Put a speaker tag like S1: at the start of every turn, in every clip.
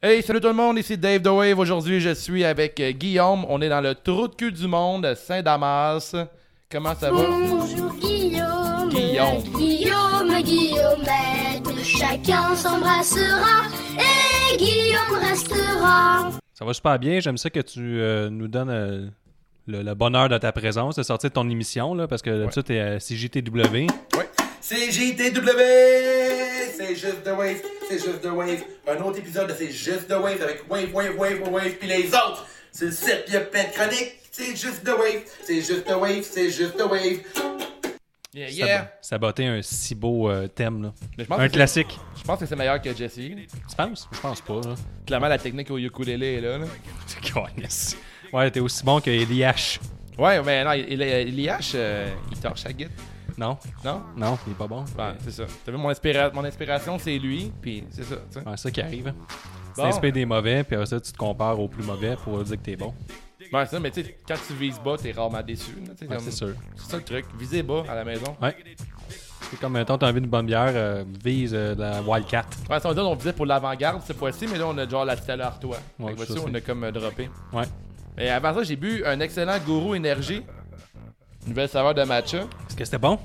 S1: Hey, salut tout le monde, ici Dave The Wave. Aujourd'hui, je suis avec euh, Guillaume. On est dans le trou de cul du monde, Saint-Damas. Comment ça va?
S2: Bonjour Guillaume,
S1: Guillaume.
S2: Guillaume, Guillaumette, chacun s'embrassera et Guillaume restera.
S3: Ça va super bien. J'aime ça que tu euh, nous donnes euh, le, le bonheur de ta présence, de sortir de ton émission, là, parce que d'habitude, t'es euh, à CJTW.
S4: Ouais. C'est JTW, c'est juste The Wave, c'est juste The Wave. Un autre épisode de C'est juste The Wave avec Wave, Wave, Wave, Wave, Wave, puis les autres. C'est le site, pis y a plein de chroniques. C'est juste The Wave, c'est juste The Wave, c'est juste The Wave.
S1: Yeah,
S3: Ça ba- Ça battait un si beau euh, thème, là.
S1: Mais je pense
S3: un
S1: que-
S3: classique.
S1: Je pense que c'est meilleur que Jesse.
S3: Tu penses? Je pense pas, là.
S1: Clairement, la technique au ukulélé est là. là.
S3: Câlisse. ouais, t'es aussi bon que Eliash.
S1: Ouais, mais non, il, il, il IH, euh, il torche sa guide,
S3: Non?
S1: non?
S3: Non, il est pas bon.
S1: Ouais, c'est ça. T'as vu, mon, inspira- mon inspiration, c'est lui, puis c'est ça, tu sais.
S3: Ouais, c'est ça qui arrive. hein. Tu
S1: Bon.
S3: t'inspires des mauvais, puis après ça, tu te compares aux plus mauvais pour dire que t'es bon.
S1: Ouais, c'est ça, mais tu sais, quand tu vises bas, t'es rarement déçu. là, tu sais,
S3: Ouais,
S1: comme-
S3: c'est sûr.
S1: C'est ça le truc, viser bas à la maison.
S3: Ouais. C'est comme, mettons, t'as envie d'une bonne bière, euh, vise euh, la Wildcat.
S1: Ouais, ça, on, dit, on visait pour l'avant-garde cette fois-ci, mais là, on a genre la Stella Artois.
S3: Ouais,
S1: Fait que
S3: ça,
S1: ça, on
S3: c'est-
S1: a comme euh, droppé.
S3: Ouais.
S1: Et avant ça, j'ai bu un excellent Guru Energy. Nouvelle saveur de matcha.
S3: Est-ce que c'était bon?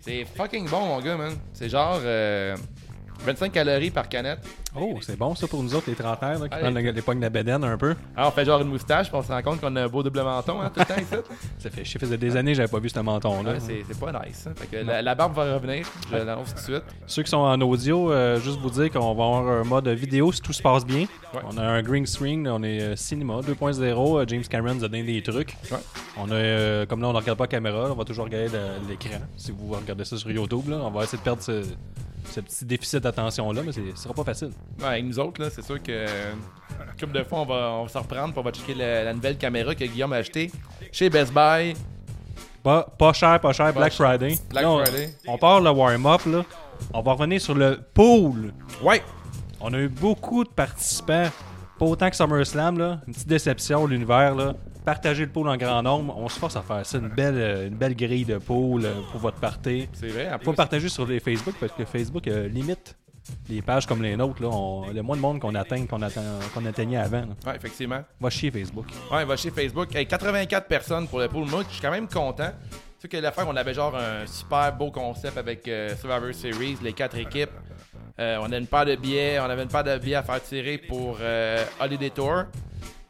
S1: C'est fucking bon, mon gars, man. C'est genre euh, 25 calories par canette.
S3: Oh, c'est bon ça pour nous autres, les trentenaires, là, qui
S1: Allez.
S3: prennent le- les pognes de la bédaine un peu.
S1: Alors, on fait genre une moustache, puis on se rend compte qu'on a un beau double menton hein, tout le temps ici.
S3: Ça fait chier, ça faisait des années que j'avais pas vu ce menton-là.
S1: Ouais, c'est c'est pas nice. hein. Fait que la, la barbe va revenir, je l'annonce tout de suite.
S3: Ceux qui sont en audio, euh, juste vous dire qu'on va avoir un mode vidéo si tout se passe bien.
S1: Ouais.
S3: On a un green screen, on est euh, cinéma 2.0, euh, James Cameron nous a donné des trucs.
S1: Ouais.
S3: On a, euh, comme là, on ne regarde pas la caméra, on va toujours regarder le- l'écran. Si vous regardez ça sur YouTube, là, on va essayer de perdre ce, ce petit déficit d'attention-là, mais c'est- ce sera pas facile.
S1: Ouais, avec nous autres, là, c'est sûr que. euh, Comme de fois, on va, on va s'en reprendre, puis on va checker la, la nouvelle caméra que Guillaume a achetée chez Best Buy.
S3: Pas, pas cher, pas cher, Black
S1: ch-
S3: Friday.
S1: Black
S3: Là, on-
S1: Friday.
S3: on part le warm-up, là. On va revenir sur le pool.
S1: Ouais!
S3: On a eu beaucoup de participants. Pas autant que SummerSlam, là. Une petite déception, l'univers, là. Partagez le pool en grand nombre. On se force à faire ça. Une belle, euh, une belle grille de pool euh, pour votre party.
S1: C'est vrai, en
S3: Faut
S1: plus.
S3: partager sur les Facebook parce que Facebook euh, limite les pages comme les nôtres, là. On- le moins de monde qu'on atteint, qu'on atteint- qu'on atteignait avant. là.
S1: Ouais, effectivement.
S3: Va chier Facebook.
S1: Ouais, va chez Facebook. Hey, 84 personnes pour le pool. Moi, je suis quand même content. Tu sais que l'affaire, on avait genre un super beau concept avec euh, Survivor Series, les quatre équipes. Euh, on a une paire de billets, on avait une paire de billets à faire tirer pour euh, Holiday Tour,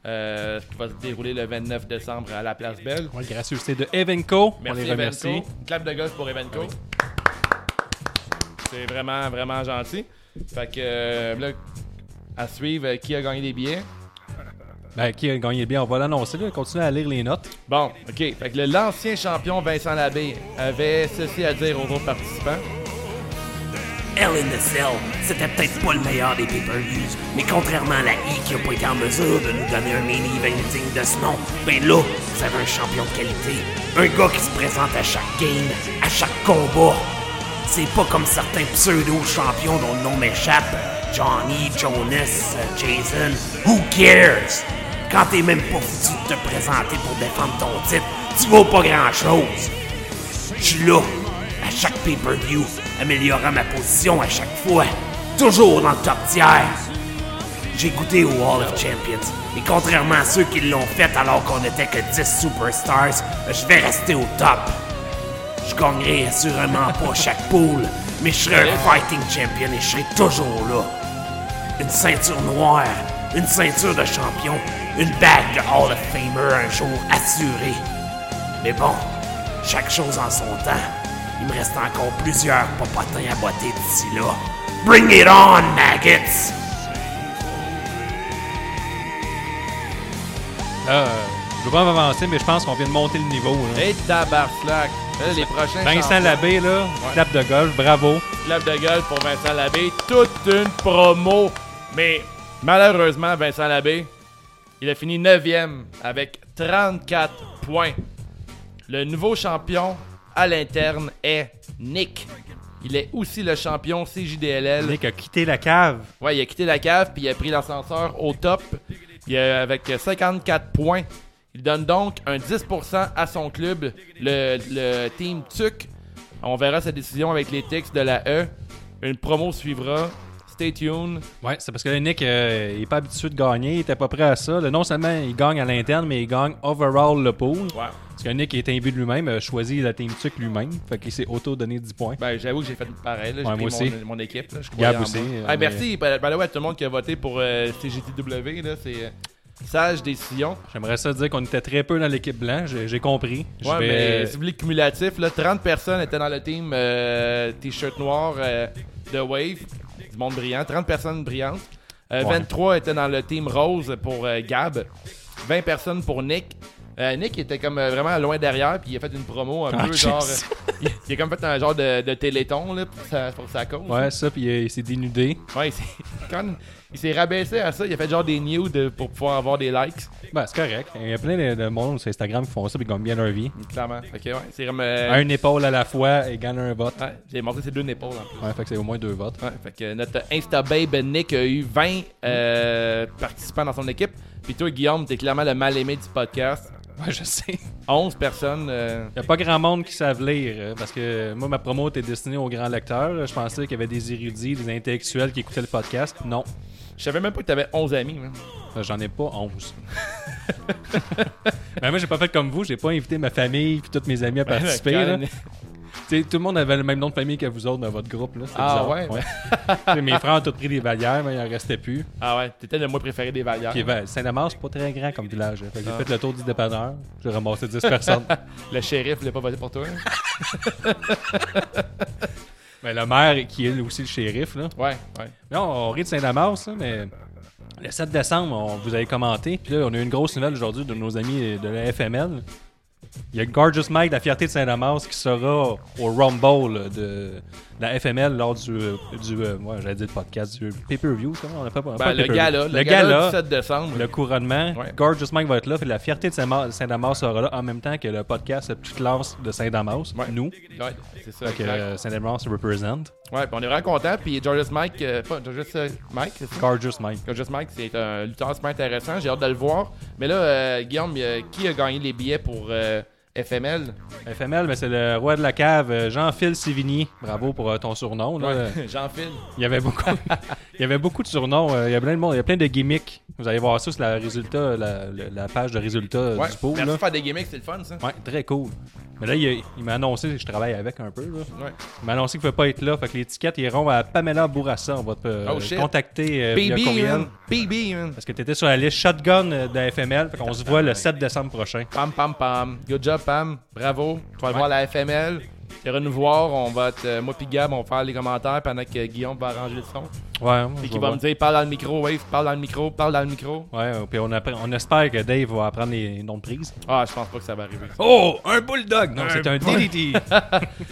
S1: euh, qui va se dérouler le 29 décembre à la Place Belle.
S3: Ouais, gracieuseté de Evenco. on les remercie.
S1: Evenco. Clap de gosse pour Evenco. C'est vraiment, vraiment gentil. Fait que euh, là, à suivre euh, qui a gagné des billets.
S3: Ben, qui a gagné bien, on va l'annoncer. là. Continuez à lire les notes.
S1: Bon, OK. Fait que le- l'ancien champion Vincent Labbé avait ceci à dire aux autres participants.
S5: Hell in the Cell, c'était peut-être pas le meilleur des pay-per-views, mais contrairement à la I qui a pas été en mesure de nous donner un mini event digne de ce nom, ben là, vous avez un champion de qualité. Un gars qui se présente à chaque game, à chaque combat. C'est pas comme certains pseudo-champions dont le nom m'échappe. Johnny, Jonas, euh, Jason, who cares? Quand t'es même pas foutu de te présenter pour défendre ton titre, tu vaux pas grand-chose. Je suis là, à chaque pay-per-view, améliorant ma position à chaque fois, toujours dans le top tiers. J'ai goûté au Hall of Champions, et contrairement à ceux qui l'ont fait alors qu'on n'était que 10 superstars, je vais rester au top. Je gagnerai assurément pas chaque pool, mais je serai un fighting champion et je serai toujours là. Une ceinture noire, une ceinture de champion, une bague de Hall of Famer un jour assurée. Mais bon, chaque chose en son temps. Il me reste encore plusieurs papatins à botter d'ici là. Bring it on, maggots!
S3: Là, euh, je veux pas m'avancer, mais je pense qu'on vient de monter le niveau. là.
S1: Et tabarnak! Là, les prochains
S3: Vincent
S1: champions-
S3: Labbé, là, clap de golf, bravo.
S1: Clap de gueule pour Vincent Labbé. Toute une promo. Mais malheureusement, Vincent Labbé, il a fini 9e avec 34 points. Le nouveau champion à l'interne est Nick. Il est aussi le champion CJDLL.
S3: Nick a quitté la cave.
S1: Ouais, il a quitté la cave puis il a pris l'ascenseur au top. Il a- avec 54 points. Il donne donc un 10% à son club, le, le Team TUC. On verra sa décision avec les textes de la E. Une promo suivra. Stay tuned.
S3: Ouais, c'est parce que là, Nick, euh, il est pas habitué de gagner, il était pas prêt à ça. Là, non seulement il gagne à l'interne, mais il gagne overall le pool.
S1: Ouais.
S3: Parce que Nick est imbu de lui-même, a choisi la team tuc lui-même. Fait qu'il s'est auto-donné 10 points.
S1: Ben, j'avoue que j'ai fait pareil. Là, j'ai
S3: Ouais,
S1: pris
S3: moi aussi.
S1: Mon, mon équipe. Là, je
S3: Gab
S1: croyais en
S3: aussi,
S1: moi.
S3: euh,
S1: Ah,
S3: mais-
S1: Merci. Ben, ben, ouais, à tout le monde qui a voté pour euh, CGTW. là, C'est euh, sage décision.
S3: J'aimerais ça dire qu'on était très peu dans l'équipe blanche, j'ai j'ai compris. Je
S1: Ouais,
S3: vais-
S1: mais si vous voulez cumulatif, là, 30 personnes étaient dans le team euh, T-shirt noir euh, de Wave, du monde brillant. 30 personnes brillantes. Euh,
S3: Ouais.
S1: 23 étaient dans le team rose pour euh, Gab. 20 personnes pour Nick. Euh, Nick était comme euh, vraiment loin derrière, puis il a fait une promo un
S3: Ah,
S1: peu
S3: je
S1: genre.
S3: sais.
S1: euh, il, il a comme fait un genre de, de téléthon là, pour, sa, pour sa cause.
S3: Ouais, ça, puis euh, il s'est dénudé.
S1: Ouais, il s'est- quand il s'est rabaissé à ça, il a fait genre des nudes pour pouvoir avoir des likes,
S3: Ben, c'est correct. Il y a plein de, de monde sur Instagram qui font ça, puis ils gagnent bien leur vie.
S1: clairement. Ok, ouais. C'est comme. euh,
S3: Un épaule à la fois et gagne un vote.
S1: ouais, j'ai montré ses deux épaules en plus.
S3: Ouais, fait que c'est au moins deux votes.
S1: Ouais, fait que notre Instababe Nick a eu 20 euh, participants dans son équipe. Puis toi, Guillaume, t'es clairement le mal-aimé du podcast.
S3: Ouais, je sais.
S1: 11 personnes. euh,
S3: Il n'y a pas grand monde qui savent lire, euh, parce que moi, ma promo était destinée aux grands lecteurs. Je pensais qu'il y avait des érudits, des intellectuels qui écoutaient le podcast. Non,
S1: Je savais même pas que t'avais 11 amis. hein.
S3: Euh, j'en ai pas 11. Mais moi, j'ai pas fait comme vous. J'ai pas invité ma famille et tous mes amis à
S1: ben,
S3: participer. là.
S1: Quand-
S3: Tu sais, Tout le monde avait le même nom de famille que vous autres dans votre groupe. Là. C'est
S1: Ah
S3: bizarre.
S1: ouais?
S3: Tu sais, mes frères ont tous pris des valières, mais il en restait plus.
S1: Ah ouais, t'étais le moins préféré des Valières.
S3: Puis ben, Saint-Damas, c'est pas très grand comme village. hein. Fait que
S1: Ah.
S3: j'ai fait le tour du dépanneur. J'ai ramassé 10 personnes.
S1: Le shérif voulait pas voter pour toi. hein.
S3: Mais Ben, le maire, qui est lui aussi le shérif, là.
S1: Ouais, ouais.
S3: Là, on rit de Saint-Damas, là, mais le 7 décembre, on vous avez commenté. Puis là, on a eu une grosse nouvelle aujourd'hui de nos amis de la FML. Il y a Gorgeous Mike, de la fierté de Saint-Damas, qui sera au Rumble de la FML lors du. euh, du euh, ouais, j'allais dire le podcast, du pay-per-view. Comment on appelle pas,
S1: Ben,
S3: pas
S1: le
S3: pay-per-view.
S1: gala, le,
S3: le
S1: gala,
S3: gala,
S1: du 7 décembre.
S3: le couronnement.
S1: Ouais.
S3: Gorgeous Mike va être là, puis la fierté de Saint- Saint-Damas sera là en même temps que le podcast La Petite Lance de Saint-Damas,
S1: Ouais.
S3: nous,
S1: Ouais, c'est ça.
S3: que
S1: exact.
S3: euh, Saint-Damas représente.
S1: Ouais, puis on est vraiment content. Puis Georges Mike, euh, pas Georges euh, Mike, c'est ça?
S3: Gorgeous Mike.
S1: Georges Mike, c'est un lutteur super intéressant. J'ai hâte de le voir. Mais là, euh, Guillaume, euh, qui a gagné les billets pour euh, FML
S3: FML, ben, c'est le roi de la cave, euh, Jean-Phil Sévigny. Bravo pour euh, ton surnom. là. Euh,
S1: Jean-Phil.
S3: Il, y avait beaucoup, il y avait beaucoup de surnoms. euh, il, y a plein de monde, il y a plein de gimmicks. Vous allez voir ça sur la, résultat, la, la- la page de résultats euh,
S1: Ouais.
S3: du pot.
S1: Merci
S3: là.
S1: de faire des gimmicks, c'est le fun, ça.
S3: Ouais, très cool. Mais là, il, a- il m'a annoncé, que je travaille avec un peu. Là.
S1: Ouais.
S3: Il m'a annoncé qu'il ne pouvait pas être là. Fait que l'étiquette iront à Pamela Bourassa. On va te euh,
S1: Oh, shit. hein.
S3: contacter euh, via
S1: PB,
S3: courriel.
S1: man. PB, man.
S3: Parce que tu étais sur la liste Shotgun euh, de la FML. Fait qu'on se voit le 7 décembre prochain.
S1: Pam, pam, pam. Good job, Pam. Bravo. Tu vas aller voir la FML. Tu vas nous voir. On va être, euh, moi puis Gab, on va faire les commentaires pendant que Guillaume va arranger le son.
S3: Ouais,
S1: Puis qui va me dire parle dans le micro, Wave, parle dans le micro, parle dans le micro.
S3: Ouais, euh, puis on, appre- on espère que Dave va apprendre les noms de prise.
S1: Ah, je pense pas que ça va arriver.
S3: Oh, un bulldog! Non, c'est un DDT.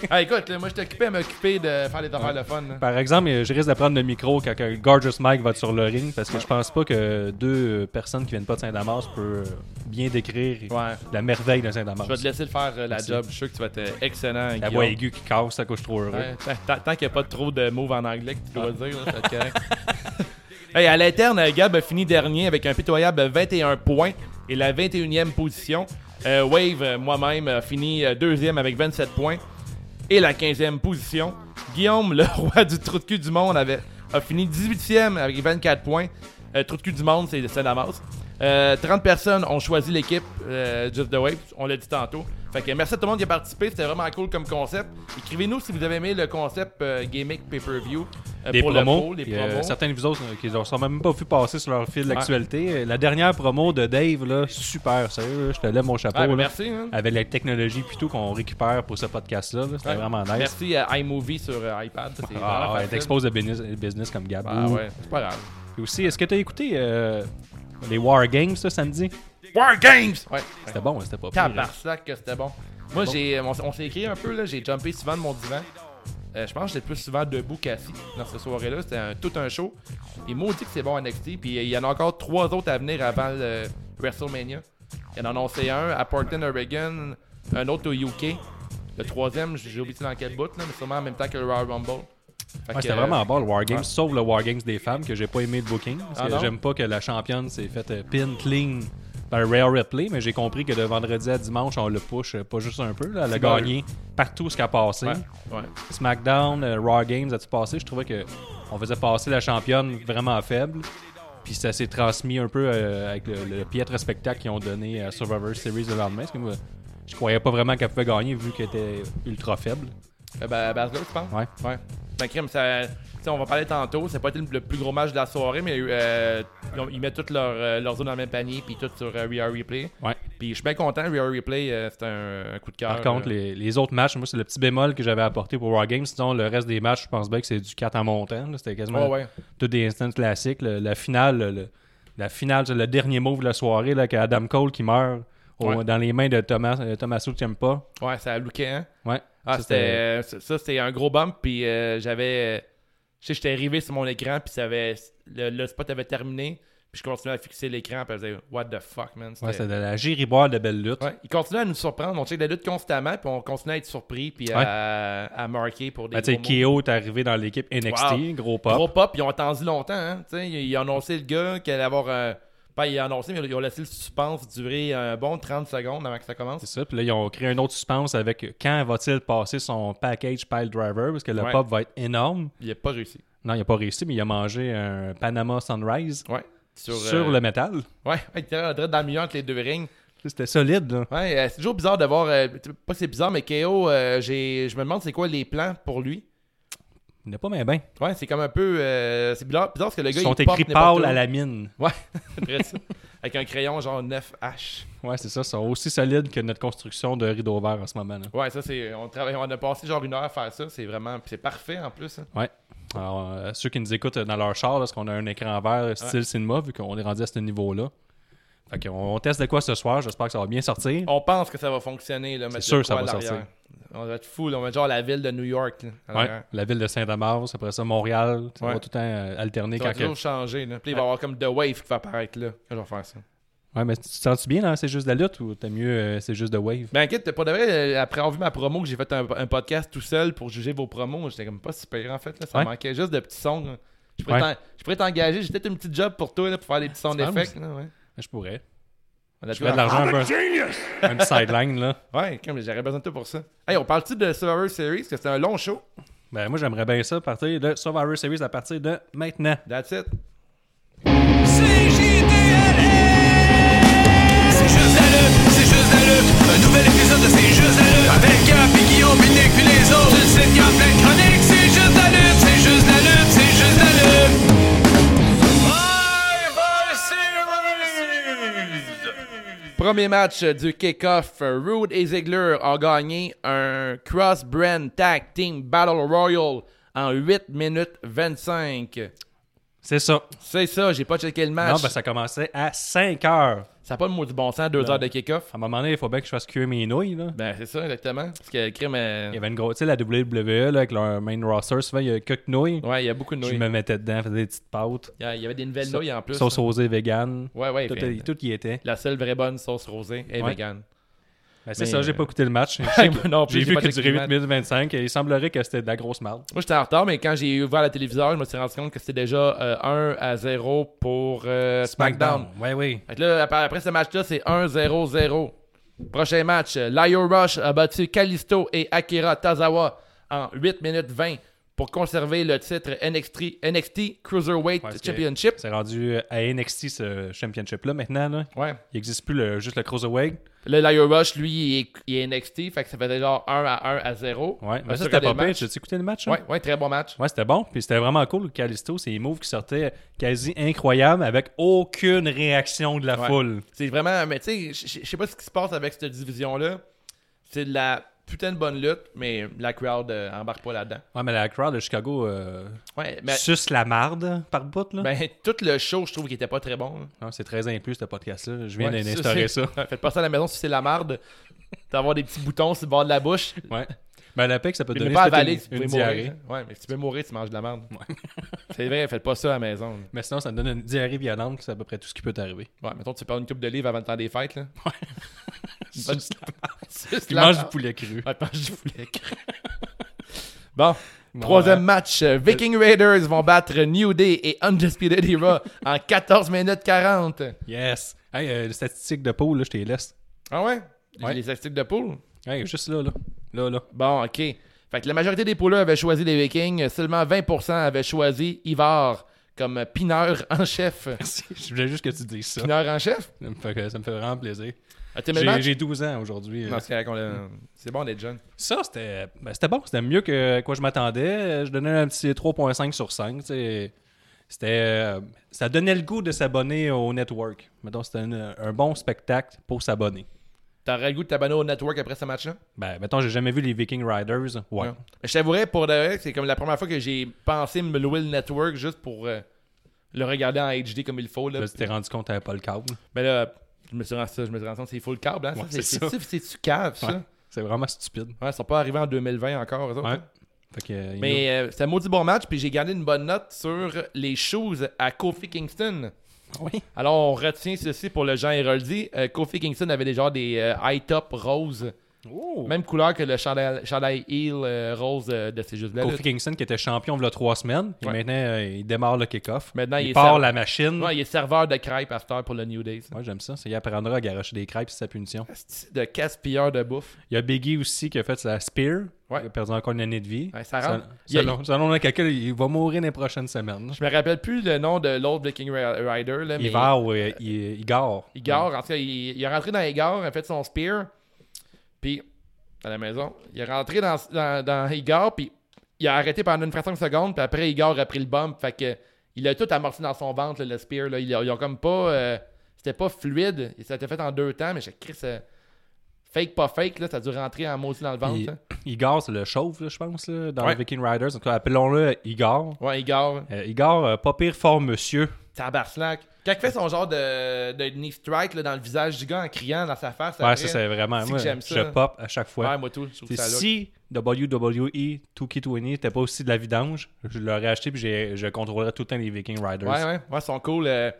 S1: Ah, écoute, là, moi j'étais occupé à m'occuper de faire des affaires de fun. là.
S3: Par exemple, euh, je risque de prendre le micro quand que Gorgeous Mike va être sur le ring parce que je pense pas que deux euh, personnes qui viennent pas de Saint-Damas peuvent euh, bien décrire
S1: Ouais.
S3: la merveille de Saint-Damas.
S1: Je vais te laisser le faire euh, la
S3: Merci. Eh
S1: job. Je suis sûr que tu vas être euh, excellent.
S3: La
S1: Guillaume.
S3: voix aiguë qui casse, ça que je suis trop heureux.
S1: Ouais, tant- tant tant qu'il n'y a pas trop de moves en anglais que tu dois dire, là, ça va être correct. Hey, à l'interne, euh, Gab a fini dernier avec un pitoyable 21 points et la 21e position. Euh, Wave, euh, moi-même, a fini euh, deuxième avec 27 points et la 15e position. Guillaume, le roi du trou de cul du monde, avait, a fini 18e avec 24 points. Euh, trou de cul du monde, c'est Saint-Damas. Euh, 30 personnes ont choisi l'équipe euh, Just the Wave, on l'a dit tantôt. Fait que merci à tout le monde qui a participé, c'était vraiment cool comme concept. Écrivez-nous si vous avez aimé le concept euh, gimmick pay-per-view euh,
S3: Des
S1: pour
S3: promos,
S1: le pro, des
S3: puis, euh,
S1: promos.
S3: certains de vous autres euh, qui ne sont même pas vu passer sur leur fil d'actualité. Euh, La dernière promo de Dave, là, super, sérieux, là, je te lève mon chapeau.
S1: Ah, ben,
S3: là.
S1: merci. hein.
S3: Avec la technologie puis tout qu'on récupère pour ce podcast-là, là, c'était
S1: Ouais.
S3: vraiment nice.
S1: Merci à iMovie sur euh, iPad. ça, C'est
S3: Ah,
S1: vraiment
S3: ouais,
S1: facile.
S3: t'exposes le business, le business comme Gab.
S1: Ah
S3: Ouh.
S1: ouais, c'est pas grave.
S3: Puis aussi, est-ce que t'as écouté euh, les War Games ça, samedi?
S1: War Games! Ouais.
S3: C'était bon, hein, c'était pas pire. hein.
S1: Tabarnak que c'était bon. Moi, j'ai, on, s- on s'est écrit un peu, là. J'ai jumpé souvent de mon divan. Euh, je pense que j'étais plus souvent debout qu'assis dans cette soirée-là. C'était un- tout un show. Et maudit que c'est bon NXT. Puis euh, il y en a encore trois autres à venir avant le WrestleMania. Il y en a annoncé un à Portland, Oregon. Un autre au UK. Le troisième, j'ai j'ai oublié dans quel bout, là, mais sûrement en même temps que le Royal Rumble. Fait
S3: Ouais,
S1: que,
S3: c'était
S1: euh,
S3: vraiment bon le War Games,
S1: ouais.
S3: sauf le War Games des femmes que j'ai pas aimé de booking. Parce
S1: Ah
S3: que
S1: non?
S3: j'aime pas que la championne s'est faite euh, pin clean le Rare Replay, mais j'ai compris que de vendredi à dimanche, on le push, euh, pas juste un peu. Là. Elle a gagné partout ce qu'elle a passé.
S1: Ouais.
S3: SmackDown, euh, Raw Games, as-tu passé? Je trouvais que on faisait passer la championne vraiment faible. Puis ça s'est transmis un peu euh, avec le, le piètre spectacle qu'ils ont donné à Survivor Series le lendemain. Parce que moi, je croyais pas vraiment qu'elle pouvait gagner vu qu'elle était ultra faible.
S1: Euh, bah, Basler, tu penses?
S3: Ouais.
S1: Ouais. Ben, crime, ça. tu sais, on va parler tantôt. C'est pas été le- le plus gros match de la soirée, mais euh, ils ont- ils mettent toutes leurs euh, leurs œufs dans le même panier, puis tout sur euh, We Are Replay.
S3: Ouais.
S1: Puis je suis bien content. We Are Replay, euh, c'est un, un coup de cœur.
S3: Par contre,
S1: euh.
S3: les, les autres matchs, moi, c'est le petit bémol que j'avais apporté pour War Games. Sinon, le reste des matchs, je pense bien que c'est du 4 en montant. là. C'était quasiment
S1: Ouais, ouais.
S3: tous des instants classiques. Le- la finale, le, la finale, c'est le dernier move de la soirée, là, avec Adam Cole qui meurt au-
S1: Ouais.
S3: dans les mains de Thomas, euh, Tommaso Ciampa.
S1: Ouais, ça a looké, hein?
S3: Ouais.
S1: Ah,
S3: Ça,
S1: c'était, euh, ça, ça, c'était un gros bump, puis euh, j'avais. euh, Je sais, j'étais arrivé sur mon écran, puis ça avait, le, le spot avait terminé, puis je continuais à fixer l'écran, puis je faisais What the fuck, man?
S3: Ouais,
S1: C'était-
S3: c'était de la giriboire de belle lutte.
S1: Ouais, ils continuent à nous surprendre. On check la lutte constamment, puis on continue à être surpris, puis à, à marquer pour des.
S3: Ben, tu sais,
S1: gros moves.
S3: Keo est arrivé dans l'équipe NXT,
S1: Wow.
S3: gros pop.
S1: Gros pop, ils ont attendu longtemps. Hein. Tu sais, Ils ils ont annoncé le gars qu'il allait avoir. un- Pas, ils ont annoncé, mais ils ont laissé le suspense durer un bon 30 secondes avant que ça commence.
S3: C'est ça. Puis là, ils ont créé un autre suspense avec quand va-t-il passer son package pile driver, parce que le
S1: Ouais.
S3: pop va être énorme.
S1: Il n'a pas réussi.
S3: Non, il n'a pas réussi, mais il a mangé un Panama Sunrise
S1: Ouais. Sur,
S3: sur,
S1: euh,
S3: le métal.
S1: Ouais, il était en direct dans le milieu entre les deux rings.
S3: C'était solide, là.
S1: Ouais, euh, c'est toujours bizarre de voir. euh, tu- pas que c'est bizarre, mais KO, euh, j'ai- je me demande c'est quoi les plans pour lui.
S3: Il n'est pas bien bien.
S1: Ouais, c'est comme un peu. euh, c'est bizarre, bizarre parce que le gars.
S3: Ils sont
S1: il porte
S3: écrits
S1: n'importe
S3: pâle
S1: où.
S3: à la mine.
S1: Ouais, c'est vrai ça. Avec un crayon genre 9H.
S3: Ouais, c'est ça. Ils sont aussi solides que notre construction de rideau vert en ce moment. Là.
S1: Ouais, ça, c'est. On, travaille, on a passé genre une heure à faire ça. C'est vraiment. puis c'est parfait en plus. hein.
S3: Ouais. Alors, euh, ceux qui nous écoutent dans leur char, là, parce qu'on a un écran vert style cinéma, vu qu'on est rendu à ce niveau-là. Fait qu'on on teste de quoi ce soir. J'espère que ça va bien sortir.
S1: On pense que ça va fonctionner. là, mettre
S3: sûr
S1: le
S3: que ça
S1: poids
S3: va
S1: à l'arrière.
S3: sortir.
S1: On va être fou. là, On va être genre la ville de New York. là, à
S3: Ouais.
S1: l'arrière.
S3: La ville de Saint-Damas, après ça, Montréal. Ça
S1: Ouais.
S3: va tout le temps euh, alterner.
S1: Ça va
S3: Quand que-
S1: toujours changer. Là. Puis il va y avoir comme The Wave qui va apparaître là. Quand je vais faire ça.
S3: Ouais, mais tu te sens-tu bien, là? C'est juste de la lutte ou t'as mieux, euh, c'est juste de wave?
S1: Ben inquiète, pour de vrai, euh, après avoir vu ma promo, que j'ai fait un, un podcast tout seul pour juger vos promos, j'étais comme pas super en fait. Là, ça
S3: Ouais.
S1: manquait juste de petits sons. là. Je pourrais
S3: Ouais.
S1: t'en- je pourrais t'engager, j'ai peut-être une petite job pour toi là, pour faire des petits sons
S3: Tu penses?
S1: d'effet. là, ouais.
S3: Je pourrais.
S1: On a
S3: Je ferais de l'argent un peu. Un petit sideline, là.
S1: Ouais, comme j'aurais besoin de toi pour ça. Hey, on parle-tu de Survivor Series? Parce que c'est un long show.
S3: Ben, moi, j'aimerais bien ça, partir de Survivor Series à partir de maintenant.
S1: That's it.
S6: C'est juste la lutte, c'est juste la lutte. Un nouvel épisode de C'est juste la lutte. Avec Gap, puis Guillaume, puis Nick, puis les autres. Une sitcom pleine de chroniques. C'est juste la lutte, c'est juste la lutte, c'est juste la lutte.
S1: Premier match euh, du kick-off. euh, Rude et Ziggler ont gagné un cross-brand tag team Battle Royal en 8 minutes 25.
S3: C'est ça.
S1: C'est ça, j'ai pas checké le match.
S3: Non, ben, ça commençait à 5 heures.
S1: Ça n'a pas de mot du bon sens, deux heures de kick-off.
S3: À un moment donné, il faut bien que je fasse cuire mes nouilles, là.
S1: Ben, c'est ça, exactement. Parce que le crime. euh,
S3: Il y avait une grosse, tu sais, la WWE, là, avec leur main roster, souvent, il y a quelques nouilles.
S1: Ouais, il y a beaucoup de
S3: Je
S1: nouilles.
S3: me mettais dedans, faisais des petites pâtes.
S1: Il y a- il y avait des nouvelles nouilles en plus.
S3: Sauce
S1: hein.
S3: rosée vegan.
S1: Ouais, ouais.
S3: Tout, euh,
S1: fait-
S3: tout y était.
S1: La seule vraie bonne sauce rosée est
S3: Ouais.
S1: vegan.
S3: Ben, c'est
S1: Mais,
S3: ça, j'ai
S1: euh,
S3: pas écouté le match.
S1: Non,
S3: J'ai
S1: j'ai
S3: vu
S1: pas
S3: que
S1: checké
S3: durait
S1: le
S3: 8
S1: match.
S3: minutes 25 et il semblerait que c'était de la grosse merde.
S1: Moi, j'étais en retard, mais quand j'ai ouvert la téléviseur, je me suis rendu compte que c'était déjà euh, 1 à 0 pour euh, SmackDown.
S3: Ouais, oui.
S1: Fait que là, après, après ce match-là, c'est 1-0-0. Prochain match, euh, Lio Rush a battu Kalisto et Akira Tazawa en 8 minutes 20 pour conserver le titre NXT, NXT Cruiserweight
S3: Parce que
S1: Championship.
S3: C'est rendu euh, à NXT ce championship-là maintenant. Là.
S1: Ouais.
S3: Il n'existe plus le, juste le Cruiserweight.
S1: Le Lio Rush, lui, il est, il est NXT, fait que ça faisait genre 1 à 1 à 0.
S3: Ouais, mais
S1: As-tu
S3: ça, c'était
S1: regardé
S3: pas
S1: le
S3: pire.
S1: match?
S3: J'ai-tu écouté le match? là?
S1: Ouais, ouais, très bon match.
S3: Ouais, c'était bon. Puis c'était vraiment cool. Calisto, c'est les moves qui sortaient quasi incroyables avec aucune réaction de la
S1: Ouais.
S3: foule.
S1: C'est vraiment. Mais tu sais, je- je je sais pas ce qui se passe avec cette division-là. C'est de la putain de bonne lutte, mais la crowd euh, embarque pas là-dedans.
S3: Ouais, mais la crowd de Chicago euh,
S1: Ouais, mais.
S3: suce la marde par bout. Là.
S1: Ben, tout le show, je trouve qu'il était pas très bon. là.
S3: Non, c'est 13 ans et plus, ce podcast-là. Je viens
S1: Ouais,
S3: d'instaurer ça.
S1: c'est- Faites pas ça à la maison si c'est la marde. D'avoir des petits boutons sur le bord de la bouche.
S3: Ouais. Ben, la PEC, ça peut
S1: Puis ne
S3: donner
S1: pas
S3: peut-être
S1: avaler, tu
S3: une,
S1: peux
S3: une diarrhée.
S1: mourir. Ouais, mais si tu peux mourir, tu manges de la marde. c'est vrai, faites pas ça à la maison.
S3: Mais sinon, ça donne une diarrhée violente, c'est à peu près tout ce qui peut t'arriver.
S1: Ouais, mettons, tu perds une coupe de livre avant le temps des fêtes. Là. Une bonne- Suce
S3: Tu
S1: la
S3: manges du
S1: marde.
S3: poulet cru.
S1: Ouais, tu manges du poulet. bon, Troisième match, euh, Viking Raiders vont battre New Day et Undisputed Era en 14 minutes 40.
S3: Yes. Hey, euh, les statistiques de poule, là, je te les laisse.
S1: Ah ouais?
S3: Ouais.
S1: Les statistiques de poule?
S3: Hey, juste là, là. Là, là.
S1: Bon, OK. Fait que la majorité des pouleurs avaient choisi les Vikings. Seulement 20% avaient choisi Ivar comme pineur en chef.
S3: je voulais juste que tu dises ça.
S1: Pineur en chef?
S3: Ça me fait, que- ça me fait vraiment plaisir.
S1: Ah, t'aimais le
S3: J'ai
S1: match?
S3: j'ai 12 ans aujourd'hui. euh,
S1: Non, c'est correct, on l'a- C'est bon d'être jeune.
S3: Ça, c'était ben, c'était bon. C'était mieux que quoi je m'attendais. Je donnais un petit 3.5 sur 5. tu sais. C'était, euh, ça donnait le goût de s'abonner au network. Mettons, c'était un, un bon spectacle pour s'abonner.
S1: T'aurais le goût de t'abonner au network après ce match-là?
S3: Ben, mettons, j'ai jamais vu les Viking Riders. Ouais.
S1: Non. Je t'avouerais, pour de vrai, c'est comme la première fois que j'ai pensé me louer le network juste pour euh, le regarder en HD comme il faut. Là.
S3: Là, tu t'es rendu compte que t'avais pas le câble.
S1: Mais là, je me suis rendu, je me suis rendu compte que c'est full câble. Hein, ça?
S3: Ouais,
S1: c'est,
S3: c'est
S1: c'est,
S3: ça.
S1: c'est- c'est-tu cave, ça?
S3: Ouais. C'est vraiment stupide.
S1: Ouais, ils sont pas arrivés en 2020 encore, eux autres,
S3: Ouais.
S1: hein.
S3: Fait que, euh,
S1: Mais euh, c'était un maudit bon match, puis j'ai gardé une bonne note sur les shoes à Kofi Kingston.
S3: ils ont- Oui.
S1: Alors, on retient ceci pour le Jean Héroldi. Euh, Kofi Kingston avait déjà des euh, high top roses, même couleur que le chandail, chandail heel euh, rose euh, de ces jeux là
S3: Kofi Kingston qui était champion il y a trois semaines. Puis
S1: Ouais.
S3: maintenant, euh, il démarre le kick-off.
S1: Maintenant, il est
S3: part
S1: serv-
S3: la machine.
S1: Ouais, il est serveur de crêpes à cette heure pour le New Days.
S3: Moi, j'aime ça. Ça y apprendra à garocher des crêpes, c'est sa punition.
S1: De casse-pilleur de bouffe.
S3: Il y a Biggie aussi qui a fait sa spear.
S1: Ouais.
S3: Il a perdu encore une année de vie.
S1: Ouais, ça rentre.
S3: Sel-
S1: Il y a-
S3: Selon, selon le calcul, il va mourir les prochaines semaines.
S1: Je me rappelle plus le nom de l'autre Viking Ra- Rider. Là, mais
S3: Il va ou euh, il, il gare.
S1: Igor, en tout cas, il, il est rentré dans Igor, il a fait son spear, puis à la maison, il est rentré dans, dans, dans Igor, puis il a arrêté pendant une fraction de seconde, puis après Igor a pris le bump, fait que il a tout amorti dans son ventre, là, le spear, là. Ils, ont- ils ont comme pas... euh, c'était pas fluide, et ça a été fait en deux temps, mais je Chris, euh, fake pas fake, là, ça a dû rentrer en maudit dans le ventre. hein.
S3: Il,
S1: là.
S3: il gare, c'est le chauve, là, je pense, là, dans
S1: Ouais.
S3: le Viking Riders. En tout cas, appelons-le Igor.
S1: Ouais, Igor,
S3: Euh, Igor, euh, pas pire fort monsieur.
S1: tabarnak. Quand il fait son genre de, de knee strike là, dans le visage du gars en criant dans sa face,
S3: Ouais,
S1: après,
S3: ça, c'est vraiment.
S1: c'est
S3: Moi,
S1: que j'aime ça.
S3: je pop à chaque fois.
S1: Ouais, moi tout, je trouve
S3: C'est
S1: ça là.
S3: si WWE 2K20 n'était pas aussi de la vidange, je l'aurais acheté puis j'ai- je contrôlerais tout le temps les Viking Riders.
S1: Ouais, ouais, ouais, ils sont cool. euh,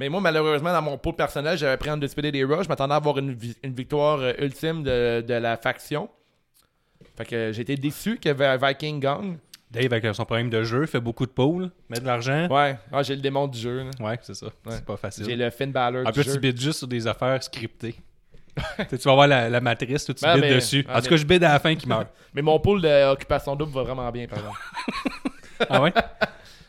S1: Mais moi, malheureusement, dans mon pot personnel, j'avais pris un disputé des Rush. Je m'attendais à avoir une, vi- une victoire euh, ultime de, de la faction. Fait que euh, j'étais déçu que Vi- Viking gagne.
S3: Dave, avec son problème de jeu, fait beaucoup de poules, met de l'argent.
S1: Ouais, ah, j'ai le démon du jeu. là.
S3: Ouais, c'est ça. C'est pas facile.
S1: J'ai le Finn Balor.
S3: En
S1: du
S3: plus, tu
S1: jeu.
S3: bides juste sur des affaires scriptées. tu sais, tu vas voir la, la matrice, toi, tu
S1: Ben,
S3: bides
S1: mais-
S3: dessus.
S1: ah,
S3: en tout
S1: mais-
S3: cas, je bide à la fin qui meurt.
S1: Mais mon pool d'occupation double va vraiment bien, par exemple.
S3: ah ouais?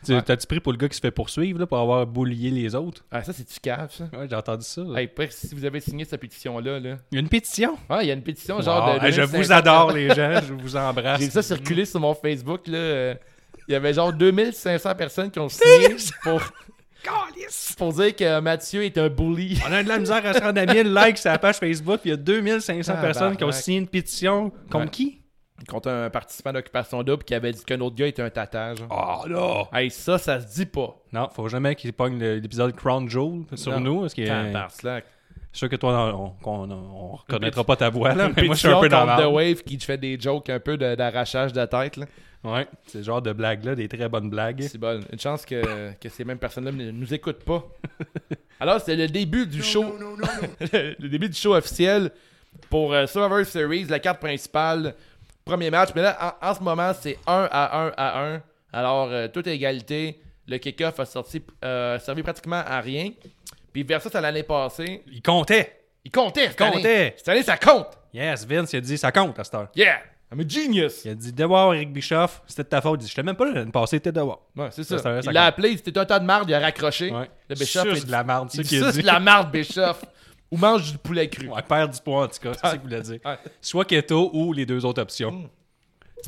S3: Tu- T'as-tu pris pour le gars qui se fait poursuivre là, pour avoir boulié les autres?
S1: ah, ça, c'est-tu cave, ça?
S3: Ouais, j'ai entendu ça.
S1: Hey, pire, si vous avez signé cette pétition-là, là.
S3: Il y a une pétition.
S1: Ah, il y a une pétition genre
S3: Wow.
S1: de. de
S3: Hey, je
S1: 2500.
S3: vous adore, les gens. Je vous embrasse.
S1: J'ai vu ça circuler sur mon Facebook, là. euh, Il y avait genre 2500 personnes qui ont signé pour, pour dire que Mathieu est un bully.
S3: On a de la misère à se rendre à 1000 likes sur la page Facebook. puis Il y a 2500
S1: Ah,
S3: personnes qui ont
S1: barnac.
S3: signé une pétition. Contre
S1: Ouais.
S3: qui?
S1: contre un participant d'occupation double qui avait dit qu'un autre gars était un tatage.
S3: Oh là!
S1: Hey, ça, ça se dit pas.
S3: Non, faut jamais qu'ils pognent le- l'épisode Crown Jewel sur
S1: Non.
S3: nous. Parce que,
S1: Tabarnak.
S3: Je suis sûr que toi, on, on, on- on reconnaîtra pas ta voix, là,
S1: Une
S3: mais moi, je suis un
S1: pétition
S3: peu dans
S1: contre
S3: la
S1: The Wave qui te fait des jokes un peu de- d'arrachage de, tête. Là.
S3: Ouais, c'est le genre de blague-là, des très bonnes blagues.
S1: C'est bon. Une chance que, que ces mêmes personnes-là ne nous écoutent pas. Alors, c'est le début du show. le début du show officiel pour euh, Survivor Series, la carte principale. Premier match. Mais là, en, en ce moment, c'est 1 à 1 à 1. Alors, euh, tout est égalité. Le kick-off a sorti, euh, servi pratiquement à rien. Puis versus à l'année passée,
S3: Il comptait!
S1: Il comptait, cette
S3: comptait.
S1: année. Cette année, ça compte.
S3: Yes, Vince, il a dit, ça compte à cette heure.
S1: Yeah. I'm a genius.
S3: Il a dit, dehors, Eric Bischoff, c'était de ta faute. Il dit, je t'ai même pas l'année passée, t'es dehors.
S1: Ouais, c'est
S3: Ça,
S1: ça.
S3: cette année, ça
S1: il l'a
S3: compte.
S1: appelé, il dit, T'es un tas de marde, il a raccroché.
S3: Ouais.
S1: Le Bischoff.
S3: Suce
S1: il dit-
S3: de la marde, c'est
S1: il
S3: ce
S1: dit,
S3: qu'il a
S1: Suce
S3: dit.
S1: de la marde, Bischoff. Ou mange du poulet cru.
S3: Ouais, perd du poids, en tout cas, c'est ce qu'il voulait dire.
S1: Ouais.
S3: Soit keto ou les deux autres options.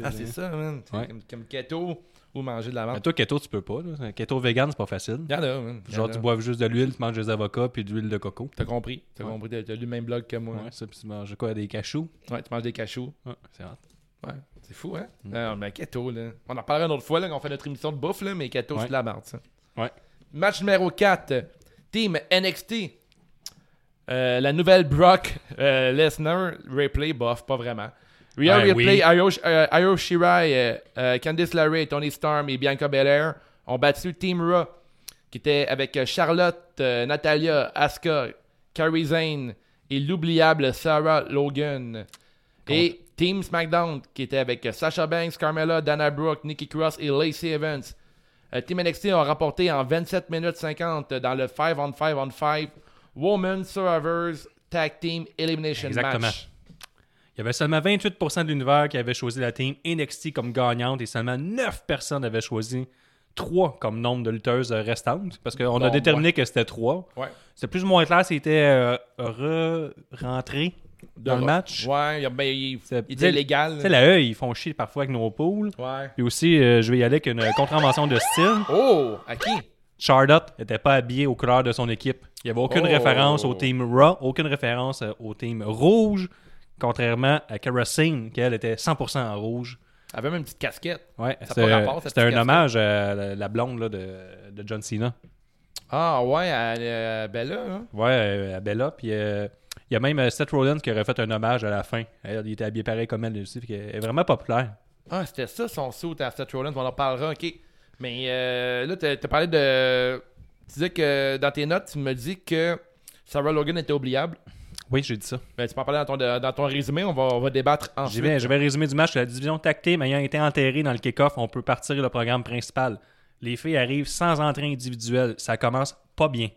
S1: Ah, c'est ça, man. C'est
S3: Ouais.
S1: Comme, comme keto ou manger de la
S3: Mais
S1: marde.
S3: toi, keto, tu peux pas. là. Keto vegan, c'est pas facile.
S1: Il y en a, man. Il y en
S3: Genre,
S1: a.
S3: tu bois juste de l'huile, tu manges des avocats puis de l'huile de coco.
S1: T'as compris. T'as compris. T'as t'as lu le même blog que moi.
S3: Ouais, ça, puis tu manges quoi, des cachous?
S1: Ouais, tu manges des cachous.
S3: Ouais, c'est hâte.
S1: Ouais. C'est fou, hein?
S3: Mm.
S1: Non, mais keto, là. On en parlera une autre fois, là, quand on fait notre émission de bouffe, là, mais keto,
S3: Ouais.
S1: c'est de la marde, ça.
S3: Ouais.
S1: Match numéro 4, Team NXT. Euh, la nouvelle Brock euh, Lesnar, Ripley, bof, pas vraiment. Rhea
S3: Ben
S1: Ripley,
S3: oui.
S1: Io, euh, Io Shirai, euh, euh, Candice LeRae, Tony Storm et Bianca Belair ont battu Team Raw, qui était avec euh, Charlotte, euh, Natalia, Asuka, Carrie Zane et l'oubliable Sarah Logan. Et Team SmackDown, qui était avec euh, Sasha Banks, Carmella, Dana Brooke, Nikki Cross et Lacey Evans. Euh, Team NXT ont rapporté en 27 minutes 50 euh, dans le 5 on 5 on 5 Women Survivors Tag Team Elimination
S3: Exactement.
S1: Match.
S3: Il y avait seulement 28% de l'univers qui avait choisi la team NXT comme gagnante et seulement 9 personnes avaient choisi 3 comme nombre de lutteuses euh, restantes parce qu'on a
S1: Bon,
S3: déterminé que c'était 3.
S1: Ouais.
S3: C'était plus ou moins clair s'ils étaient euh, re-rentrés dans le match.
S1: Ouais, il, ben, il-
S3: C'est-
S1: il était légal.
S3: Tu sais, la E, ils font chier parfois avec nos poules.
S1: Ouais.
S3: Et aussi, euh, je vais y aller avec une contravention de style.
S1: Oh, à qui
S3: Charlotte n'était pas habillée aux couleurs de son équipe. Il n'y avait aucune
S1: Oh.
S3: référence au team Raw, aucune référence euh, au team Rouge, contrairement à Cara Singh, qui elle était 100% en rouge.
S1: Elle avait même une petite casquette.
S3: Ouais,
S1: Ça a
S3: c'est-
S1: pas rapport, cette
S3: c'était un
S1: petite
S3: hommage à la, la blonde là, de, de John Cena.
S1: Ah ouais, elle, euh, ben là, hein?
S3: Ouais, euh, à Bella. Puis euh, il y a même euh, Seth Rollins qui aurait fait un hommage à la fin. Elle, il était habillé pareil comme elle aussi. puis Elle est vraiment populaire.
S1: Ah, c'était ça son saut à Seth Rollins, on en parlera, ok. Mais euh, là, t'as t'as parlé de. Tu disais que dans tes notes, tu me dis que Sarah Logan était oubliable.
S3: Oui, j'ai dit ça.
S1: Ben, tu peux en parler dans ton, dans ton résumé, on va, on va débattre
S3: Je
S1: ensuite.
S3: vais, je vais résumer du match. La division tactée ayant été enterrée dans le kick-off, on peut partir le programme principal. Les filles arrivent sans entrée individuelle. Ça commence pas bien.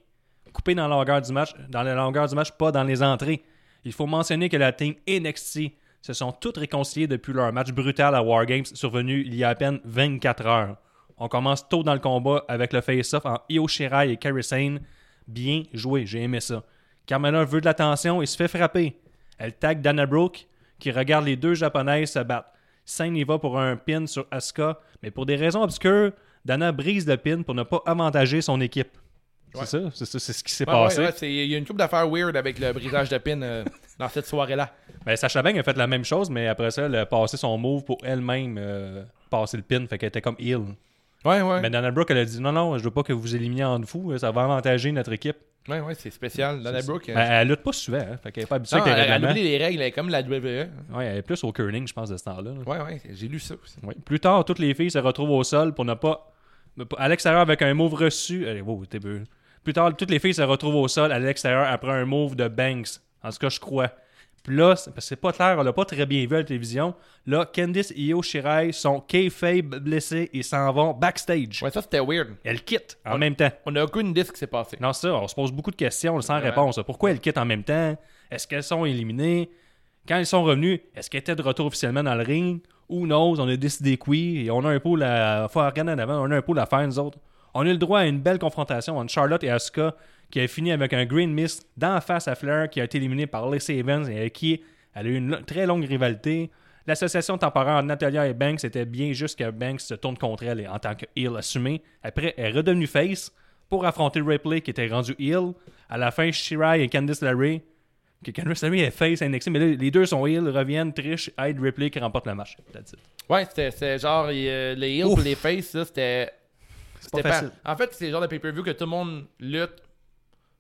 S3: Coupé dans la longueur du match, dans la longueur du match, pas dans les entrées. Il faut mentionner que la team NXT se sont toutes réconciliées depuis leur match brutal à Wargames survenu il y a à peine 24 heures. On commence tôt dans le combat avec le face-off en Io Shirai et Kairi Sane. Bien joué, j'ai aimé ça. Carmella veut de l'attention et se fait frapper. Elle tag Dana Brooke, qui regarde les deux Japonaises se battre. Sane y va pour un pin sur Asuka, mais pour des raisons obscures, Dana brise le pin pour ne pas avantager son équipe. C'est ça, c'est ça, c'est ce qui s'est
S1: Ouais,
S3: passé.
S1: ouais, ouais, c'est- il y a une couple d'affaires weird avec le brisage de pin euh, dans cette soirée-là.
S3: Ben, Sacha Bang a fait la même chose, mais après ça, elle a passé son move pour elle-même euh, passer le pin. Fait qu'elle était comme heal.
S1: Ouais, ouais.
S3: Mais Dana Brooke, elle a dit non, non, je veux pas que vous éliminiez en fou. Ça va avantager notre équipe.
S1: Ouais, ouais, c'est spécial. Dana Brooke. euh,
S3: Ben, elle lutte pas souvent. hein, fait qu'elle est pas habituée
S1: non,
S3: avec les
S1: elle, elle
S3: règlements.
S1: oublie les règles, elle est comme la WWE. hein.
S3: Ouais, elle est plus au curling, je pense, de ce temps-là. là.
S1: Ouais, ouais, j'ai lu ça aussi.
S3: Ouais. Plus tard, toutes les filles se retrouvent au sol pour ne pas. À l'extérieur avec un move reçu. Allez, wow, t'es beau. Plus tard, toutes les filles se retrouvent au sol à l'extérieur après un move de Banks. En tout cas, je crois. Puis là, c'est parce que c'est pas clair, on l'a pas très bien vu à la télévision. Là, Candice et Io Shirai sont kayfabe blessés et s'en vont backstage.
S1: Ouais, ça c'était weird.
S3: Elles quittent en même temps.
S1: On a aucune idée de ce qui s'est passé.
S3: Non, c'est ça, on se pose beaucoup de questions sans réponse. Pourquoi elles quittent en même temps? Est-ce qu'elles sont éliminées? Quand elles sont revenues, est-ce qu'elles étaient de retour officiellement dans le ring? Ou non, on a décidé que oui, et on a un pôle à faut regarder en avant, on a un pôle à faire, nous autres. On a eu le droit à une belle confrontation entre Charlotte et Asuka, qui a fini avec un Green Mist d'en face à Flair, qui a été éliminé par Lacey Evans et avec qui elle a eu une lo- très longue rivalité. L'association temporaire entre Natalia et Banks était bien juste que Banks se tourne contre elle en tant que heel assumé. Après, elle est redevenue face pour affronter Ripley qui était rendu heel. À la fin, Shirai et Candice LeRae, que Candice LeRae est face à NXT, mais là, les deux sont heel, reviennent, trichent, aident Ripley qui remporte le match. That's it.
S1: Ouais, c'était- c'était genre euh, les heels
S3: Ouf.
S1: et les faces, là, c'était. C'était
S3: pas
S1: pas-
S3: facile.
S1: En fait, c'est le genre de pay-per-view que tout le monde lutte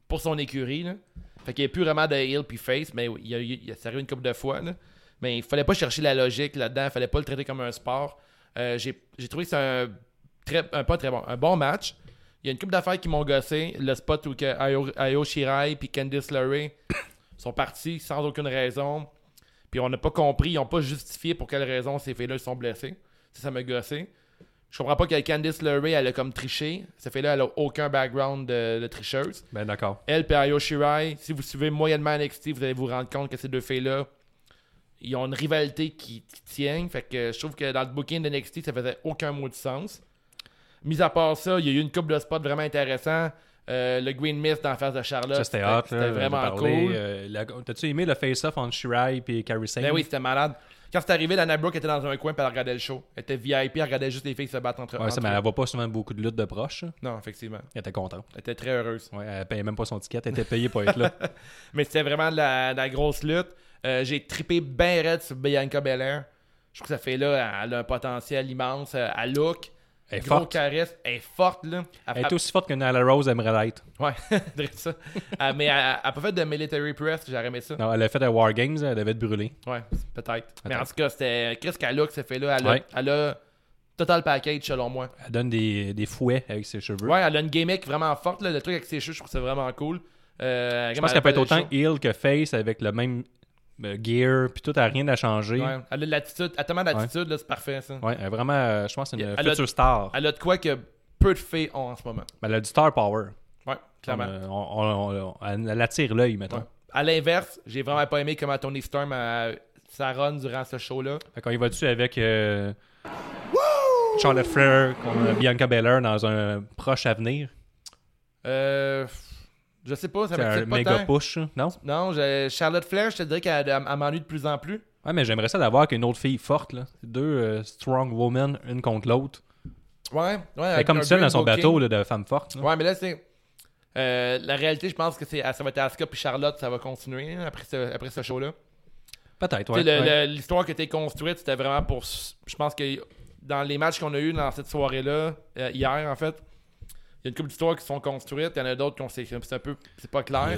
S1: pour son écurie. Là. Fait qu'il n'y a plus vraiment de heel puis face, mais il y a, eu- il y a- ça arrive une couple de fois. là. Mais il fallait pas chercher la logique là-dedans, il fallait pas le traiter comme un sport. Euh, J'ai j'ai trouvé que c'est un, très, un pas très bon, un bon match. Il y a une couple d'affaires qui m'ont gossé. Le spot où que Ayo, Ayo Shirai puis Candice LeRae sont partis sans aucune raison. Puis on n'a pas compris, ils n'ont pas justifié pour quelle raison ces filles-là sont blessées. Ça, ça m'a gossé. Je comprends pas que Candice LeRae, elle a comme triché. Cette fille-là, elle a aucun background de, de tricheuse.
S3: Ben d'accord.
S1: Elle et Ayo Shirai, si vous suivez moyennement NXT, vous allez vous rendre compte que ces deux filles-là, ils ont une rivalité qui, qui tient. Fait que je trouve que dans le booking de NXT, ça faisait aucun mot de sens. Mis à part ça, il y a eu une couple de spots vraiment intéressants. Euh, le Green Mist dans la face de Charlotte.
S3: Ça, c'était hot. là,
S1: Euh, C'était
S3: de
S1: vraiment
S3: parler.
S1: cool.
S3: Euh, la- T'as-tu aimé le face-off entre Shirai et Carrie Sane?
S1: Ben oui, c'était malade. Quand c'est arrivé, Dana Brooke était dans un coin et elle regardait le show. Elle était VIP, elle regardait juste les filles se battre entre
S3: Ouais, ça,
S1: entre
S3: mais
S1: elles.
S3: elle voit pas souvent beaucoup de luttes de proches. là.
S1: Non, effectivement.
S3: Elle était contente.
S1: Elle était très heureuse.
S3: Ouais, elle payait même pas son ticket, elle était payée pour être là.
S1: Mais c'était vraiment de la, de la grosse lutte. Euh, J'ai trippé bien raide sur Bianca Belair. Je trouve que ça fait là, elle a un potentiel immense. euh, Elle look.
S3: Elle est
S1: gros
S3: forte.
S1: charisme. Elle est forte, là. Elle
S3: Elle est
S1: frappe-
S3: aussi forte que Nala Rose aimerait l'être.
S1: Ouais, je dirais ça. Euh, mais elle elle a pas fait de military press, j'aurais aimé ça.
S3: Non, elle l'a fait à War Games, elle devait être brûlée.
S1: Ouais, peut-être. Mais
S3: Attends.
S1: en tout cas, c'était. Qu'est-ce qu'elle look, ça fait là? Elle a,
S3: Ouais.
S1: elle a total package, selon moi.
S3: Elle donne des, des fouets avec ses cheveux.
S1: Ouais, elle a une gimmick vraiment forte. Là. Le truc avec ses cheveux, je trouve ça vraiment cool. Euh,
S3: Je pense qu'elle peut être autant heel que face avec le même euh, gear, puis tout, elle a rien à changer.
S1: Ouais.
S3: Ouais,
S1: Elle a de l'attitude, elle a tellement d'attitude, là, c'est parfait, ça.
S3: elle est vraiment, euh, je pense, que c'est une
S1: Elle a-
S3: future star.
S1: Elle a de quoi que peu de filles ont en ce moment.
S3: Mais Elle a du star power.
S1: Ouais, clairement.
S3: Comme, euh, on- on- on- elle, elle attire l'œil, mettons.
S1: Ouais. À l'inverse, j'ai vraiment pas aimé comment Tony Storm a sa run durant ce show-là.
S3: Fait qu'on y va dessus avec euh, Charlotte Flair contre Bianca Belair dans un proche avenir.
S1: Ah, Euh, je sais pas, ça
S3: C'est un
S1: m'excite pas
S3: méga
S1: tant.
S3: push, hein, non?
S1: Non, j'ai- Charlotte Flair, je te dirais qu'elle elle- elle m'ennuie de plus en plus.
S3: Ouais, mais j'aimerais ça d'avoir qu'une autre fille forte, là. Deux euh, strong women, une contre l'autre.
S1: Ouais, ouais.
S3: Elle est
S1: avec
S3: comme
S1: un
S3: seule dans
S1: green
S3: son
S1: booking.
S3: bateau là, de femmes fortes. là.
S1: Ouais, mais là, c'est. euh, la réalité, je pense que c'est ça va être Asuka puis Charlotte, ça va continuer hein, après ce, après ce show-là.
S3: Peut-être,
S1: Tu
S3: ouais.
S1: sais, le-
S3: ouais.
S1: le- L'histoire qui a été construite, c'était vraiment pour. s- Je pense que dans les matchs qu'on a eu dans cette soirée-là, euh, hier en fait, il y a une couple d'histoires qui sont construites, il y en a d'autres qui ont. C'est c'est un peu. C'est pas clair.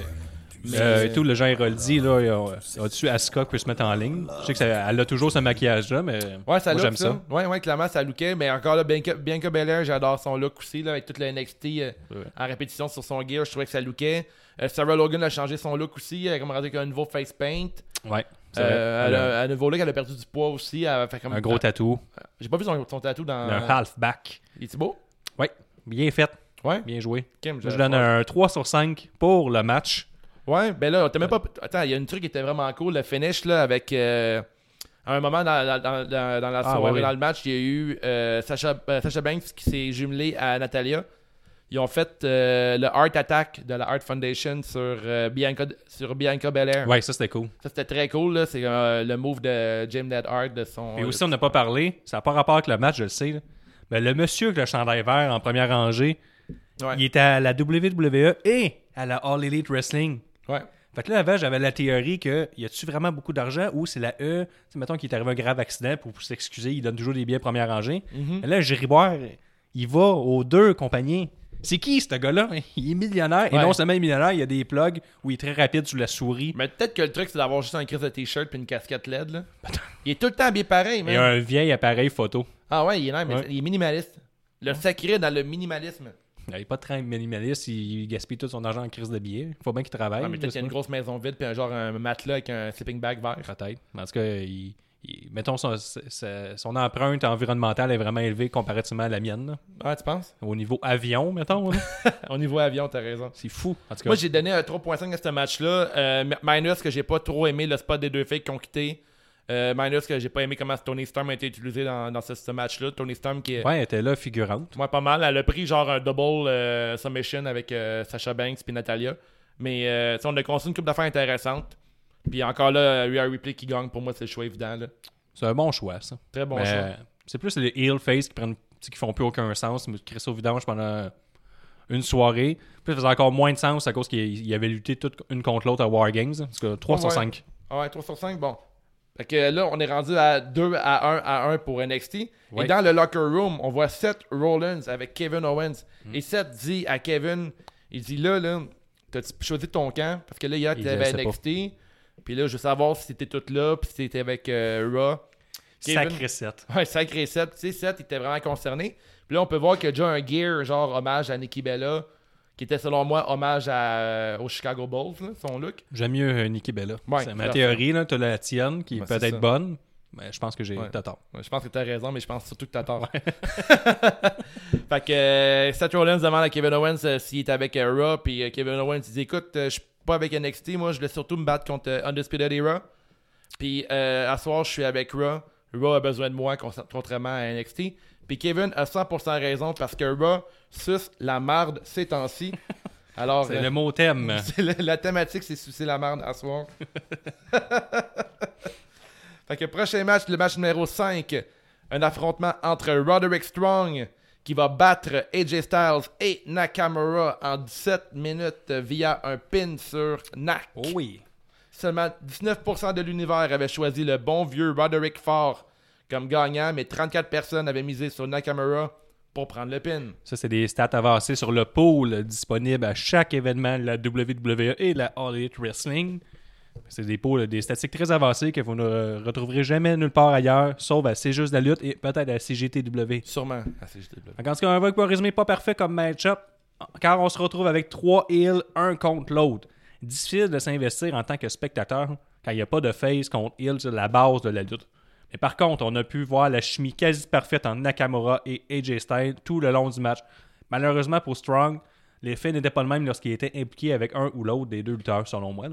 S3: Euh, et tout, le Jean Héroldi, là, il a- a-tu Asuka qui peut se mettre en ligne? Je sais que ça- elle a toujours ce maquillage-là, mais
S1: Ouais, ça
S3: moi,
S1: look,
S3: j'aime
S1: ça.
S3: ça.
S1: Ouais, ouais, clairement, ça lookait. Mais encore là, Bianca, Bianca Belair, j'adore son look aussi, là, avec toute la NXT euh,
S3: Ouais.
S1: en répétition sur son gear, je trouvais que ça lookait. Euh, Sarah Logan a changé son look aussi, elle a comme rendu avec un nouveau face paint.
S3: Ouais. c'est vrai.
S1: Euh, elle
S3: Elle
S1: a- Ah.
S3: a
S1: elle a un nouveau look, elle a perdu du poids aussi. Elle fait comme,
S3: un gros tatou,
S1: J'ai pas vu son, son tatou dans.
S3: un half-back.
S1: Il est beau?
S3: Ouais, bien fait,
S1: Ouais.
S3: bien joué.
S1: Kim,
S3: Moi, je
S1: je-
S3: donne un 3 sur 5 pour le match.
S1: Ouais, ben là, t'as même pas. Attends, il y a une truc qui était vraiment cool, le finish là avec. euh, À un moment dans, la- dans- dans- dans la
S3: Ah,
S1: soirée,
S3: ouais, ouais.
S1: dans le match, il y a eu euh, Sacha, euh, Sacha Banks qui s'est jumelé à Natalia. Ils ont fait euh, le Heart Attack de la Heart Foundation sur, euh, Bianca, sur Bianca Belair.
S3: Ouais, ça, c'était cool.
S1: Ça, c'était très cool. là. C'est euh, le move de Jim Dead Heart de son.
S3: Et aussi, on n'a pas parlé, ça n'a pas rapport avec le match, je le sais. là. Mais le monsieur avec le chandail vert en première rangée,
S1: Ouais.
S3: il était à la WWE et à la All Elite Wrestling.
S1: Ouais.
S3: Fait que là, avant, j'avais la théorie que y a-tu vraiment beaucoup d'argent ou c'est la E, tu sais, mettons qu'il est arrivé un grave accident pour, pour s'excuser, il donne toujours des billets première rangée.
S1: Mhm.
S3: Mais là, Gériboire, il va aux deux compagnies. C'est qui ce gars-là? Il est millionnaire. Et
S1: Ouais.
S3: non seulement il est millionnaire, il y a des plugs où il est très rapide sur la souris.
S1: Mais peut-être que le truc, c'est d'avoir juste un crise de t-shirt puis une casquette LED. Là. Il est tout le temps bien pareil.
S3: Et
S1: man.
S3: un vieil appareil photo.
S1: Ah ouais, il est, nice, mais
S3: Ouais.
S1: il est minimaliste. Le sacré dans le minimalisme.
S3: Il n'est pas très minimaliste, il gaspille tout son argent en crise de billets. Il faut bien qu'il travaille.
S1: Ah, mais peut-être qu'il y a une grosse maison vide puis un genre un matelas avec un sleeping bag vert.
S3: Peut-être. Mais En tout cas, il- il- mettons, son, sa- son empreinte environnementale est vraiment élevée comparativement à la mienne. là.
S1: Ah, tu penses?
S3: Au niveau avion, mettons. là.
S1: Au niveau avion, t'as raison.
S3: C'est fou. En tout cas,
S1: Moi, j'ai donné un 3.5 à ce match-là. Euh, mi- minus que j'ai pas trop aimé le spot des deux filles qui ont quitté. Euh, minus que j'ai pas aimé comment Tony Storm a été utilisé dans, dans ce, ce match-là. Tony Storm qui est
S3: ouais, elle était là figurante.
S1: moi, pas mal. Elle a pris genre un double euh, submission avec euh, Sacha Banks puis Natalia. Mais euh, tu sais, on a construit une coupe d'affaires intéressante. Puis encore là, Rhea Ripley qui gagne, pour moi, c'est le choix évident. là.
S3: C'est un bon choix, ça.
S1: Très bon
S3: Mais,
S1: choix.
S3: euh, C'est plus les heel face qui prennent tu sais, qui font plus aucun sens, mais Chris au vidange pendant une soirée. Puis ça faisait encore moins de sens à cause qu'il il avait lutté toutes une contre l'autre à War Games. Parce que 3 sur
S1: Ouais.
S3: 5.
S1: Ah ouais, 3 sur 5, bon. Fait que là, on est rendu à 2 à 1 à 1 pour NXT.
S3: Ouais.
S1: Et dans le locker room, on voit Seth Rollins avec Kevin Owens.
S3: Hmm.
S1: Et Seth dit à Kevin, il dit là, là, t'as-tu choisi ton camp? Parce que là, hier,
S3: Il
S1: t'avais
S3: le sait
S1: NXT. Puis là, je veux savoir si t'étais toute là, puis si t'étais avec euh, Raw. Kevin-
S3: Sacré 7.
S1: Ouais, sacré Seth. Tu sais, Seth, il était vraiment concerné. Puis là, on peut voir qu'il y a déjà un gear, genre hommage à Nikki Bella, qui était selon moi hommage à, au Chicago Bulls, là, son look.
S3: J'aime mieux euh, Nikki Bella.
S1: Ouais,
S3: c'est ma
S1: alors-
S3: théorie, là. T'as la tienne qui
S1: Ouais,
S3: est
S1: c'est
S3: peut-être
S1: ça.
S3: bonne, mais je pense que j'ai
S1: Ouais.
S3: t'as tort.
S1: Ouais, Je pense que t'as raison, mais je pense surtout que t'as tort. fait que euh, Seth Rollins demande à Kevin Owens euh, s'il est avec euh, Raw, puis euh, Kevin Owens il dit écoute, euh, je suis pas avec NXT, moi je voulais surtout me battre contre euh, Undisputed Era. Puis euh, à soir, je suis avec Raw. Raw a besoin de moi, con- contrairement à NXT. Puis Kevin a 100% raison parce que Raw suce la marde ces temps-ci. Alors,
S3: C'est
S1: euh,
S3: le mot thème.
S1: c'est le- la thématique, c'est sucer la marde à soir. fait que prochain match, le match numéro 5. Un affrontement entre Roderick Strong qui va battre AJ Styles et Nakamura en 17 minutes via un pin sur Nak.
S3: Oh oui.
S1: Seulement 19% de l'univers avait choisi le bon vieux Roderick Ford comme gagnant, mais 34 personnes avaient misé sur Nakamura pour prendre le pin.
S3: Ça, c'est des stats avancées sur le pool disponible à chaque événement de la WWE et de la All Elite Wrestling. C'est des pools, des statistiques très avancées que vous ne retrouverez jamais nulle part ailleurs, sauf à C'est juste la lutte et peut-être à CGTW.
S1: Sûrement. Ah, c'est juste-
S3: Donc, En tout cas, on voit que le résumé pas parfait comme match-up, car on se retrouve avec trois heels, un contre l'autre. Difficile de s'investir en tant que spectateur quand il n'y a pas de face contre Hill, c'est la base de la lutte. Mais par contre, on a pu voir la chimie quasi parfaite entre Nakamura et AJ Styles tout le long du match. Malheureusement pour Strong, l'effet n'était pas le même lorsqu'il était impliqué avec un ou l'autre des deux lutteurs, selon moi.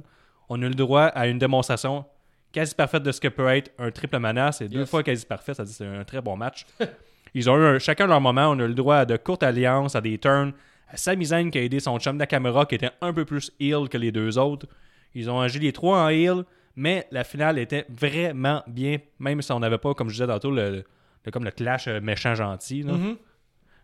S3: On a eu le droit à une démonstration quasi parfaite de ce que peut être un triple menace et deux fois quasi parfait, ça dit c'est un très bon match. Ils ont eu un- chacun leur moment. On a eu le droit à de courtes alliances, à des turns, à Sami Zayn qui a aidé son chum Nakamura qui était un peu plus heel que les deux autres. Ils ont agi les trois en heel, mais la finale était vraiment bien, même si on n'avait pas, comme je disais tantôt, le, le- comme le clash euh, méchant-gentil. là.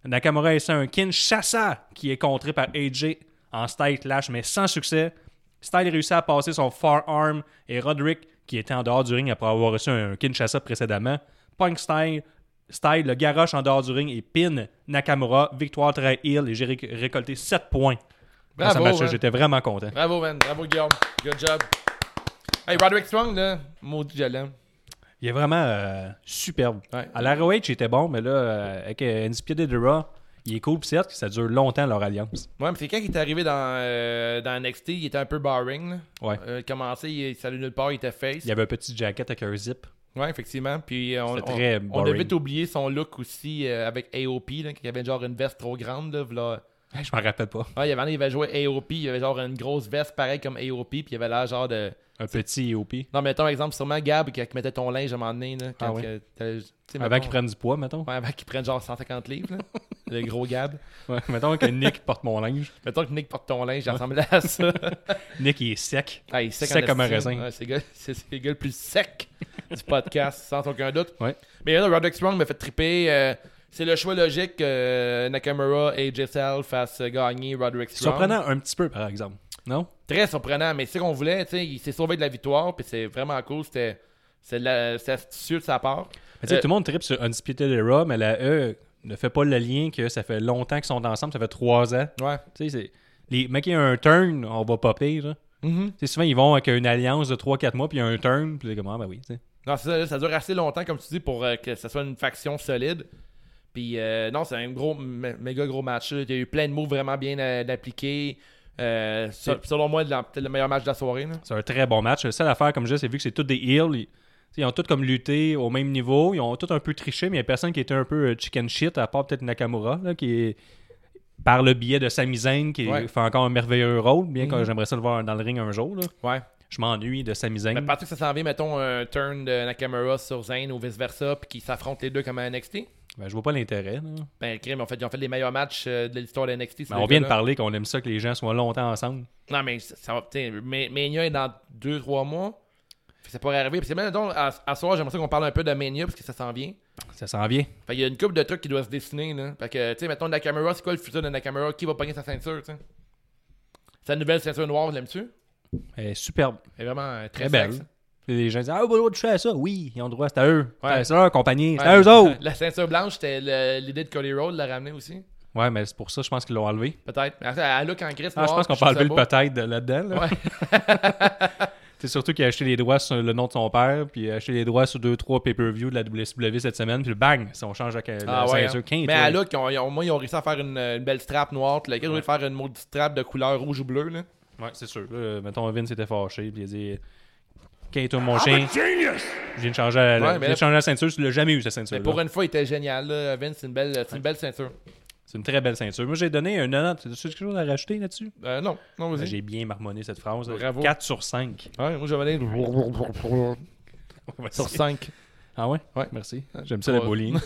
S3: Nakamura essaie un Kinshasa qui est contré par AJ en style clash, mais sans succès. Style réussit à passer son forearm et Roderick, qui était en dehors du ring après avoir reçu un Kinshasa précédemment, Punk Style, Style le garoche en dehors du ring et pin Nakamura. Victoire très heel et j'ai ré- récolté 7 points. dans ce
S1: Bravo,
S3: match-là.
S1: hein.
S3: J'étais vraiment content.
S1: Bravo, man. Bravo, Guillaume. Good job. Hey, Roderick Strong, là, maudit Jalem.
S3: Il est vraiment euh, superbe.
S1: Ouais.
S3: À la ROH, il était bon, mais là, euh, avec euh, NCPD et The Raw, il est cool, puis certes, ça dure longtemps leur alliance.
S1: Ouais, mais c'est quand il est arrivé dans, euh, dans NXT, il était un peu barring. Là.
S3: Ouais.
S1: Euh, il commençait, il s'allait nulle part, il était face.
S3: Il y avait un petit jacket avec un zip.
S1: Ouais, effectivement. Puis euh, on,
S3: C'était
S1: on-
S3: très
S1: on
S3: boring.
S1: a vite oublié son look aussi euh, avec AOP, là, qui avait genre une veste trop grande. Là, v'là-
S3: Je m'en rappelle pas.
S1: Ouais, il, avait, il avait joué AOP, il avait genre une grosse veste pareille comme AOP, puis il avait l'air genre de.
S3: Un petit EOP.
S1: Non, mettons exemple, sûrement Gab qui, qui mettait ton linge à un moment donné. Là, quand
S3: Ah oui.
S1: que t'as- tu sais,
S3: Avant
S1: mettons-
S3: qu'il prenne du poids, mettons.
S1: Ouais, avant qu'il prenne genre 150 livres, là. le gros Gab.
S3: Ouais, mettons que Nick porte mon linge.
S1: Mettons que Nick porte ton linge, j'assemble à ça.
S3: Nick, il est sec.
S1: Ah, il est sec,
S3: Sec
S1: en
S3: comme un
S1: estime.
S3: raisin.
S1: Ouais, c'est, le gars- c'est- c'est le gars le plus sec du podcast, sans aucun doute.
S3: Ouais.
S1: Mais là, Roderick Strong m'a fait triper. euh, c'est le choix logique que Nakamura et JSL fassent gagner Roderick Strong.
S3: Surprenant un petit peu, par exemple. Non?
S1: Très surprenant, mais c'est ce qu'on voulait. tu sais, Il s'est sauvé de la victoire, puis c'est vraiment cool. C'était, c'est, de la, c'est astucieux de sa part.
S3: Mais tu sais,
S1: Euh,
S3: tout le monde tripe sur Undisputed Era, mais la E ne fait pas le lien que ça fait longtemps qu'ils sont ensemble, ça fait trois ans.
S1: Ouais.
S3: Tu sais, c'est. Les mecs, il y a un turn, on va popper, là.
S1: Mhm.
S3: Tu sais, souvent, ils vont avec une alliance de 3-4 mois, puis il y a un turn, puis c'est comme, ah, ben oui, tu sais.
S1: Non, c'est ça, là, ça dure assez longtemps, comme tu dis, pour euh, que ça soit une faction solide. Puis, euh, non, c'est un gros, mé- méga gros match. Il y a eu plein de moves vraiment bien euh, appliqués. Euh, sel- selon moi, la- peut-être le meilleur match de la soirée. là.
S3: C'est un très bon match. La seule affaire, comme je dis, c'est vu que c'est tous des heels. Ils, tu sais, ils ont tous comme lutté au même niveau. Ils ont tous un peu triché, mais il n'y a personne qui était un peu euh, chicken shit, à part peut-être Nakamura, là, qui est par le biais de Sami Zayn, qui
S1: Ouais. Mhm.
S3: fait encore un merveilleux rôle, bien que j'aimerais ça le voir dans le ring un jour. là.
S1: Ouais.
S3: Je m'ennuie de Sami Zayn.
S1: Mais parce que ça s'en vient, mettons, un turn de Nakamura sur Zayn ou vice-versa, puis qu'ils s'affrontent les deux comme à NXT.
S3: Ben, je vois pas l'intérêt. là.
S1: Ben, crime, en fait, ils ont fait les meilleurs matchs euh, de l'histoire de NXT. ces
S3: Ben, on vient de
S1: gars-là.
S3: parler qu'on aime ça que les gens soient longtemps ensemble.
S1: Non, mais ça ça va. t'sais, Ma- Mania est dans 2-3 mois. Fait que Ça pourrait arriver. Puis c'est même, donc, à, à soir, j'aimerais ça qu'on parle un peu de Mania, parce que ça s'en vient.
S3: Ça s'en vient.
S1: Fait qu'il y a une couple de trucs qui doivent se dessiner, là. Fait que, tu sais, mettons, Nakamura, c'est quoi le futur de Nakamura? Qui va pogner sa ceinture, tu sais? Sa nouvelle ceinture noire, l'aimes-tu?
S3: Elle est superbe.
S1: Elle est vraiment euh, très,
S3: Très belle.
S1: sexy.
S3: Puis Les gens disent Ah, bah, tu fais ça. Oui, ils ont le droit. C'est à eux.
S1: Ouais.
S3: C'est à leur compagnie. C'est
S1: Ouais.
S3: à eux autres.
S1: La ceinture blanche, c'était le- l'idée de Cody Rhodes de la ramener aussi.
S3: Ouais, mais c'est pour ça, je pense qu'ils l'ont enlevé.
S1: Peut-être. Mais attends, elle look en gris.
S3: Ah, je pense qu'on peut enlever le peut-être de là-dedans. là.
S1: Ouais.
S3: C'est surtout qu'il a acheté les droits sur le nom de son père, puis il a acheté les droits sur 2-3 pay-per-view de la WCW cette semaine, puis bang, si on change la, ca- la
S1: Ah ouais. hein.
S3: ceinture 15.
S1: Mais à look, on- ils ont- au moins, ils ont réussi à faire une, une belle strap noire. Puis le gars, il voulait faire une maudite strap de couleur rouge ou bleu, là.
S3: Ouais, c'est sûr. Là, mettons, Vince était fâché, puis il a dit Kate, mon chien, je viens de changer la,
S1: Ah Ouais,
S3: je
S1: mais
S3: viens de
S1: là-
S3: changer la ceinture, tu l'as jamais eu, cette
S1: Mais
S3: ceinture.
S1: pour une fois, il était génial, là. Vince, c'est une belle, c'est une belle ceinture.
S3: C'est une très belle ceinture. Moi, j'ai donné un 90. As-tu quelque chose à rajouter là-dessus Ben,
S1: Euh, non, non, vas-y.
S3: J'ai bien marmonné cette phrase.
S1: Bravo.
S3: 4 sur 5.
S1: Ouais, moi, j'avais sur 5.
S3: Ah ouais
S1: Ouais.
S3: merci. J'aime ça, la
S1: Ouais.
S3: bowling.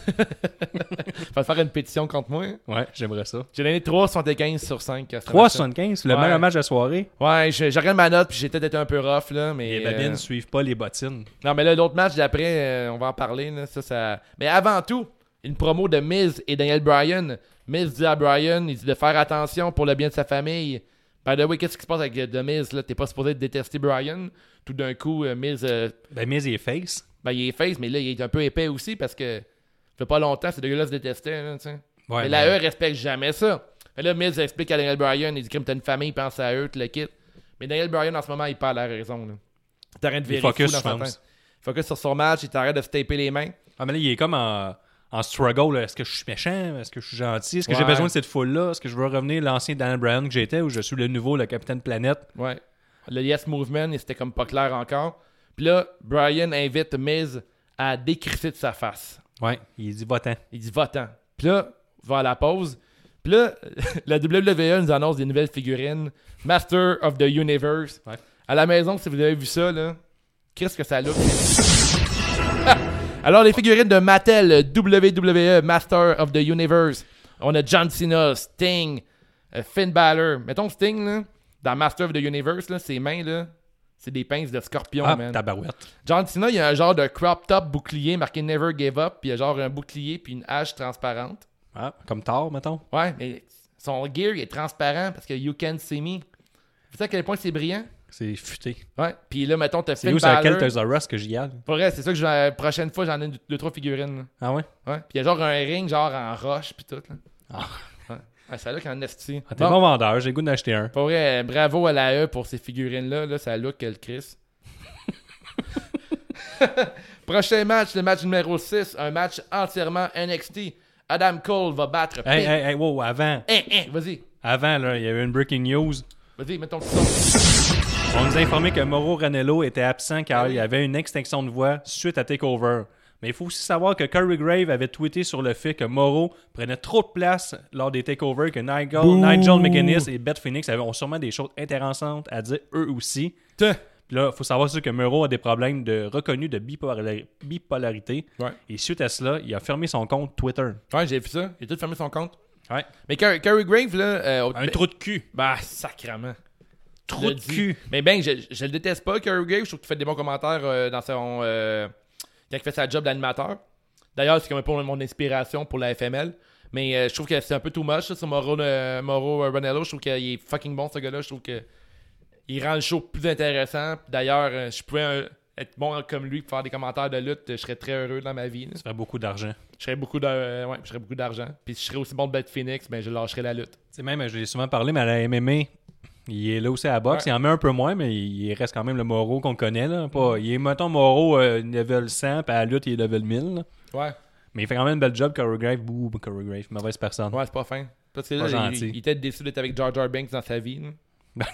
S1: Faut faire une pétition contre moi. hein.
S3: ouais, j'aimerais ça.
S1: J'ai donné 3,75 sur 5.
S3: 3,75, le
S1: Ouais.
S3: meilleur match de la soirée. Eh
S1: Ouais, je, je regarde ma note, puis j'ai peut-être été un peu rough, là, mais...
S3: Les babines
S1: euh,
S3: ne suivent Ben, pas les bottines.
S1: Non, mais là, l'autre match d'après, euh, on va en parler, là, ça, ça... Mais avant tout, une promo de Miz et Daniel Bryan. Miz dit à Bryan, il dit de faire attention pour le bien de sa famille. By the way, qu'est-ce qui se passe avec euh, The Miz, là? T'es pas supposé détester Bryan. Tout d'un coup, euh, Miz, euh,
S3: Ben, Miz et Face.
S1: ben, il est face, mais là, il est un peu épais aussi, parce que... Ça fait pas longtemps, ces deux-là se détestaient, là, tu sais.
S3: Ouais,
S1: mais la E respecte jamais ça. Mais là, Miz explique à Daniel Bryan, il dit Crime, t'as une famille, pense à eux, tu le quittes. Mais Daniel Bryan, en ce moment, il parle à la raison. Là. Il t'arrête de
S3: Il
S1: virer
S3: focus,
S1: fou dans
S3: je
S1: son
S3: pense.
S1: temps. Il focus sur son match, il t'arrête de se taper les mains.
S3: Ah, mais là, il est comme en, en struggle. là. Est-ce que je suis méchant? Est-ce que je suis gentil? Est-ce que j'ai
S1: Ouais.
S3: besoin de cette foule-là? Est-ce que je veux revenir l'ancien Dan Brown que j'étais ou je suis le nouveau, le capitaine planète?
S1: Ouais. Le Yes Movement, il- c'était comme pas clair encore. Puis là, Brian invite Miz à décrisser de sa face.
S3: Ouais, il dit votant.
S1: Il dit votant. Puis là, va à la pause. Puis là, la WWE nous annonce des nouvelles figurines. Master of the Universe.
S3: Ouais.
S1: À la maison, si vous avez vu ça, là, qu'est-ce que ça look? Alors, les figurines de Mattel, WWE, Master of the Universe. On a John Cena, Sting, euh, Finn Balor. Mettons Sting, là, dans Master of the Universe, là, ses mains, là, c'est des pinces de scorpion,
S3: Ah,
S1: man.
S3: tabarouette.
S1: John Cena, il y a un genre de crop top bouclier marqué Never Give Up, puis il y a genre un bouclier puis une hache transparente.
S3: Ah, comme Thor, mettons.
S1: Ouais, mais son gear, il est transparent parce que You Can See Me. Tu sais à quel point c'est brillant?
S3: C'est futé.
S1: Ouais. Puis là, mettons, t'as
S3: C'est
S1: Finn
S3: où sur laquelle
S1: Balor.
S3: t'as Russ que j'y aille?
S1: Pour vrai, c'est ça que je- la prochaine fois, j'en ai deux, deux, trois figurines.
S3: Ah ouais?
S1: là. Ouais. Puis il y a genre un ring, genre en roche, puis tout. Là.
S3: Ah.
S1: Ouais. Ouais, ça look en esti.
S3: Ah, T'es
S1: Bon,
S3: bon vendeur, j'ai le goût d'en acheter un.
S1: Pour vrai, bravo à la E pour ces figurines-là. Là, ça look que le Chris. Prochain match, le match numéro 6, un match entièrement NXT. Adam Cole va battre
S3: Hey,
S1: Pete-
S3: hey, hey, wow, avant,
S1: Hein, hein, Vas-y,
S3: avant, là, il y avait une breaking news.
S1: vas-y, mettons le son.
S3: On nous a informé que Mauro Ranello était absent car il y avait une extinction de voix suite à Takeover. Mais il faut aussi savoir que Corey Grave avait tweeté sur le fait que Moro prenait trop de place lors des takeovers, que Nigel, Nigel McGuinness et Beth Phoenix avaient, ont sûrement des choses intéressantes à dire eux aussi. Puis là, il faut savoir aussi que Moro a des problèmes de reconnus de bipolar- bipolarité.
S1: Ouais.
S3: Et suite à cela, il a fermé son compte Twitter.
S1: Ouais, j'ai vu ça. Il a tout fermé son compte.
S3: Ouais.
S1: Mais Car- Cary Grave, là. euh, au-
S3: Un trou de cul.
S1: Bah, sacrement.
S3: Trou
S1: Je
S3: de
S1: dis.
S3: cul.
S1: Mais ben, je, je le déteste pas, Cary Grave. Je trouve qu'il fait des bons commentaires euh, dans son. euh, quand il fait sa job d'animateur. D'ailleurs, c'est comme pour mon inspiration pour la FML. Mais euh, je trouve que c'est un peu too much, ça, sur Moro, euh, Moro euh, Ronello. Je trouve qu'il est fucking bon, ce gars-là. Je trouve que. Il rend le show plus intéressant. D'ailleurs, euh, je pourrais euh, être bon comme lui pour faire des commentaires de lutte. Je serais très heureux dans ma vie. là.
S3: Ça fait beaucoup d'argent.
S1: Je serais beaucoup de, euh, ouais, je serais beaucoup d'argent. Puis si je serais aussi bon de Bad Phoenix, mais je lâcherais la lutte.
S3: Tu sais, même, je l'ai souvent parlé, mais à la MMA, il est là aussi à la boxe.
S1: Ouais.
S3: Il en met un peu moins, mais il reste quand même le Moro qu'on connaît. Là.
S1: Mm.
S3: Pas, il est, mettons, Moro euh, level 100, puis à la lutte, il est level 1000. là.
S1: Ouais.
S3: Mais il fait quand même une belle job, Corey Grave. Bouh, ben, Corey Grave, mauvaise personne.
S1: Ouais, c'est pas fin. Parce que là,
S3: Pas
S1: il,
S3: gentil.
S1: il était déçu d'être avec Jar Jar Banks dans sa vie. là.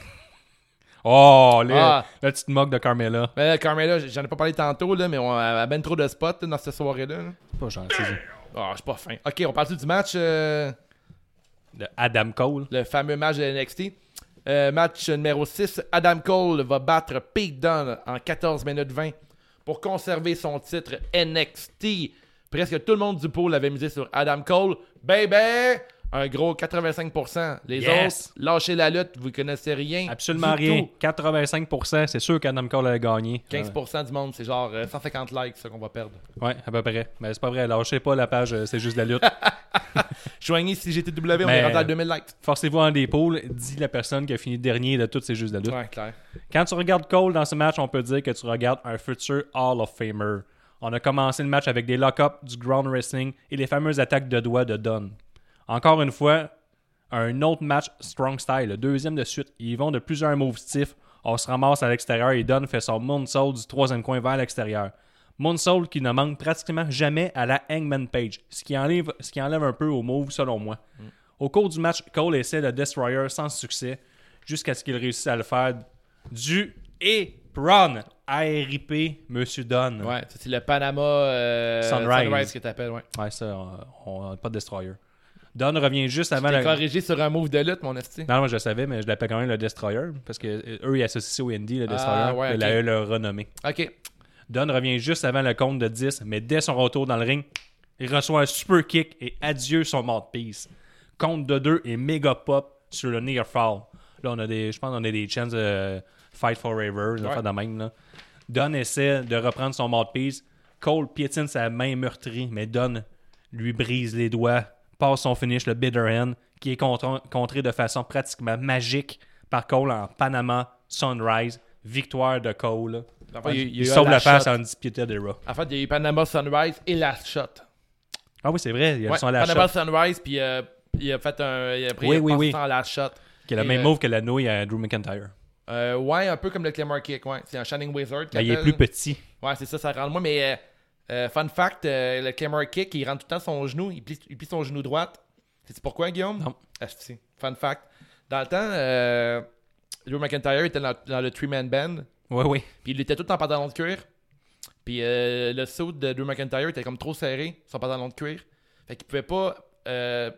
S3: Oh, là,
S1: Ah.
S3: la petite moque de Carmela.
S1: Mais là, Carmela, j'en ai pas parlé tantôt, là, mais on a, a ben trop de spots là, dans cette soirée-là. là.
S3: C'est pas gentil. ça.
S1: Ah, je suis pas fin. Ok, on parle du match, euh,
S3: De Adam Cole.
S1: le fameux match de NXT. Euh, match numéro 6, Adam Cole va battre Pete Dunne en 14 minutes 20 pour conserver son titre NXT. Presque tout le monde du pôle avait misé sur Adam Cole. Baby! Un gros 85%. Les
S3: Yes!
S1: autres, lâchez la lutte, vous connaissez rien.
S3: Absolument
S1: du
S3: rien.
S1: tout.
S3: 85%, c'est sûr qu'Adam Cole a gagné. Euh,
S1: 15% du monde, c'est genre euh, 150 likes ça qu'on va perdre.
S3: Ouais, ouais, à peu près. Mais c'est pas vrai. Lâchez pas la page, euh, c'est juste la lutte.
S1: Joignez si GTW, on
S3: Mais-
S1: est rendu à 2000 likes.
S3: Forcez-vous en des pôles. Dis la personne qui a fini dernier de toutes, c'est juste la lutte.
S1: Ouais, clair.
S3: Quand tu regardes Cole dans ce match, on peut dire que tu regardes un futur Hall of Famer. On a commencé le match avec des lock-ups, du ground wrestling et les fameuses attaques de doigts de Dunn. Encore une fois, un autre match strong style, le deuxième de suite. Ils vont de plusieurs moves stiffs. On se ramasse à l'extérieur et Dunn fait son moonsault du troisième coin vers l'extérieur. Moonsault qui ne manque pratiquement jamais à la Hangman Page, ce qui enlève, ce qui enlève un peu au move selon moi. Au cours du match, Cole essaie le Destroyer sans succès jusqu'à ce qu'il réussisse à le faire du et Prawn RIP Monsieur Dunn.
S1: Ouais, ça c'est le Panama euh,
S3: Sunrise.
S1: que t'appelles, ouais.
S3: Ouais, ça, on- on n'a pas de Destroyer. Dunn revient juste avant
S1: T'es
S3: la.
S1: corrigé sur un move de lutte, mon esti.
S3: Non, moi je le savais, mais je l'appelle quand même le Destroyer parce que euh, eux ils associent ça au Indy, le Destroyer,
S1: Ah, ouais,
S3: et
S1: ok.
S3: la E l'a renommé.
S1: Ok.
S3: Dunn revient juste avant le compte de 10, mais dès son retour dans le ring, il reçoit un super kick et adieu son mort de peace. Compte de 2 et méga pop sur le near fall. Là, on a des, je pense qu'on a des chances de fight forever, des affaires de même. Là. Dunn essaie de reprendre son mort de peace. Cole piétine sa main meurtrie, mais Dunn lui brise les doigts, passe son finish, le bitter end, qui est contre- contré de façon pratiquement magique par Cole en Panama Sunrise. Victoire de Cole.
S1: Enfin, il- il
S3: il
S1: a eu
S3: sauve
S1: la
S3: la face
S1: shot.
S3: en disputant des Raw.
S1: En fait, il y a eu Panama Sunrise et Last Shot.
S3: Ah oui, c'est vrai, ils
S1: Ouais,
S3: sont à la
S1: Panama
S3: shot,
S1: Sunrise, puis euh, il a fait un. Il a pris
S3: Oui,
S1: un
S3: oui, oui.
S1: passe-temps à Last Shot.
S3: qui est le
S1: Et,
S3: même
S1: euh,
S3: move que la nouille à Drew McIntyre.
S1: Euh, ouais, un peu comme le Claymore Kick, ouais. C'est un Shining Wizard.
S3: Mais Ben, il est
S1: qu'appelle.
S3: plus petit.
S1: Ouais, c'est ça, ça rentre moins. Mais euh, euh, fun fact, euh, le Claymore Kick, il rentre tout le temps son genou. Il plie, il plie son genou droit. C'est pourquoi, Guillaume
S3: Non.
S1: Ah, si. Fun fact. Dans le temps, euh, Drew McIntyre était dans, dans le Three Man Band.
S3: Ouais, ouais.
S1: Puis il était tout en pantalon de cuir. Puis euh, le saut de Drew McIntyre était comme trop serré, son pantalon de cuir. Fait qu'il pouvait pas euh,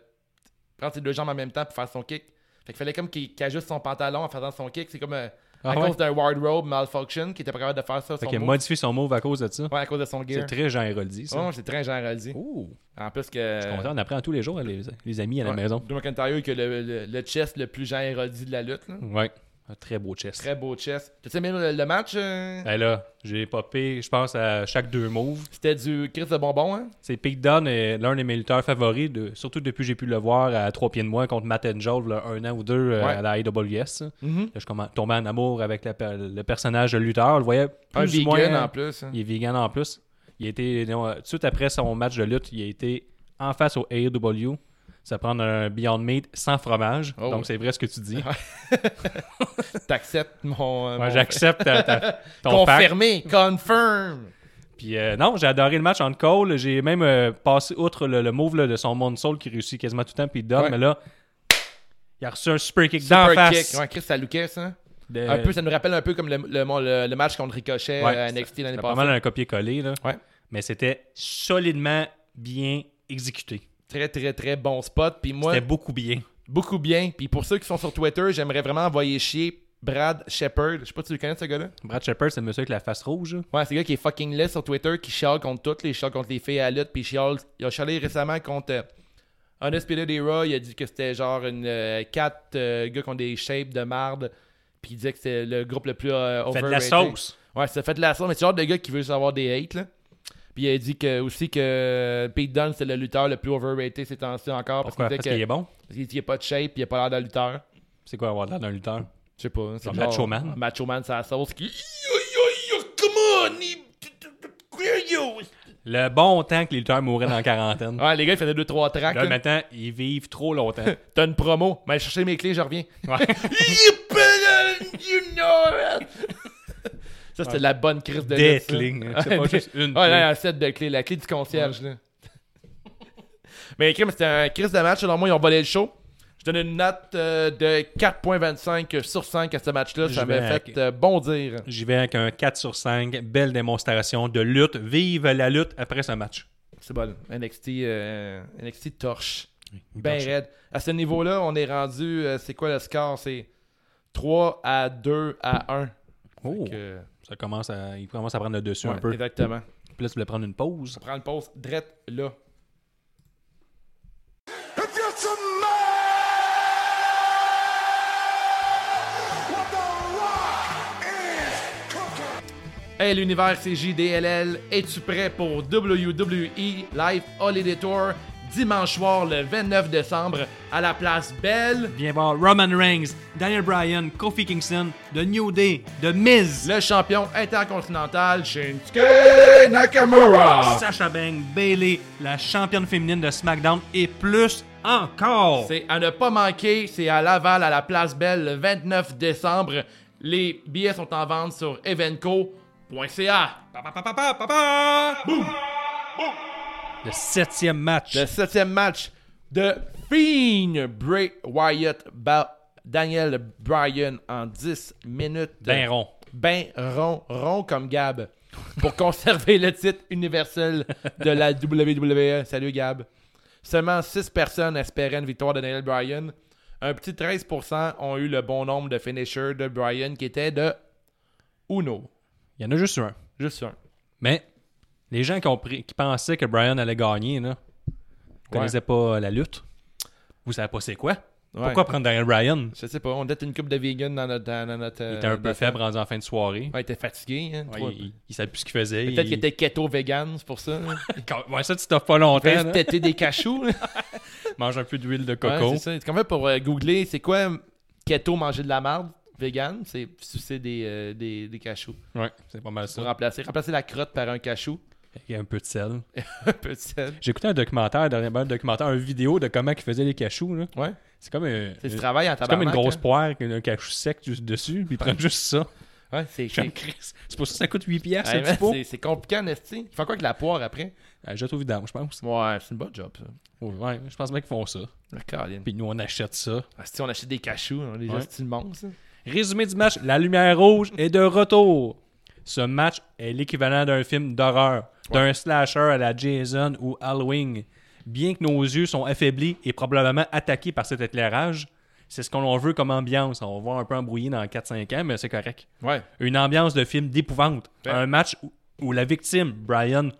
S1: prendre ses deux jambes en même temps pour faire son kick. Fait qu'il fallait comme qu'il qu'il ajuste son pantalon en faisant son kick. C'est comme euh,
S3: Ah
S1: à
S3: ouais?
S1: cause d'un wardrobe malfunction qui était pas capable de faire ça.
S3: Fait
S1: son
S3: qu'il a
S1: move.
S3: modifié son move à cause de ça.
S1: Ouais, à cause de son gear.
S3: C'est très Jean Héroldi, ça.
S1: Ouais, c'est très Jean Raldi.
S3: Ouh.
S1: En plus que.
S3: Je suis content, on apprend tous les jours, les, les amis à la
S1: euh, Ouais,
S3: maison.
S1: Drew McIntyre qui a le, le- le chest le plus Jean Héroldi de la lutte. là.
S3: Ouais. Un très beau chest.
S1: Très beau chest. T'as-tu aimé le, le match? euh?
S3: Ben là, j'ai popé, je pense, à chaque deux moves.
S1: C'était du Chris de bonbon, hein?
S3: C'est Pete Dunne, est l'un de mes lutteurs favoris, de, surtout depuis que j'ai pu le voir à trois pieds de moi contre Matt Angel, là, un an ou deux euh,
S1: Ouais. Mm-hmm.
S3: à la AWS. Là, je commen- tombais en amour avec la per- le personnage de lutteur. Je le voyais plus
S1: Un
S3: ou
S1: vegan
S3: moins.
S1: en plus. hein.
S3: Il est vegan en plus. Il a été, non, euh, tout de suite après son match de lutte, il a été en face au AEW. Ça prend un Beyond Meat sans fromage.
S1: Oh.
S3: Donc c'est vrai ce que tu dis.
S1: T'acceptes mon. euh,
S3: Moi,
S1: mon-
S3: J'accepte ta- ta- ton fact.
S1: Confirmé, confirm.
S3: Puis euh, non, j'ai adoré le match entre Cole. J'ai même euh, passé outre le, le move là, de son Monsoul qui réussit quasiment tout le temps, puis il donne,
S1: Ouais.
S3: mais là, il a reçu un super kick
S1: Super
S3: d'en face.
S1: kick. Ouais, Chris, ça lookait, ça.
S3: De-
S1: Un peu, ça nous rappelle un peu comme le, le- mon- le- le match contre Ricochet euh,
S3: Ouais,
S1: à NXT l'année
S3: c'était pas
S1: passée.
S3: mal un copier-coller, là.
S1: Ouais.
S3: Mais c'était solidement bien exécuté.
S1: Très, très, très bon spot. Puis moi,
S3: C'était beaucoup bien.
S1: beaucoup bien. Puis pour ceux qui sont sur Twitter, j'aimerais vraiment envoyer chier Brad Shepard. Je sais pas si tu le connais, ce gars-là.
S3: Brad Shepard, c'est le monsieur avec la face rouge. là.
S1: Ouais, c'est le gars qui est fucking laid sur Twitter, qui chiale contre toutes les chiale contre les filles à la lutte, puis il chiale. Il a chialé récemment contre euh, Undisputed Era, il a dit que c'était genre une euh, quatre euh, gars qui ont des shapes de marde, puis il disait que c'était le groupe le plus euh,
S3: Fait de la
S1: overrated.
S3: sauce.
S1: Ouais, ça fait de la sauce, mais c'est le genre de gars qui veut juste avoir des hates, là. Puis il a dit que, aussi que Pete Dunne, c'est le lutteur le plus overrated ces temps-ci encore, parce
S3: Pourquoi?
S1: qu'il disait
S3: Parce qu'il
S1: que-
S3: est bon.
S1: parce qu'il dit qu'il a pas de shape, puis il a pas l'air d'un lutteur.
S3: C'est quoi avoir l'air d'un lutteur?
S1: Je sais pas. hein, C'est
S3: Comme
S1: genre-
S3: Macho Man.
S1: Macho Man, c'est la sauce qui. Yo, yo, yo, come on! il- Where you?
S3: Le bon temps que les lutteurs mouraient dans la quarantaine.
S1: Ouais, les gars, ils faisaient 2-3 tracks.
S3: Là,
S1: là.
S3: maintenant, ils vivent trop longtemps.
S1: T'as une promo. Mais chercher mes clés, je reviens.
S3: Ouais.
S1: you better, you know it. Ça, c'était la bonne crise de
S3: Des
S1: lutte, ça.
S3: clés, hein.
S1: Ouais,
S3: C'est pas
S1: des-
S3: juste une
S1: Ouais,
S3: clé.
S1: là, un set de clés. La clé du concierge, là. Mais crime, c'était un crise de match. Selon moi, ils ont volé le show. Je donne une note euh, de 4.25 sur 5 à ce match-là.
S3: Je
S1: Ça m'a
S3: vais-
S1: fait euh, bondir.
S3: J'y vais avec un 4 sur 5. Belle démonstration de lutte. Vive la lutte après ce match.
S1: C'est bon. NXT, euh, NXT torche. Ben
S3: torche.
S1: raide. À ce niveau-là, on est rendu. euh, c'est quoi le score C'est 3 à 2 à 1.
S3: Oh,
S1: Que-
S3: ça commence à, il commence à prendre le dessus un
S1: Ouais,
S3: peu.
S1: Exactement.
S3: Puis là, tu voulais prendre une pause.
S1: On prend le pause drette là. Hey l'univers, c'est JDLL. Es-tu prêt pour WWE Live Holiday Tour dimanche soir le 29 décembre à la place Belle?
S3: Viens voir Roman Reigns, Daniel Bryan, Kofi Kingston, The New Day, The Miz,
S1: Le champion intercontinental Shinsuke Nakamura.
S3: Sasha Banks, Bailey, la championne féminine de SmackDown et plus encore.
S1: C'est à ne pas manquer, c'est à Laval, à la Place Belle, le 29 décembre. Les billets sont en vente sur evenco.ca.
S3: Le septième match.
S1: Le septième match de Fiend, Bray Wyatt, bat Daniel Bryan en 10 minutes.
S3: Ben rond.
S1: Ben rond, rond comme Gab, pour conserver le titre universel de la WWE. Salut Gab. Seulement 6 personnes espéraient une victoire de Daniel Bryan. Un petit 13% ont eu le bon nombre de finishers de Bryan qui était de Uno.
S3: Il y en a juste un.
S1: Juste un.
S3: Mais les gens qui, ont pris- qui pensaient que Bryan allait gagner, là, connaissaient pas la lutte. Vous savez pas c'est quoi. Pourquoi prendre Daniel Bryan?
S1: Je sais pas, on était une coupe de vegan dans notre. dans- dans notre,
S3: Il était un peu faible rendu en fin de soirée.
S1: Euh, Ouais, il était fatigué. hein,
S3: Ouais,
S1: toi.
S3: il, il savait plus ce qu'il faisait.
S1: Peut-être
S3: Il-
S1: qu'il était keto vegan, c'est pour ça. là.
S3: Quand- Ouais, ça, tu t'offres pas longtemps.
S1: Il
S3: là.
S1: avait têté des cachous. là.
S3: Mange un peu d'huile de Hein, coco.
S1: Ouais, c'est ça. C'est comme pour euh, googler, c'est quoi euh, keto manger de la marde vegan, c'est sucer des, euh, des, des cachous.
S3: Ouais, c'est pas mal
S1: Pour
S3: ça.
S1: remplacer, remplacer la crotte par un cachou.
S3: Il y a un peu de sel.
S1: un peu de sel.
S3: J'ai écouté un documentaire, dernièrement, un documentaire, une vidéo de comment ils faisaient les cachous. là.
S1: Ouais.
S3: C'est comme, un-
S1: C'est du
S3: Euh, c'est
S1: travail en
S3: comme
S1: tabarnak.
S3: une grosse
S1: hein.
S3: poire avec un cachou sec du- dessus, puis ils prennent juste ça.
S1: Ouais, c'est
S3: J'aime
S1: c'est-
S3: Christ. C'est pour ça que ça coûte 8 piastres,
S1: Ouais,
S3: un petit
S1: man,
S3: pot.
S1: c'est- c'est compliqué en esti. Il faut quoi avec la poire après?
S3: Ah, Jette au vidange, je pense.
S1: Ouais, c'est une bonne job, ça.
S3: Ouais, je pense bien qu'ils font ça.
S1: Le câline.
S3: Puis nous, on achète ça.
S1: Ah, si on achète des cachous, on les
S3: Ouais.
S1: astuces le monde, ça.
S3: Résumé du match, la lumière rouge est de retour. Ce match est l'équivalent d'un film d'horreur, d'un slasher à la Jason ou Halloween. Bien que nos yeux sont affaiblis et probablement attaqués par cet éclairage, c'est ce qu'on veut comme ambiance. On va un peu embrouiller dans 4-5 ans, mais c'est correct.
S1: Ouais.
S3: Une ambiance de film d'épouvante.
S1: Ouais.
S3: Un match où, où la victime, Brian, do-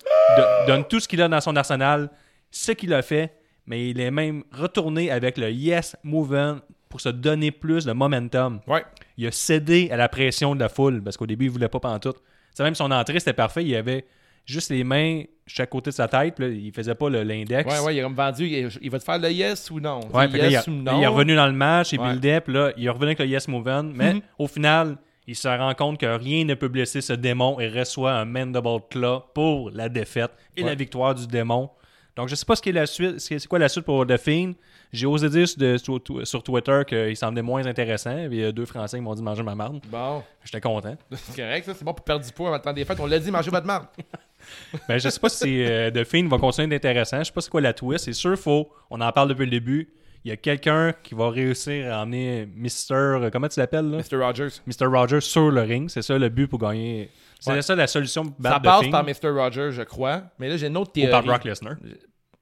S3: donne tout ce qu'il a dans son arsenal, ce qu'il a fait, mais il est même retourné avec le Yes Movement pour se donner plus de momentum.
S1: Ouais.
S3: Il a cédé à la pression de la foule parce qu'au début, il voulait pas pantoute. Tu sais, même son entrée, c'était parfait. Il avait juste les mains chaque côté de sa tête. puis là, il faisait pas le- l'index.
S1: Ouais, ouais, il est comme vendu. Il, il va te faire le yes ou non.
S3: Ouais,
S1: Dis
S3: puis là,
S1: yes
S3: il, a-
S1: ou non.
S3: il est revenu dans le match, il
S1: Ouais. Mhm.
S3: buildait, puis là, il est revenu avec le Yes Movement, mais au final, il se rend compte que rien ne peut blesser ce démon et reçoit un Mandible Claw pour la défaite et la victoire du démon. Donc, je sais pas ce qu'est la suite, c'est c'est quoi la suite pour The Fiend. J'ai osé dire sur, de- sur- sur Twitter qu'il semblait moins intéressant, puis il y a deux Français qui m'ont dit manger ma marde.
S1: Bon,
S3: J'étais content.
S1: c'est correct, ça. C'est bon pour perdre du poids avant le temps des fêtes. On l'a dit, mangez votre marde.
S3: Ben, je sais pas si euh, The Fiend va continuer d'être intéressant. Je sais pas c'est quoi la twist. C'est sûr, faut. On en parle depuis le début. Il y a quelqu'un qui va réussir à emmener Mister. euh, Comment tu l'appelles, là?
S1: Mr. Rogers.
S3: Mr. Rogers sur le ring. C'est ça le but pour gagner. C'est
S1: Ouais.
S3: ça la solution pour
S1: Ça
S3: battre The
S1: passe
S3: Fiend
S1: par Mr. Rogers, je crois. Mais là, j'ai une autre
S3: ou
S1: théorie.
S3: par Brock Lesnar,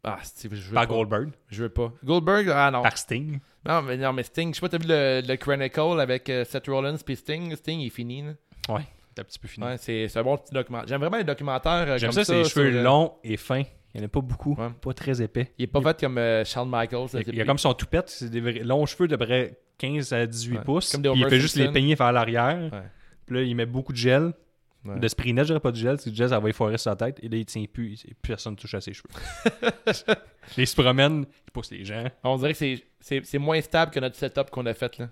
S1: Ah, c'est- je veux
S3: par
S1: pas.
S3: Goldberg,
S1: Je veux pas. Goldberg, ah non.
S3: par Sting.
S1: Non, mais, non, mais Sting, je sais pas, t'as vu le, le Chronicle avec euh, Seth Rollins puis Sting. Sting, il est fini. là.
S3: Ouais, c'est un petit peu fini.
S1: Ouais, c'est c'est un bon petit documentaire. J'aime vraiment les documentaires euh,
S3: J'aime
S1: comme
S3: ça,
S1: ça.
S3: c'est les
S1: sur
S3: cheveux
S1: le-
S3: longs et fins. Il n'y en a pas beaucoup,
S1: Ouais.
S3: pas très épais.
S1: Il est pas fait comme euh, Shawn Michaels. là,
S3: Il y a- il y
S1: c'est-
S3: a comme son toupette, c'est des vrais- longs cheveux de près 15 à 18
S1: Ouais.
S3: pouces.
S1: Comme des
S3: Puis il
S1: Homer
S3: fait juste les
S1: Simpson.
S3: peigner vers l'arrière.
S1: Ouais.
S3: Puis là, il met beaucoup de gel.
S1: Ouais.
S3: De spray net, j'aurais pas de gel, parce que le gel, ça va effoirer sur sa tête. Et là, il tient plus, et personne touche à ses cheveux. il se promène, il pousse les gens.
S1: On dirait que c'est- c'est c'est moins stable que notre setup qu'on a fait. là.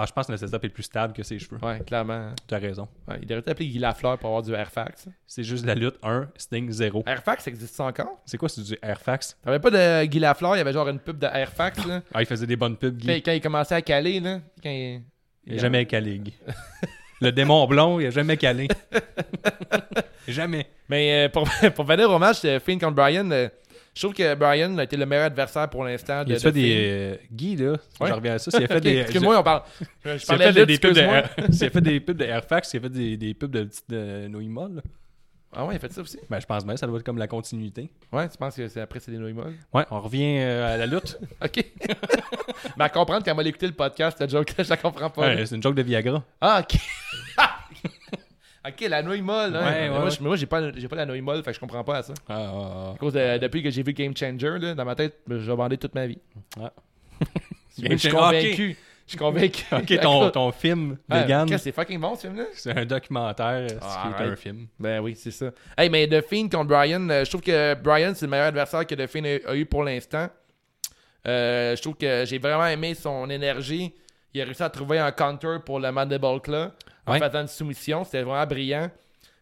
S3: Ah, je pense que le setup est plus stable que ses cheveux.
S1: Ouais, clairement.
S3: Tu as raison.
S1: Ouais, il devrait t'appeler Guy Lafleur pour avoir du Airfax.
S3: C'est juste la lutte 1, Sting 0.
S1: Airfax existe encore?
S3: C'est quoi, c'est du Airfax?
S1: T'avais pas de Guy Lafleur, il y avait genre une pub de Airfax. Là.
S3: Ah, il faisait des bonnes pubs, Guy.
S1: Quand, quand il commençait à caler, là. Quand il...
S3: Il a jamais calé, Guy. Le démon blond, il a jamais calé. jamais.
S1: Mais euh, pour, pour venir au match de Finn contre Brian, euh, je trouve que Brian a été le meilleur adversaire pour l'instant.
S3: Il a
S1: de-
S3: fait
S1: de Finn.
S3: des... euh, Guy, là,
S1: Ouais.
S3: je reviens à ça, s'il a fait
S1: Ok,
S3: des...
S1: Excuse-moi, on parle. Je, je
S3: S'il a
S1: parlais
S3: fait
S1: de
S3: des,
S1: lutte,
S3: pubs de...
S1: excuse-moi.
S3: s'il a fait des pubs de Airfax, s'il a fait des, des pubs de, petite- de Noima, là.
S1: Ah ouais, il a fait ça aussi?
S3: Ben, je pense bien, ça doit être comme la continuité.
S1: Ouais, tu penses que c'est après c'est des nouilles molles?
S3: Ouais, on revient euh, à la lutte.
S1: OK. Mais à comprendre qu'elle m'a écouté le podcast, la joke, je la comprends pas.
S3: Ouais, c'est une joke de Viagra.
S1: Ah, OK. OK, la nouille molle. hein.
S3: Ouais, ouais,
S1: moi,
S3: ouais.
S1: je- moi, j'ai pas, j'ai pas la nouille molle, fait que je comprends pas à ça.
S3: Ah, ah,
S1: À cause de- depuis que j'ai vu Game Changer, là, dans ma tête, je vendais toute ma vie.
S3: ah.
S1: Je suis
S3: Changer,
S1: convaincu. Je suis convaincu.
S3: Ah, Ok, ton, ton film
S1: Ah,
S3: vegan,
S1: qu'est-ce que C'est fucking bon, ce film-là.
S3: c'est un documentaire, euh, ce qui
S1: Ah,
S3: est un
S1: arrête.
S3: film.
S1: Ben oui, c'est ça. Hey, mais The Fiend contre Brian, euh, je trouve que Brian, c'est le meilleur adversaire que The Fiend a, a eu pour l'instant. Euh, je trouve que j'ai vraiment aimé son énergie. Il a réussi à trouver un counter pour le Mandible Claw en
S3: Ouais.
S1: faisant une soumission. C'était vraiment brillant.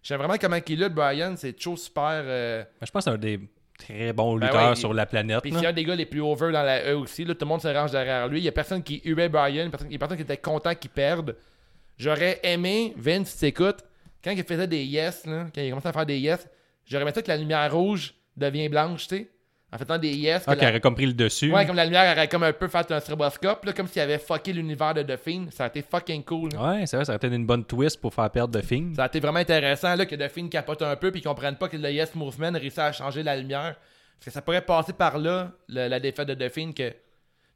S1: J'aime vraiment comment il lutte, Brian. C'est toujours super. euh,
S3: Ben, je pense que c'est un des très bons
S1: Ben
S3: lutteurs
S1: ouais,
S3: sur
S1: il-
S3: la planète.
S1: Puis
S3: là.
S1: c'est un des gars les plus over dans la E aussi. Là, tout le monde se range derrière lui. Il y a personne qui huait Brian. Personne, il y a personne qui était content qu'il perde. J'aurais aimé, Vince, si t'écoutes, quand il faisait des yes, là, quand il commençait à faire des yes, j'aurais aimé ça que la lumière rouge devienne blanche, tu sais. En faisant des yes. que
S3: Ah,
S1: la-
S3: qui aurait compris le dessus.
S1: Ouais, comme la lumière aurait comme un peu fait un stroboscope, là, comme s'il avait fucké l'univers de The Fiend. Ça a été fucking cool. là.
S3: Ouais, c'est vrai, ça aurait été une bonne twist pour faire perdre de Fiend.
S1: Ça a été vraiment intéressant là, que The Fiend capote un peu puis qu'ils comprennent pas que le Yes Movement réussit à changer la lumière. Parce que ça pourrait passer par là, le- la défaite de The Fiend, que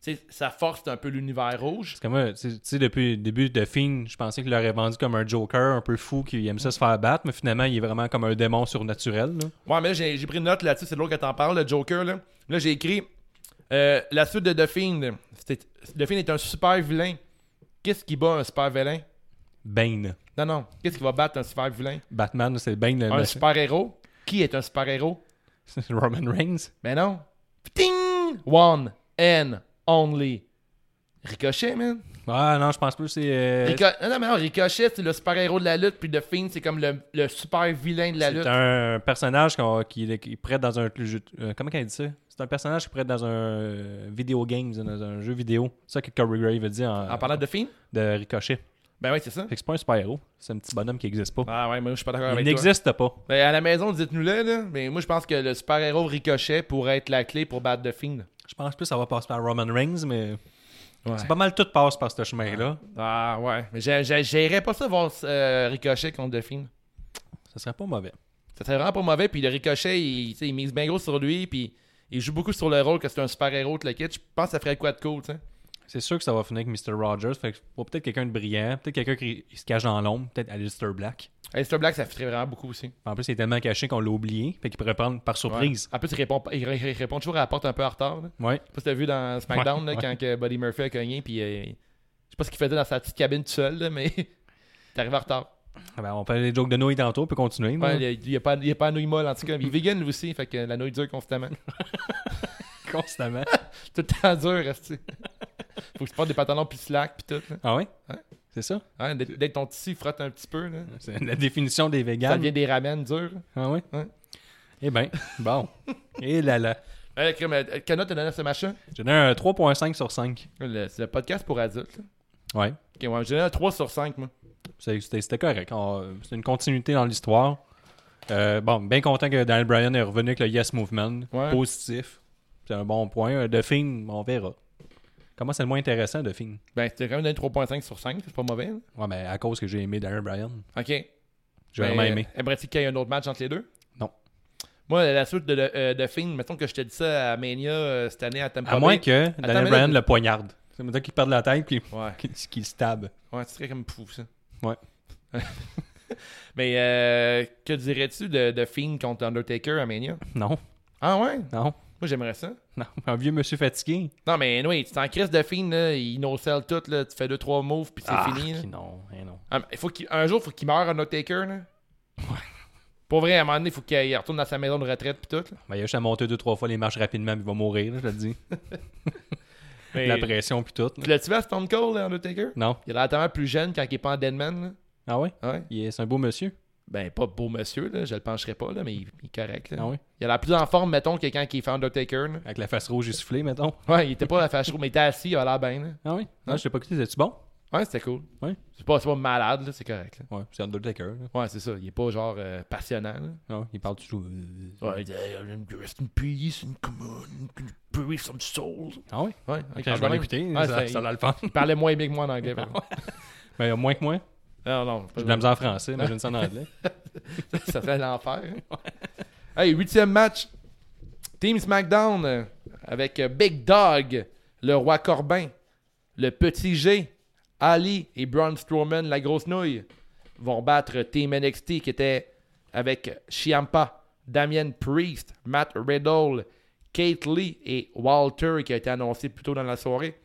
S1: tu sais, ça force un peu l'univers rouge.
S3: Parce que moi, tu sais- tu sais, depuis le début de Fiend, je pensais qu'il l'aurait vendu comme un Joker un peu fou qui aime ça se faire battre, mais finalement, il est vraiment comme un démon surnaturel. là.
S1: Ouais, mais là, j'ai j'ai pris une note là-dessus, c'est l'autre que t'en parles, le Joker. Là, là j'ai écrit euh, La suite de The Fiend. C'était- The Fiend est un super vilain. Qu'est-ce qui bat un super vilain
S3: Bane.
S1: Non, non. Qu'est-ce qui va battre un super vilain
S3: Batman, Ben, c'est Bane le
S1: Un
S3: le-
S1: super héros Qui est un super héros
S3: Roman Reigns.
S1: Ben non. Ting One and only. Ricochet, man.
S3: Ah non, je pense plus c'est. euh,
S1: Rico- Non, non, mais non, Ricochet, c'est le super-héros de la lutte, puis The Fiend, c'est comme le, le super-vilain de la lutte.
S3: c'est un personnage qu'on- qui, qui est prête dans un jeu. euh, comment qu'elle dit ça C'est un personnage qui est prête dans un euh, video game, dans un jeu vidéo. C'est ça que Corey Grave a dit en,
S1: En parlant de The Fiend?
S3: de Ricochet.
S1: Ben oui, c'est ça.
S3: Fait que c'est pas un super-héros, c'est un petit bonhomme qui n'existe pas.
S1: Ah ouais, moi je suis pas d'accord
S3: il
S1: avec toi.
S3: n'existe pas.
S1: Ben, à la maison, dites-nous le là. Mais moi je pense que le super-héros Ricochet pourrait être la clé pour battre The Fiend.
S3: Je pense plus que ça va passer par Roman Reigns, mais
S1: Ouais.
S3: C'est pas mal tout passe par ce chemin-là.
S1: Ah ouais. Mais j'ai- j'ai- j'irais pas ça voir euh, Ricochet contre Delphine.
S3: Ça serait pas mauvais.
S1: Ça serait vraiment pas mauvais. Puis le Ricochet, il, tu sais, il mise bien gros sur lui. Puis il joue beaucoup sur le rôle que c'est un super-héros, tout le kit. Je pense que ça ferait quoi de cool, tu sais.
S3: C'est sûr que ça va finir avec Mr. Rogers. Fait que faut peut-être quelqu'un de brillant, peut-être quelqu'un qui qui se cache dans l'ombre, peut-être Alistair Black.
S1: Alistair Black, ça ferait vraiment beaucoup aussi.
S3: En plus, il est tellement caché qu'on l'a oublié. Fait qu'il pourrait prendre par
S1: Ouais.
S3: surprise.
S1: En plus, il répond, pas- il, ré- il répond toujours à la porte un peu en retard. là.
S3: Ouais.
S1: Je sais pas si t'as vu dans SmackDown,
S3: Ouais,
S1: là, quand que Buddy Murphy a cogné. Puis euh, je sais pas ce qu'il faisait dans sa petite cabine tout seul, là, mais t'arrives en retard.
S3: Ah ben, on fait les jokes de nouilles tantôt, on peut continuer.
S1: Ouais,
S3: là.
S1: il y a- il y a, pas- il y a pas la nouille molle, en tout cas. Il est vegan, lui aussi. Fait que la nouille dure constamment.
S3: Constamment.
S1: tout le temps dur, reste Faut que tu portes des pantalons plus slack pis tout. là.
S3: ah ouais?
S1: Ouais.
S3: C'est ça?
S1: Hein, dès, dès que ton tissu frotte un petit peu, là,
S3: C'est la définition des
S1: ça
S3: véganes.
S1: devient des ramen durs.
S3: Ah ouais?
S1: Ouais.
S3: Eh ben, bon. Eh là là.
S1: Hey, crème, euh, quelle note t'as donné à ce machin?
S3: J'ai donné un 3.5 sur 5.
S1: Le- C'est le podcast pour adultes. là.
S3: Ouais.
S1: Ok, ouais, j'ai donné un 3 sur 5, moi.
S3: C'est- C'était c'était correct. On- C'est une continuité dans l'histoire. Euh, bon, bien content que Daniel Bryan est revenu avec le Yes Movement.
S1: Ouais.
S3: Positif. C'est un bon point. Euh, The Fiend, on verra. Comment c'est le moins intéressant, The Fiend?
S1: Ben, c'était quand même donné 3.5 sur 5, c'est pas mauvais. là.
S3: Ouais, mais à cause que j'ai aimé Daniel Bryan.
S1: Ok.
S3: J'ai vraiment aimé.
S1: Ben, euh, Aimerais-tu qu'il y ait un autre match entre les deux?
S3: Non.
S1: Moi, la suite de, de, euh, de Finn, mettons que je te dis ça à Mania euh, cette année à Tampa
S3: À moins
S1: Bay.
S3: que Daniel
S1: minute.
S3: Bryan le poignarde. C'est maintenant qu'il perd la tête puis
S1: Ouais.
S3: qu'il qu'il se tabe.
S1: Ouais, ce serait comme pouf, ça.
S3: Ouais.
S1: Mais euh, que dirais-tu de, de Finn contre Undertaker à Mania?
S3: Non,
S1: Ah ouais?
S3: non,
S1: Moi, j'aimerais ça.
S3: non. Un vieux monsieur fatigué.
S1: Non, mais anyway, tu t'en crises de Fiend, là, il no-sell tout, là, tu fais 2-3 moves, puis c'est
S3: Ah,
S1: fini. là.
S3: qui Non, hein, non.
S1: Ah, mais il faut qu'il- un jour, il faut qu'il meure à Undertaker. Là. Pour vrai, à un moment donné, il faut qu'il aille- retourne dans sa maison de retraite, puis tout. là.
S3: Ben, il a juste à monter deux, trois fois les marches rapidement, puis il va mourir, là, je te le dis.
S1: Mais-
S3: La pression, puis tout. là.
S1: Tu l'as-tu vu à Stone Cold, là, Undertaker?
S3: Non.
S1: Il a l'air tellement plus jeune quand il est pas en Deadman.
S3: Ah ouais?
S1: là. Ouais.
S3: Il est- C'est un beau monsieur.
S1: Ben, pas beau monsieur, là, je le pencherai pas, là, mais il, il est correct. là.
S3: Ah oui?
S1: Il a l'air plus en forme, mettons, que quand il est fait Undertaker. là.
S3: Avec la face rouge et soufflée, mettons.
S1: Ouais, il était pas à la fâche mais il était assis, il a l'air bien. là.
S3: Ah oui? Non, je sais pas écouté. C'est-tu bon?
S1: Ouais, c'était cool.
S3: Ouais.
S1: C'est pas, c'est pas malade, là, c'est correct. là.
S3: Ouais, c'est Undertaker. là.
S1: Ouais, c'est ça. Il est pas genre euh, passionnant. là.
S3: Non, il parle toujours. euh,
S1: Ouais, il dit, Hey, rest in peace and come on, can you bury some souls.
S3: Ah ouais?
S1: Ouais,
S3: Ok, je vais l'écouter. ça, ça va le faire.
S1: il parlait moins bien que moi en anglais. par contre.
S3: Mais euh, moins que moi.
S1: Non, non,
S3: J'ai de la misère en français, imagine ça en anglais.
S1: ça serait l'enfer. hein. Hey, huitième match. Team SmackDown euh, avec euh, Big Dog, le roi Corbin, le petit G, Ali et Braun Strowman, la grosse nouille, vont battre Team NXT qui était avec Chiampa, Damien Priest, Matt Riddle, Kate Lee et Walter qui a été annoncé plus tôt dans la soirée.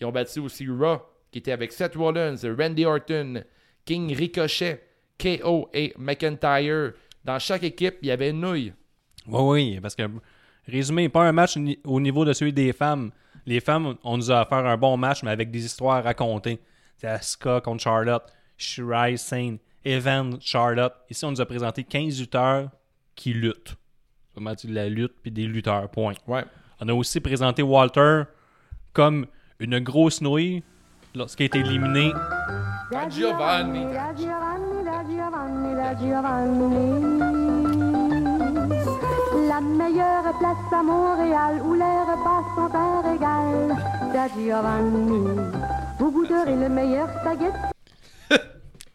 S1: Ils ont battu aussi Raw, qui était avec Seth Rollins, Randy Orton, King Ricochet, KO et McIntyre. Dans chaque équipe, il y avait une nouille.
S3: Oui, oui, parce que, résumé, pas un match ni- au niveau de celui des femmes. Les femmes, on nous a offert un bon match, mais avec des histoires à raconter. C'est Asuka contre Charlotte, Shirai Sane, Evan, Charlotte. Ici, on nous a présenté 15 lutteurs qui luttent. Comment tu dis, de la lutte, puis des lutteurs, point.
S1: Ouais.
S3: On a aussi présenté Walter comme une grosse nouille lorsqu'il est éliminé.
S1: Giovanni.
S7: La Giovanni, la Giovanni, la Giovanni. La meilleure place à Montréal où les repas sont un régal. La Giovanni, vous goûterez le meilleur spaghetti.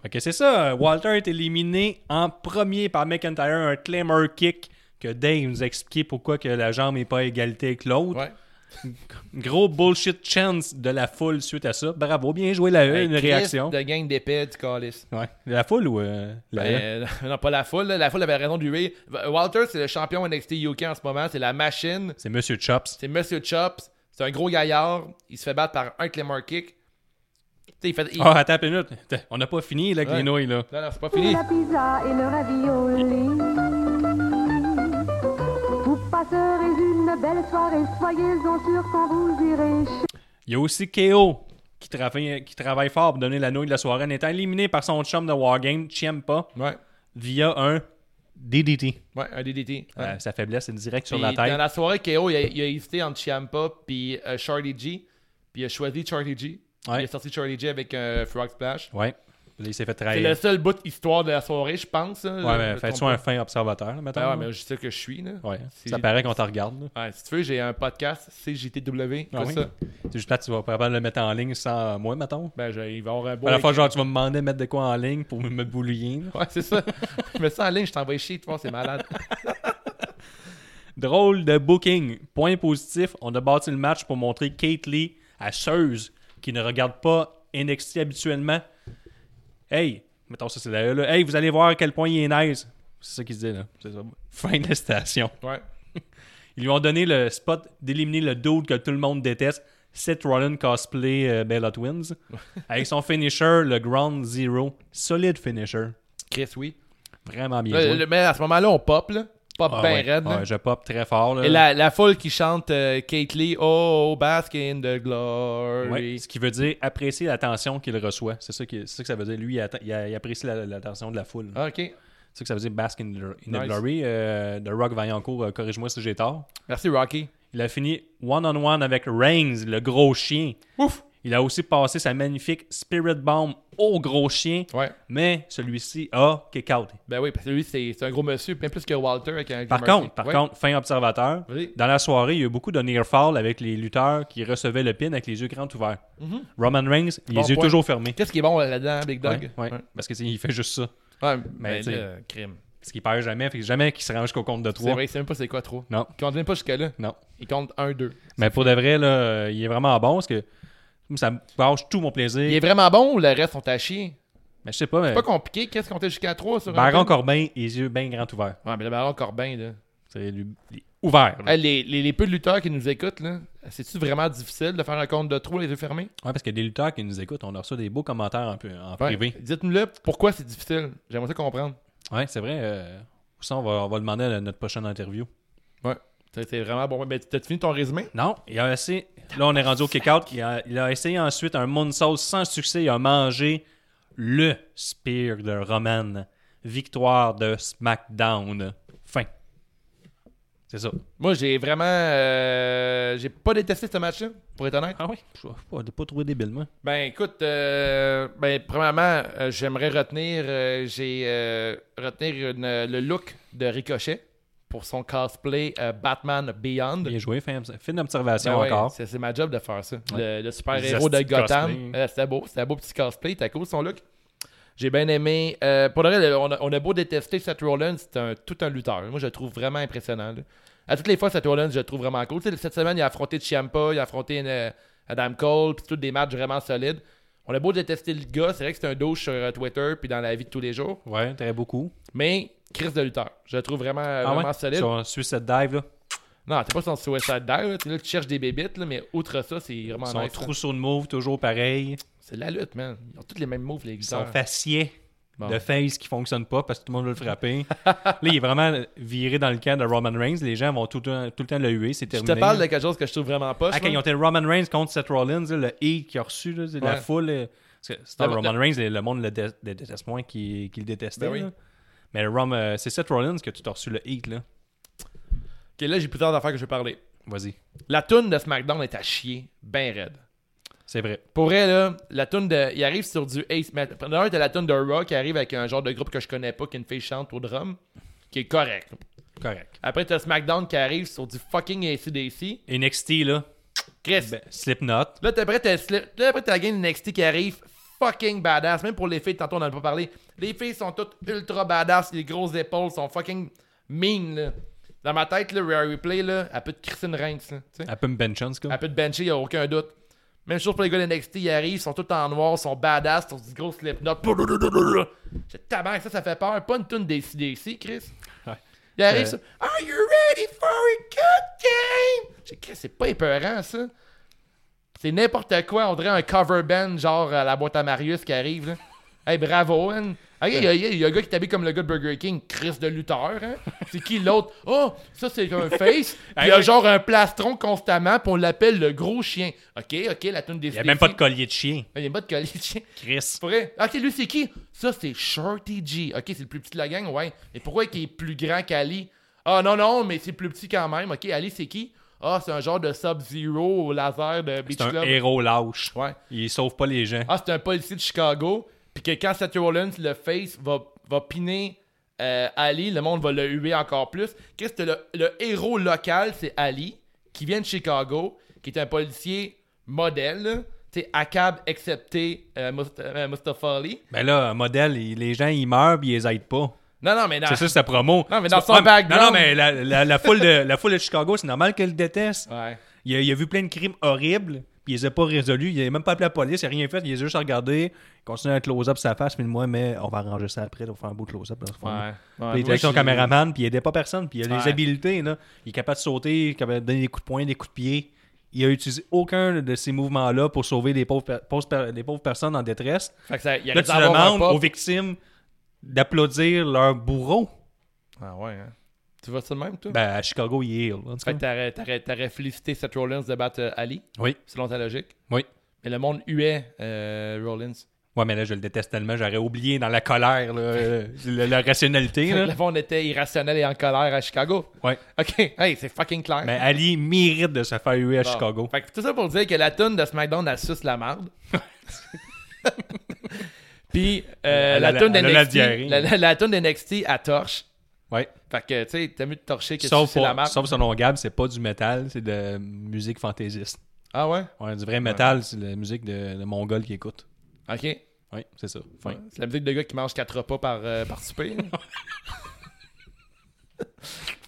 S3: Ok, c'est ça. Walter est éliminé en premier par McIntyre, un clammer kick que Dave nous a expliqué pourquoi que la jambe n'est pas à égalité avec l'autre.
S1: Ouais.
S3: Gros bullshit chance de la foule suite à ça. Bravo, bien joué la E, une
S1: Christ
S3: réaction.
S1: De gang d'épais du calice.
S3: Ouais. La foule ou euh, la E?
S1: Euh, non, pas la foule. là. La foule avait raison du rire. Walter, c'est le champion NXT UK en ce moment. C'est la machine.
S3: C'est Monsieur Chops.
S1: C'est Monsieur Chops. C'est un gros gaillard. Il se fait battre par un Claymore Kick. Tu sais, il fait. il-
S3: Ah, attends une minute. Attends, On n'a pas fini là, avec
S1: Ouais.
S3: les nouilles là.
S1: Non, non, c'est pas fini.
S7: La pizza et le ravioli. Vous passerez une belle soirée, soyez-en sûrs quand vous irez chez
S3: Il y a aussi KO qui travaille, euh, qui travaille fort pour donner la nouille de la soirée en étant éliminé par son chum de Wargame, Chiempa,
S1: Ouais.
S3: via un DDT.
S1: Ouais, un DDT. Ouais.
S3: Euh, sa faiblesse est direct sur
S1: Puis
S3: la tête.
S1: Dans la soirée, KO, il a, il a hésité entre Chiampa puis euh, Charlie G. Puis il a choisi Charlie G.
S3: Ouais.
S1: Il a sorti Charlie G avec un Frog euh, Splash.
S3: Ouais. Là, il s'est fait
S1: C'est le
S3: trahir.
S1: seul bout d'histoire de la soirée, je pense. hein.
S3: Ouais,
S1: Je
S3: mais
S1: me
S3: fais-tu
S1: trompe
S3: un fin observateur, là,
S1: pas.
S3: mettons?
S1: Ah ouais,
S3: là?
S1: mais je sais que je suis, là.
S3: Ouais.
S1: Si-
S3: Ça paraît qu'on te regarde. là.
S1: Ouais, si tu veux, j'ai un podcast CJTW.
S3: Ah
S1: Comme
S3: oui?
S1: ça.
S3: C'est juste plate, tu vas pas capable de le mettre en ligne sans moi, mettons.
S1: Ben, je- il va y avoir un beau.
S3: À la fois, genre, tu vas me demander de mettre de quoi en ligne pour me boulier.
S1: Ouais, c'est ça. je mets ça en ligne, je t'envoie chier, tu vois, c'est malade.
S3: Drôle de booking. Point positif, on a bâti le match pour montrer Kate Lee à Seuse, qui ne regarde pas NXT habituellement. Hey, mettons ça, c'est la E, là. Hey, vous allez voir à quel point il est nice. C'est ça qu'il se dit, là. C'est ça. Fin de la station.
S1: Ouais.
S3: Ils lui ont donné le spot d'éliminer le dude que tout le monde déteste, Seth Rollins cosplay euh, Bella Twins, avec son finisher, le Ground Zero. Solide finisher.
S1: Chris, oui.
S3: Vraiment bien
S1: Là,
S3: joué.
S1: le- mais à ce moment-là, on pop, là. Pop
S3: Ah
S1: ben
S3: ouais,
S1: raide, là.
S3: ouais, je pop très fort. Là.
S1: Et la, la foule qui chante euh, Kate Lee, Oh, Bask in the Glory.
S3: Ouais, ce qui veut dire apprécier l'attention qu'il reçoit. C'est ça, qui- c'est ça que ça veut dire. Lui, il, atta- il a- il apprécie la- l'attention de la foule.
S1: Ah, Ok.
S3: C'est ça que ça veut dire Basque in the, in the
S1: Nice.
S3: Glory. euh, de Rock Vaillancourt, euh, corrige-moi si j'ai tort.
S1: Merci, Rocky.
S3: Il a fini one-on-one avec Reigns, le gros chien.
S1: Ouf.
S3: Il a aussi passé sa magnifique Spirit Bomb au gros chien.
S1: Ouais.
S3: Mais celui-ci a kick out.
S1: Ben oui, parce que lui, c'est c'est un gros monsieur, bien plus que Walter. Avec un
S3: Par contre, par contre, fin observateur,
S1: Oui.
S3: dans la soirée, il y a eu beaucoup de near fall avec les lutteurs qui recevaient le pin avec les yeux grands ouverts. Roman Reigns,
S1: Mhm. Bon
S3: les yeux
S1: point.
S3: toujours fermés.
S1: Qu'est-ce qui est bon là-dedans, Big Dog?
S3: Ouais, ouais. Parce que tu sais, il fait juste ça.
S1: Ouais, mais
S3: Mais
S1: ben,
S3: t'sais-
S1: là, crime.
S3: Parce qu'il perd jamais, fait que jamais qu'il se range jusqu'au compte de
S1: C'est
S3: 3.
S1: vrai, il sait même pas c'est quoi trop.
S3: Non,
S1: Il compte même pas jusque-là.
S3: non.
S1: Il compte 1-2.
S3: Mais pour de vrai, là, euh, il est vraiment bon parce que ça me gâche tout mon plaisir.
S1: Il est vraiment bon ou le reste sont à chier?
S3: Mais je sais pas, mais
S1: C'est pas hein. compliqué, qu'est-ce qu'on était jusqu'à 3 sur un
S3: Ben. Baron
S1: pin?
S3: Corbin, les yeux bien grands ouverts.
S1: Ouais, mais le Baron Corbin, là.
S3: C'est lui- il est ouvert. là.
S1: Hey, les, les, les peu de lutteurs qui nous écoutent, là, c'est-tu vraiment difficile de faire un compte de trou les yeux fermés?
S3: Ouais, parce qu'il y a des lutteurs qui nous écoutent, on a reçu des beaux commentaires en, pu- en
S1: Ouais.
S3: privé.
S1: Dites-nous-le pourquoi c'est difficile. J'aimerais ça comprendre.
S3: Ouais, c'est vrai. euh, ça, on va, on va demander à notre prochaine interview.
S1: Ouais. C'est c'est vraiment bon. Mais t'as fini ton résumé?
S3: Non, il a essayé. Là, on est rendu au kick-out. Il a, il a essayé ensuite un moonsault sans succès. Il a mangé le spear de Roman. Victoire de SmackDown. Fin. C'est ça.
S1: Moi, j'ai vraiment. euh, j'ai pas détesté ce match-là, pour être honnête.
S3: Ah oui? Je n'ai pas trouvé débilement.
S1: Ben, écoute, euh, ben, premièrement, euh, j'aimerais retenir, euh, j'ai euh, retenir une, euh, le look de Ricochet pour son cosplay euh, Batman Beyond.
S3: Bien joué. Fin, fin
S1: Ben
S3: d'observation
S1: ouais,
S3: Ah encore.
S1: c'est, c'est ma job de faire ça. Le, le
S3: Les
S1: super-héros de
S3: hosties de
S1: Gotham.
S3: cosplay.
S1: Euh, c'était beau. C'était un beau petit cosplay. T'as cool son look. J'ai bien aimé. Euh, pour le reste, on a, on a beau détester Seth Rollins, c'est un, tout un lutteur. Moi, je le trouve vraiment impressionnant. là. À toutes les fois, Seth Rollins, je le trouve vraiment cool. Tu sais, cette semaine, il a affronté Ciampa, il a affronté euh, Adam Cole, puis tous des matchs vraiment solides. On a beau détester le gars, c'est vrai que c'est un douche sur euh, Twitter puis dans la vie de tous les jours,
S3: Ouais, très beaucoup.
S1: mais Chris de lutteur. Je le trouve vraiment,
S3: Ah
S1: vraiment
S3: ouais?
S1: solide.
S3: Sur un suicide dive, là.
S1: Non, t'es pas son suicide dive, là, Tu sais, là, tu cherches des bébites, là, mais outre ça, c'est vraiment
S3: Son
S1: nice, hein. là.
S3: trousseau de moves, toujours pareil.
S1: C'est la lutte, man. Ils ont tous les mêmes moves, les
S3: Son
S1: glisseurs.
S3: faciès
S1: Bon.
S3: de face qui fonctionne pas parce que tout le monde veut le frapper. là, il est vraiment viré dans le camp de Roman Reigns. Les gens vont tout, le temps- tout le temps le huer. C'est
S1: Je
S3: terminé.
S1: te parle de quelque chose que je trouve vraiment poche.
S3: Ah, quand
S1: là.
S3: ils ont été Roman Reigns contre Seth Rollins, là, le E qu'il a reçu là, de la
S1: Ouais.
S3: foule. là, parce que C'était
S1: Le-
S3: Roman Reigns, le le monde le, dé- le déteste moins qu'il qu'il le détestait.
S1: Ben oui.
S3: là. Mais le Rom- euh, c'est Seth Rollins que tu t'as reçu le E. là.
S1: Ok, là, j'ai plusieurs affaires que je vais parler.
S3: Vas-y.
S1: La toune de SmackDown est à chier, ben raide.
S3: C'est vrai.
S1: Pour vrai, là, la toune de. Il arrive sur du Ace. Mais d'ailleurs, t'as la toune de Rock qui arrive avec un genre de groupe que je connais pas, qui une fille chante au drum, qui est correct.
S3: Correct.
S1: Après, t'as SmackDown qui arrive sur du fucking ACDC.
S3: NXT, là,
S1: Chris.
S3: ben, Slipknot.
S1: Là, t'as après, t'as Slip- là, après, t'as la game NXT qui arrive fucking badass. Même pour les filles, tantôt, on en a pas parlé. Les filles sont toutes ultra badass. Les grosses épaules sont fucking mean, là. Dans ma tête, là, Rare Replay, là, elle peut de Christine Reigns, là, tu sais.
S3: Un peu me benchons, quoi.
S1: Elle peut de bencher, y a aucun doute. Même chose pour les gars de NXT, ils arrivent, sont tous en noir, sont badass, sont du gros slipknot. C'est tabac, ça, ça fait peur. Pas une toune des CDC, Chris.
S3: Ouais.
S1: Il arrive
S3: Euh.
S1: ça. Are you ready for a good game? J'ai dit, Chris, c'est pas épeurant, ça. C'est n'importe quoi. On dirait un cover band, genre à la boîte à Marius qui arrive. Là. Hey, bravo, hein. Ah, Il y, a- il y a- il y a un gars qui t'habille comme le gars de Burger King, Chris de lutteur. Hein? C'est qui l'autre? Oh, ça c'est un face. Puis il y a genre un plastron constamment, puis on l'appelle le gros chien. Ok, ok, la toune des
S3: Il n'y a même pas de collier de chien.
S1: Il n'y a pas de collier de chien.
S3: Chris.
S1: C'est vrai. Ok, lui, c'est qui? Ça, c'est Shorty G. Ok, c'est le plus petit de la gang, ouais. Mais pourquoi il est plus grand qu'Ali? Ah, non, non, mais c'est le plus petit quand même. Ok, Ali, c'est qui? Ah, c'est un genre de Sub-Zero au laser de Beach
S3: C'est un
S1: Club.
S3: héros lâche.
S1: Ouais.
S3: Il sauve pas les gens.
S1: Ah, c'est un policier de Chicago. Puis que quand Seth Rollins, le face, va, va piner euh, Ali, le monde va le huer encore plus. Qu'est-ce que le, le héros local, c'est Ali, qui vient de Chicago, qui est un policier modèle, là. tu sais, accable, excepté euh, Must- euh, Mustafa Ali.
S3: Ben là, un modèle, il- les gens, ils meurent puis ils les aident pas.
S1: Non, non, mais non.
S3: C'est ça, sa promo.
S1: Ah. Non, mais
S3: C'est
S1: dans
S3: pas-
S1: son
S3: Ah, mais-
S1: background-
S3: Non, non, mais la, la, la foule de, la foule de Chicago, c'est normal qu'elle le déteste.
S1: Ouais.
S3: Il, a, il a vu plein de crimes horribles, puis il les a pas résolus. Il a même pas appelé la police, il a rien fait. Il les a juste regardés. Il continue un close-up sur sa face, mais moi, mais on va arranger ça après, là, on va faire un beau close-up. dans ce fond.
S1: Ouais.
S3: Puis
S1: Ouais,
S3: il était
S1: moi,
S3: avec son
S1: je-
S3: caméraman, puis il aidait pas personne, puis il a
S1: Ouais.
S3: les habiletés. Là. Il est capable de sauter, il est capable de donner des coups de poing, des coups de pied. Il a utilisé aucun de ces mouvements-là pour sauver des pauvres, per- pauvres per- des pauvres personnes en détresse.
S1: Fait que ça, il
S3: Là,
S1: arrive
S3: tu
S1: à avoir un
S3: demandes
S1: pop.
S3: aux victimes d'applaudir leur bourreau.
S1: Ah ouais, hein. Tu vois ça de même, toi?
S3: Ben, à Chicago, il est ill, en tout
S1: fait
S3: cas.
S1: que t'aurais- t'aurais t'aurais félicité Seth Rollins de battre euh, Ali,
S3: Oui,
S1: selon ta logique.
S3: oui.
S1: Mais le monde huait euh, Rollins.
S3: Ouais, mais là, je le déteste tellement, j'aurais oublié dans la colère là, euh, la, la rationalité.
S1: Fait que
S3: là.
S1: le monde était irrationnel et en colère à Chicago.
S3: Ouais.
S1: Ok, hey, c'est fucking clair.
S3: Mais Ali mérite de se faire huer à
S1: Bon.
S3: Chicago.
S1: Fait que tout ça pour dire que la tune de SmackDown, elle suce la marde. Puis euh,
S3: Elle
S1: la
S3: a la-
S1: tune
S3: elle a la
S1: d'NXT,
S3: diarrhée.
S1: la, la, la toune d'NXT, elle torche.
S3: Ouais.
S1: Fait que, tu sais, t'as mieux de torcher que de
S3: Sauf,
S1: sucer
S3: pour-
S1: la marde.
S3: sauf selon Gab, c'est pas du métal, c'est de musique fantaisiste.
S1: Ah ouais?
S3: Ouais, du vrai métal, c'est la musique de, de Mongol qui écoute.
S1: Ok.
S3: Oui, c'est ça. Fin.
S1: Ouais, C'est la musique de gars qui mange 4 repas par, euh, par souper. là.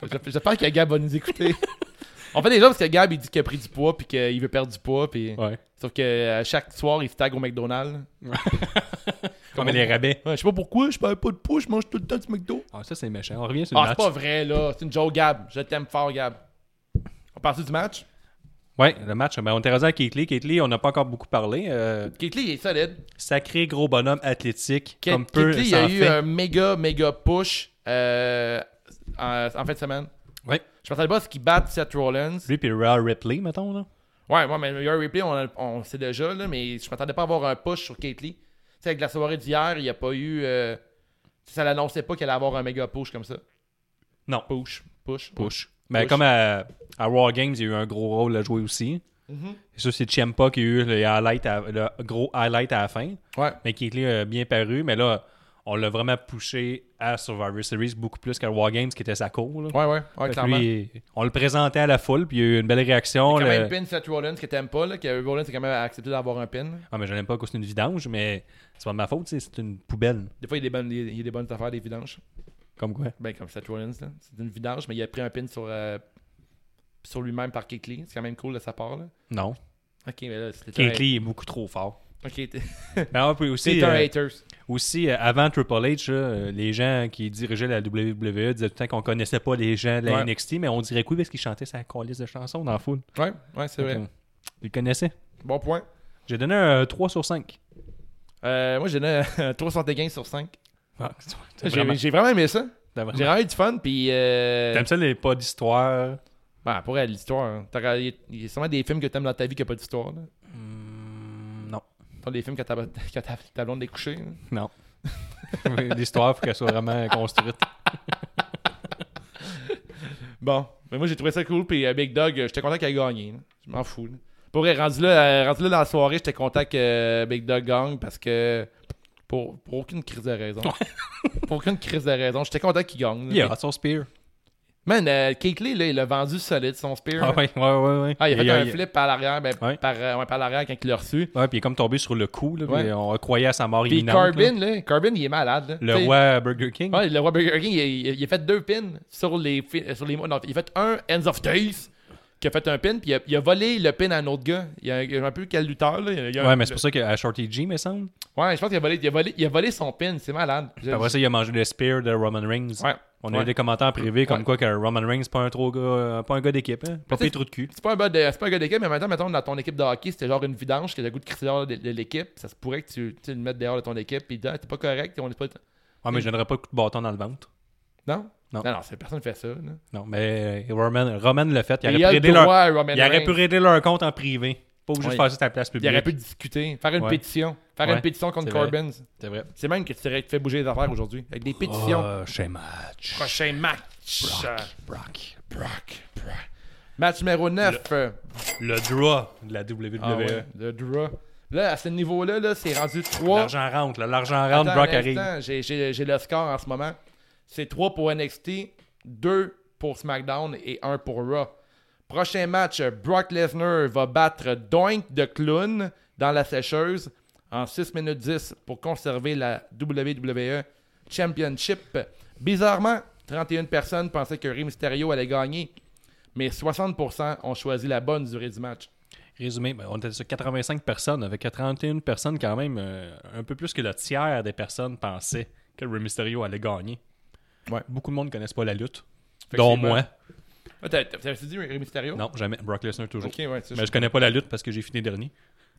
S1: J'espère- J'espère que Gab va nous écouter. On fait des choses parce que Gab, il dit qu'il a pris du poids puis qu'il veut perdre du poids. Puis...
S3: Ouais.
S1: Sauf que euh, chaque soir, il se tag au McDonald's.
S3: Comme les rabais.
S1: Ouais, je sais pas pourquoi, je perds pas de poids, je mange tout le temps du McDo.
S3: Ah, ça, c'est méchant. On revient sur le
S1: Ah, c'est
S3: match.
S1: pas vrai, là. C'est une joke, Gab. Je t'aime fort, Gab. On partit du match.
S3: Ouais, le match. Ben, on était rendu à Keatley. Keatley, on n'a pas encore beaucoup parlé. euh,
S1: Ketley, il est solide.
S3: sacré gros bonhomme athlétique.
S1: Ke-
S3: comme peu
S1: Ketley, il
S3: s'en
S1: a eu
S3: fait.
S1: un méga, méga push euh, en, en fin de semaine.
S3: Ouais.
S1: Je pensais pas à ce qu'il batte Seth Rollins.
S3: Lui puis Rhea Ripley, mettons. Là.
S1: Ouais, ouais, mais Rhea Ripley, on, a- on sait déjà, là, mais je m'attendais pas à avoir un push sur Kate Lee. Tu sais, avec la soirée d'hier, il n'y a pas eu. euh, ça l'annonçait pas qu'elle allait avoir un méga push comme ça.
S3: Non.
S1: Push, push,
S3: Push. Mais
S1: Push.
S3: comme à, à Raw Games, il y a eu un gros rôle à jouer aussi.
S1: Mm-hmm.
S3: C'est sûr, c'est Ciampa qui a eu le, highlight à- le gros highlight à la fin.
S1: Ouais.
S3: Mais Keatley a bien paru. Mais là, on l'a vraiment poussé à Survivor Series beaucoup plus qu'à War Games, qui était sa cour. là.
S1: Ouais, ouais, ouais,
S3: Fait que
S1: clairement.
S3: lui, il- on le présentait à la foule, puis il y a eu une belle réaction.
S1: Quand
S3: le-
S1: même pin Seth Rollins que t'aimes pas, là, que Rollins a quand même accepté d'avoir un pin.
S3: Ah, mais je l'aime pas que c'est une vidange, mais c'est pas de ma faute, tu sais, c'est une poubelle.
S1: Des fois, il y a des bonnes, il y a des bonnes affaires, des vidanges.
S3: Comme quoi?
S1: Ben, comme Seth Rollins, là. C'est une vidange, mais il a pris un pin sur, euh, sur lui-même par Kate Lee. C'est quand même cool de sa part, là.
S3: Non.
S1: Ok, mais là, c'était. un-
S3: Keatley est beaucoup trop fort.
S1: Ok, t'es-
S3: Mais on peut aussi,
S1: t'es un
S3: euh,
S1: haters.
S3: aussi euh, avant Triple H, là, euh, les gens qui dirigeaient la WWE disaient tout le temps qu'on connaissait pas les gens de la
S1: Ouais.
S3: NXT, mais on dirait que oui parce qu'ils chantaient sa colisse de chansons dans la foule.
S1: Ouais, ouais, c'est vrai.
S3: Donc, on- Ils le connaissaient.
S1: Bon point.
S3: J'ai donné un 3 sur 5.
S1: Euh, moi, j'ai donné un 375 sur 5.
S3: T'as
S1: Ah, J'ai
S3: vraiment-
S1: j'ai vraiment aimé ça.
S3: t'as
S1: J'ai
S3: vraiment-
S1: vraiment eu du fun, puis. Euh...
S3: T'aimes ça, les pas d'histoire?
S1: Ben, pour elle, l'histoire. hein. T'as regardé- Il y a sûrement des films que t'aimes dans ta vie qui n'ont pas d'histoire. là.
S3: Hmm, Non.
S1: T'as des films que ta, que ta, ta blonde est couchée. là.
S3: Non. l'histoire, faut qu'elle soit vraiment construite.
S1: Bon, mais moi, j'ai trouvé ça cool, puis euh, Big Dog, euh, j'étais content qu'elle ait gagné. là. Je m'en fous. là. Pour elle, rendu là, euh, rendu là dans la soirée, j'étais content que euh, Big Dog gagne parce que. Pour, pour aucune crise de raison. pour aucune crise de raison. J'étais content qu'il gagne. là.
S3: Il a son spear.
S1: Man, euh, Keith Lee, là, il a vendu solide son spear.
S3: Ah
S1: là.
S3: ouais, ouais, ouais. ouais.
S1: Ah, il a fait un
S3: il-
S1: flip par l'arrière, ben,
S3: Ouais.
S1: par, euh, ouais, par l'arrière quand il l'a reçu.
S3: Ouais, puis il est comme tombé sur le coup, là, puis
S1: Ouais.
S3: on croyait à sa mort
S1: Puis
S3: imminente.
S1: Corbin,
S3: là.
S1: là, Corbin, il est malade. là.
S3: Le
S1: T'sais,
S3: roi Burger King.
S1: Ouais, le roi Burger King, il, il- il a fait deux pins sur les, fi- euh, sur les. Non, il a fait un Ends of Days qui a fait un pin, puis il a, il a volé le pin à un autre gars. Il y a un, il y a un peu quel lutteur, là. il y a- il y a un-
S3: Ouais, mais c'est pour ça qu'à Shorty G, me semble.
S1: Ouais, je pense qu'il a volé, il a volé, il a volé son pin, c'est malade.
S3: Puis Après ça, il a mangé le spear de Roman Reigns.
S1: Ouais.
S3: On a
S1: Ouais.
S3: eu des commentaires privés comme
S1: Ouais.
S3: quoi que Roman Reigns, c'est pas un, trop gars, euh, pas un gars d'équipe. Hein?
S1: Mais
S3: Pas pire
S1: tu-
S3: trou de cul.
S1: C'est pas un gars de- c'est pas un gars d'équipe, mais maintenant, mettons, dans ton équipe de hockey, c'était genre une vidange qui a le goût de crisser dehors de, de l'équipe. Ça se pourrait que tu, tu le mettes dehors de ton équipe, puis ah, t'es pas correct, on est pas. Mm.
S3: Ouais, Ah, mais je donnerais pas de coup de bâton dans le ventre.
S1: Non?
S3: Non.
S1: non, c'est- personne fait ça. là.
S3: Non, mais euh, Roman, Roman l'a fait. Il
S1: Mais
S3: aurait,
S1: il a
S3: pu
S1: le
S3: aider
S1: droit
S3: leur...
S1: à Roman
S3: il aurait
S1: Reigns.
S3: pu aider leur compte en privé. Pas obligé
S1: Ouais.
S3: de faire ça à la place publique.
S1: Il aurait pu discuter, faire une
S3: Ouais.
S1: pétition, faire
S3: Ouais.
S1: une pétition contre
S3: C'est vrai.
S1: Corbin.
S3: C'est vrai. Ah.
S1: C'est même que tu aurais fait bouger les affaires aujourd'hui. Avec des pétitions.
S3: Prochain match.
S1: Prochain match. Euh,
S3: Brock.
S1: Brock, Brock. Match numéro 9.
S3: Le droit de la E. WWE.
S1: Ah Le draw. Là, à ce niveau-là, là, c'est rendu 3.
S3: L'argent rentre, là. L'argent rentre,
S1: Attends,
S3: Brock
S1: un
S3: arrive.
S1: instant, J'ai, j'ai- j'ai le score en ce moment. C'est 3 pour NXT, 2 pour SmackDown et 1 pour Raw. Prochain match, Brock Lesnar va battre Doink de Clown dans la sécheuse en 6 minutes 10 pour conserver la WWE Championship. Bizarrement, 31 personnes pensaient que Rey Mysterio allait gagner, mais 60% ont choisi la bonne durée du match.
S3: Résumé, ben, on était sur 85 personnes, avec 31 personnes quand même, euh, un peu plus que le tiers des personnes pensaient que Rey Mysterio allait gagner.
S1: Ouais.
S3: Beaucoup de monde ne connaissent pas la lutte,
S1: Fait que
S3: dont
S1: c'est bon.
S3: moi.
S1: Ah, t'as- t'as- T'avais-tu dit Rey Mysterio?
S3: Non, jamais. Brock Lesnar toujours.
S1: Ok, ouais, c'est
S3: Mais je connais pas la lutte parce que j'ai fini dernier.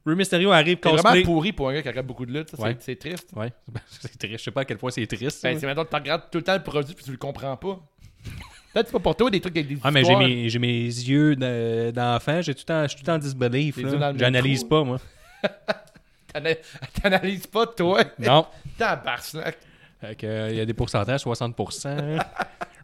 S3: Rey Mysterio arrive
S1: T'es
S3: cosplay.
S1: vraiment pourri pour un gars qui regarde beaucoup de luttes. ça, c'est-
S3: Ouais.
S1: c'est triste.
S3: Ouais, c'est triste. Je sais pas à quel point c'est triste.
S1: Ben,
S3: ça.
S1: c'est maintenant que tu regardes tout le temps le produit puis tu le comprends pas. Peut-être c'est pas pour toi des trucs avec des
S3: ah, mais j'ai
S1: histoires.
S3: mes, j'ai mes yeux de- d'enfant, j'ai tout le temps, je suis tout le temps en disbelief.
S1: Les
S3: là.
S1: yeux dans le même
S3: J'analyse
S1: trou.
S3: pas, moi.
S1: T'ana- T'analyses pas, toi.
S3: Non.
S1: Tabarnak.
S3: Fait que, euh, il y a des pourcentages, 60%.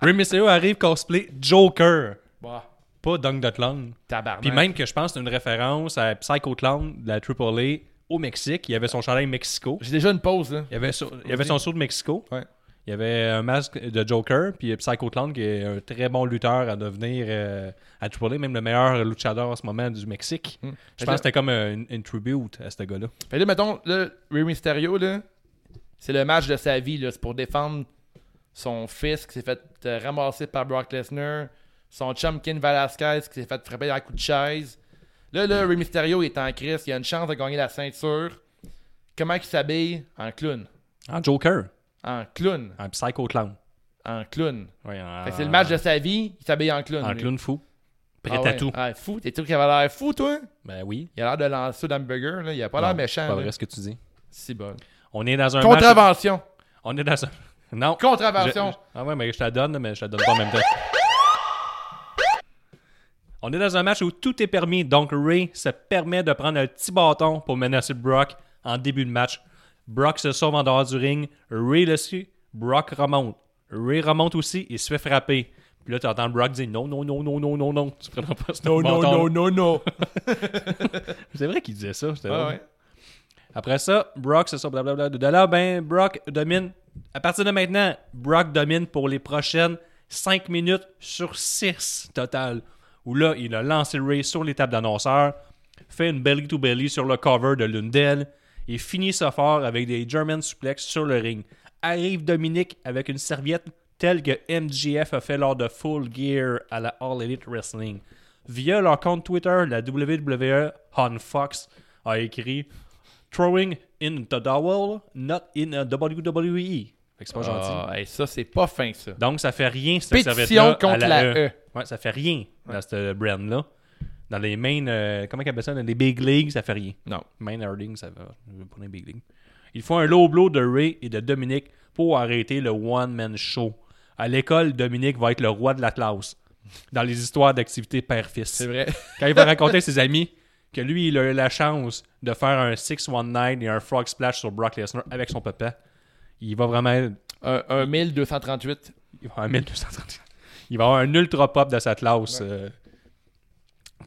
S3: Rey Mysterio arrive cosplay Joker,
S1: Bon,
S3: pas Dunk Dot Clown.
S1: Bah, tabarnak.
S3: Puis même que je pense que c'est une référence à Psycho Clown de la AAA au Mexique. Il y avait son chandail Mexico.
S1: J'ai déjà une pause, là.
S3: Il y avait, son- il y avait son saut de Mexico.
S1: Ouais.
S3: Il y avait un masque de Joker, puis Psycho Clown, qui est un très bon lutteur à devenir euh, à AAA, même le meilleur luchador en ce moment du Mexique.
S1: Hmm.
S3: Je pense que c'était comme un- une, tribute à ce gars-là.
S1: Fait là, mettons, là, Rey Mysterio, là, c'est le match de sa vie, là. C'est pour défendre son fils qui s'est fait euh, ramasser par Brock Lesnar, son chum Ken Velasquez qui s'est fait frapper à coup de chaise. Là, là, Rey Mysterio est en crise, il a une chance de gagner la ceinture. Comment il s'habille? En clown.
S3: En Joker,
S1: En clown.
S3: en Psycho Clown.
S1: En clown.
S3: Ouais, en-
S1: Fait que c'est le match de sa vie, il s'habille en clown.
S3: Ah. En
S1: lui.
S3: clown fou. Prêt
S1: Ah
S3: à
S1: ouais,
S3: tout.
S1: ouais, fou, t'es sûr qu'il avait l'air fou, toi?
S3: Ben oui.
S1: Il a l'air de lancer d'hamburger, là. Il a pas l'air
S3: Non,
S1: méchant.
S3: c'est Pas
S1: là.
S3: vrai ce que tu dis.
S1: Si bon.
S3: On est dans un match...
S1: Contravention.
S3: On est dans un... Non.
S1: Contravention.
S3: Je- je- Ah ouais, mais je te la donne, mais je te la donne pas en même temps. On est dans un match où tout est permis, donc Ray se permet de prendre un petit bâton pour menacer Brock en début de match. Brock se sauve en dehors du ring, Ray le suit, Brock remonte. Ray remonte aussi et se fait frapper. Puis là, tu entends Brock dire non, non, non, non, non, non, non, tu prends pas ce bâton.
S1: non, non.
S3: C'est vrai qu'il disait ça. c'était
S1: Ah
S3: vrai.
S1: ouais.
S3: Après ça, Brock, c'est ça, blablabla. De là, ben, Brock domine. À partir de maintenant, Brock domine pour les prochaines 5 minutes sur 6 total. Où là, il a lancé Ray sur les tables d'annonceurs, fait une belly-to-belly sur le cover de l'une d'elles et finit ça fort avec des German suplex sur le ring. Arrive Dominique avec une serviette telle que MGF a fait lors de Full Gear à la All Elite Wrestling. Via leur compte Twitter, la WWE on Fox a écrit Throwing in the dowel, not in a WWE. Fait que c'est pas gentil.
S1: Ah, hey, ça, c'est pas fin, ça.
S3: Donc, ça fait rien, cette
S1: Pétition
S3: serviette-là. à
S1: contre la E.
S3: Ouais, ça fait rien dans cette brand-là. Dans les main, euh, comment ils appellent ça, dans les big leagues, ça fait rien.
S1: Non.
S3: Main Harding, ça va. Je veux pas dire big league. Ils font un low blow de Ray et de Dominique pour arrêter le one-man show. À l'école, Dominique va être le roi de la classe dans les histoires d'activité père-fils.
S1: C'est vrai.
S3: Quand il va raconter à ses amis que lui, il a eu la chance de faire un 6-1-9 et un frog splash sur Brock Lesnar avec son papa, il va vraiment être-
S1: Un, un 1238.
S3: il va avoir un 1230. Il va avoir un ultra pop de sa classe. euh.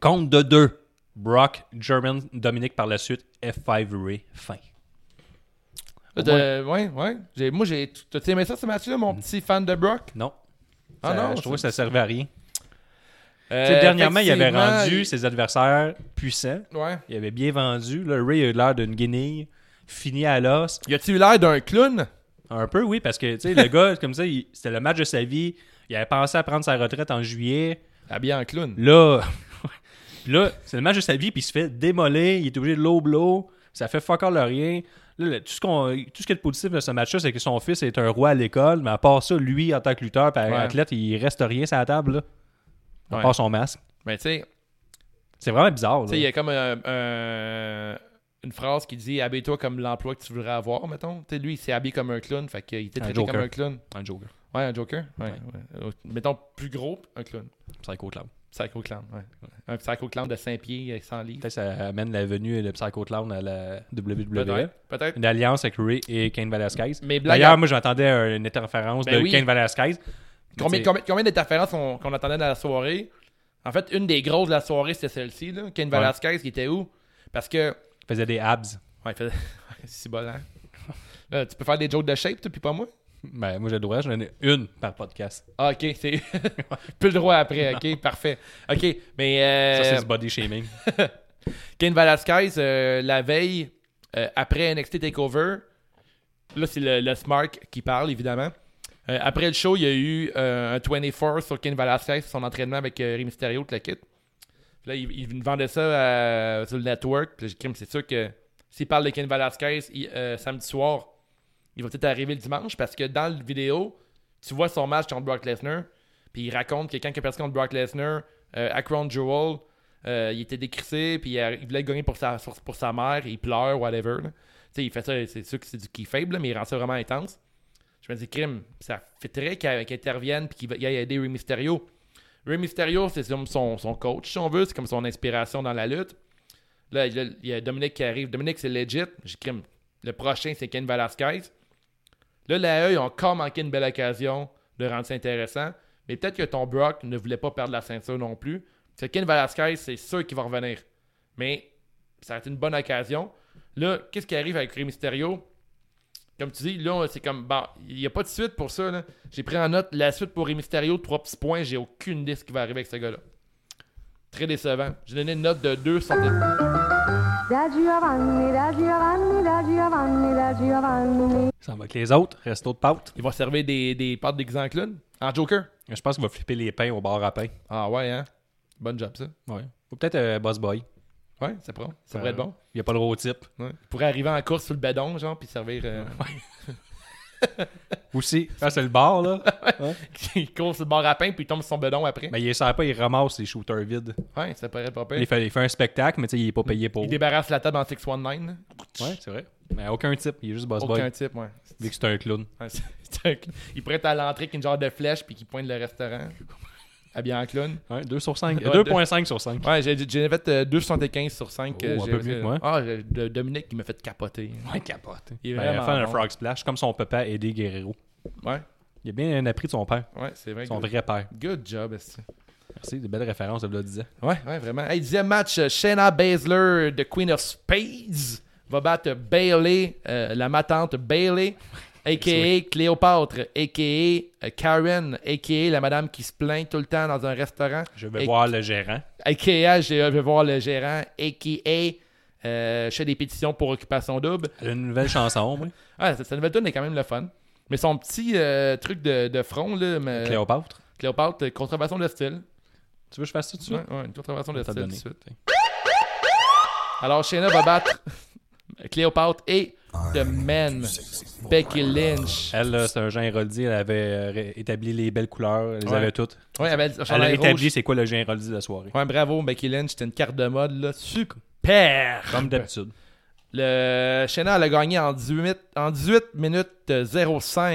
S3: Compte de 2. Brock, German, Dominique par la suite, F5 Ray, fin.
S1: Là, t'as- Euh, ouais, ouais. J'ai- Moi, j'ai. T'as aimé ça, ce match-là, mon petit fan de Brock?
S3: Non.
S1: Ah
S3: Mm. Ça-
S1: non,
S3: je trouvais que
S1: c'est-
S3: ça servait à rien.
S1: Euh,
S3: Tu sais, dernièrement, il avait
S1: effectivement,
S3: rendu ses adversaires puissants.
S1: il- Ouais.
S3: Il avait bien vendu. Là, Ray a eu l'air d'une guenille, fini à l'os.
S1: Y a-tu eu l'air d'un clown?
S3: Un peu, oui, parce que tu sais, le gars, comme ça, il- c'était le match de sa vie. Il avait pensé à prendre sa retraite en juillet.
S1: Habillé en clown.
S3: Là, puis là c'est le match de sa vie, puis il se fait démoler. Il est obligé de low blow. Ça fait fuck all rien. Là, le- tout, ce qu'on, tout ce qui est de positif de ce match-là, c'est que son fils est un roi à l'école, mais à part ça, lui, en tant que lutteur et
S1: Ouais.
S3: athlète, il reste rien sur la table, là, à
S1: Ouais.
S3: part son masque.
S1: Mais tu sais,
S3: C'est vraiment bizarre.
S1: tu
S3: là.
S1: sais, il y a comme un- un- une phrase qui dit Habille-toi comme l'emploi que tu voudrais avoir, mettons. Tu sais, lui, il s'est habillé comme un clown, fait qu'il était
S3: Un
S1: traité
S3: Joker.
S1: comme un clown.
S3: Un Joker.
S1: Ouais, un Joker. Ouais, ouais. Euh, Mettons plus gros, un clown.
S3: Psycho Clown.
S1: Psycho clown, ouais. Un psycho clown de 5 pieds avec 100 livres.
S3: Peut-être que ça amène la venue de Psycho Clown à la E. WWE.
S1: Peut-être. Peut-être.
S3: Une alliance avec Ray et Kane Velasquez.
S1: Mais blague à-
S3: D'ailleurs, moi, j'entendais euh, une interférence
S1: Ben
S3: de
S1: oui.
S3: Kane Velasquez.
S1: Combien,
S3: C'est-
S1: combien, combien d'interférences qu'on qu'on entendait dans la soirée En fait, une des grosses de la soirée, c'était celle-ci. là. Ken Velasquez, qui était où Parce que
S3: Il faisait des abs.
S1: Ouais, fait... c'est bon, hein? Là, tu peux faire des jokes de shape, toi, puis pas moi?
S3: Ben, moi, j'ai le droit, j'en ai une par podcast.
S1: Ah, ok, c'est. Plus le droit après, ok, parfait. Ok, mais.
S3: Ça,
S1: euh,
S3: c'est du body shaming.
S1: Kane Velasquez, euh, la veille, euh, après NXT TakeOver, là, c'est le, le Smark qui parle, évidemment. Euh, après le show, il y a eu euh, un 24 sur Kane Velasquez, son entraînement avec euh, Rey Mysterio, tout le kit. Puis Là, il, il nous vendait ça à- sur le network. Puis là, j'ai dit, Crime, c'est sûr que s'il parle de Kane Velasquez il- euh, samedi soir, il va peut-être arriver le dimanche parce que dans la vidéo, tu vois son match contre Brock Lesnar. Puis il raconte que quand il a perdu contre Brock Lesnar, euh, à Crown Jewel, euh, il était décrissé, puis il, a- il voulait gagner pour sa, pour, pour sa mère, il pleure, whatever. là. Tu sais, il fait ça, c'est sûr que c'est du qui faible, là, mais il rend ça vraiment intense. Je me dis, crime, ça fitterait qu'il qu'il intervienne puis qu'il va- il aille aider Rey Mysterio. Rey Mysterio, c'est comme son, son coach, si on veut, c'est comme son inspiration dans la lutte. Là, il y a- il y a Dominique qui arrive. Dominique, c'est legit. J'ai crime. Le prochain, c'est Ken Velasquez. Là, la E, ils ont encore manqué une belle occasion de rendre ça intéressant. Mais peut-être que ton Brock ne voulait pas perdre la ceinture non plus. C'est Ken Velasquez, c'est sûr qu'il va revenir. Mais ça a été une bonne occasion. Là, qu'est-ce qui arrive avec Rey Mysterio? Comme tu dis, là, c'est comme. Bon, il n'y a pas de suite pour ça. là. J'ai pris en note la suite pour Rey Mysterio, trois petits points. J'ai aucune idée de ce qui va arriver avec ce gars-là. Très décevant. J'ai donné une note de 2 sur 10.
S7: Da Giovanni, da Giovanni, da Giovanni, da Giovanni.
S3: Ça va avec les autres, resto de pâtes.
S1: Il va servir des, des pâtes déguisées en clown? En Joker?
S3: Je pense qu'il va flipper les pains au bar à pain.
S1: Ah ouais, hein? Bonne job, ça.
S3: Ouais. Ou peut-être euh, Boss Boy.
S1: Ouais, ça prend. Ça pourrait être bon.
S3: Il n'y a pas le gros type.
S1: Ouais. Il pourrait arriver en course sur le badon, genre, puis servir. euh,
S3: Aussi. Ah, c'est le bar, là.
S1: il court sur le bord à pain, puis il tombe sur son bedon après.
S3: Mais il est sert pas, il ramasse les shooters vides.
S1: Ouais, ça pourrait pas pire.
S3: Il fait, il fait un spectacle, mais tu sais, il est pas payé pour.
S1: Il débarrasse la table en 619. là.
S3: Ouais, c'est vrai. Mais aucun type, il est juste Boss
S1: Aucun
S3: Boy.
S1: type, ouais.
S3: Vu que c'est un clown.
S1: Ouais, c'est- c'est un cl- Il pourrait être à l'entrée avec une genre de flèche puis qui pointe le restaurant. Habillé en clown.
S3: Ouais, 2 sur Ah, 5.
S1: Ouais,
S3: 2.5 sur 5.
S1: Ouais, j'ai j'ai fait euh, 2,75 sur 5.
S3: Oh, un peu mieux que moi.
S1: Ah, j'ai- de- Dominique qui m'a fait capoter.
S3: Ouais, capote.
S1: Il
S3: Il
S1: est
S3: est
S1: vraiment
S3: Ben, fan de
S1: bon.
S3: Frog Splash, comme son papa Eddie Guerrero.
S1: Ouais,
S3: Il a bien appris de son père,
S1: ouais, c'est vrai.
S3: son
S1: Good,
S3: vrai père.
S1: good job, esti.
S3: Merci, des belles références, de disait.
S1: Ouais, ouais, vraiment. Hey, dixième match, euh, Shayna Baszler de Queen of Spades va battre Bailey, la matante Bailey, a.k.a. Cléopâtre, a.k.a. euh, Karen, a.k.a. la madame qui se plaint tout le temps dans un restaurant,
S3: Je vais
S1: Et-
S3: voir le gérant.
S1: a.k.a. euh, je vais voir le gérant, a.k.a. euh, je fais des pétitions pour occupation double.
S3: Elle a une nouvelle chanson, moi.
S1: Ah, cette cette nouvelle tune est quand même le fun. Mais son petit euh, truc de, de front, là, mais-
S3: Cléopâtre.
S1: Cléopâtre, contrefaçon de style.
S3: Tu veux que je fasse ça tout de suite?
S1: Ouais, ouais, une contrefaçon de
S3: T'as
S1: style tout de
S3: donné.
S1: suite. hein. Alors, Shayna va battre Cléopâtre et The Man, Becky Lynch.
S3: Elle, là, c'est un Jean Héroldi. Elle avait euh, ré- établi les belles couleurs. Elle les
S1: Ouais.
S3: avait toutes.
S1: Ouais, elle avait le
S3: Elle a
S1: chandail
S3: établi
S1: rouge.
S3: c'est quoi le Jean Héroldi de la soirée.
S1: Ouais, bravo, Becky Lynch, c'était une carte de mode, là. Super!
S3: Comme d'habitude.
S1: Le Shayna, elle a gagné en 18, en 18 minutes euh, 05.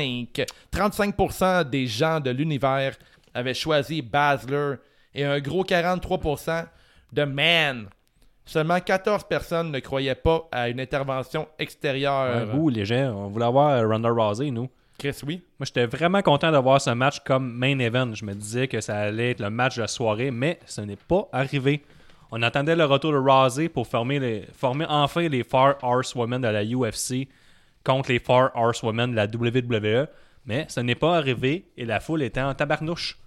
S1: 35% des gens de l'univers avaient choisi Basler et un gros 43% de Man. Seulement 14 personnes ne croyaient pas à une intervention extérieure.
S3: Ouh, les gens, on voulait avoir euh, Ronda Rousey, nous.
S1: Chris, oui.
S3: Moi, j'étais vraiment content de voir ce match comme main event. Je me disais que ça allait être le match de la soirée, mais ce n'est pas arrivé. On attendait le retour de Rousey pour former, les, former enfin les Four Horsewomen de la UFC contre les Four Horsewomen de la WWE, mais ce n'est pas arrivé et la foule était en tabarnouche.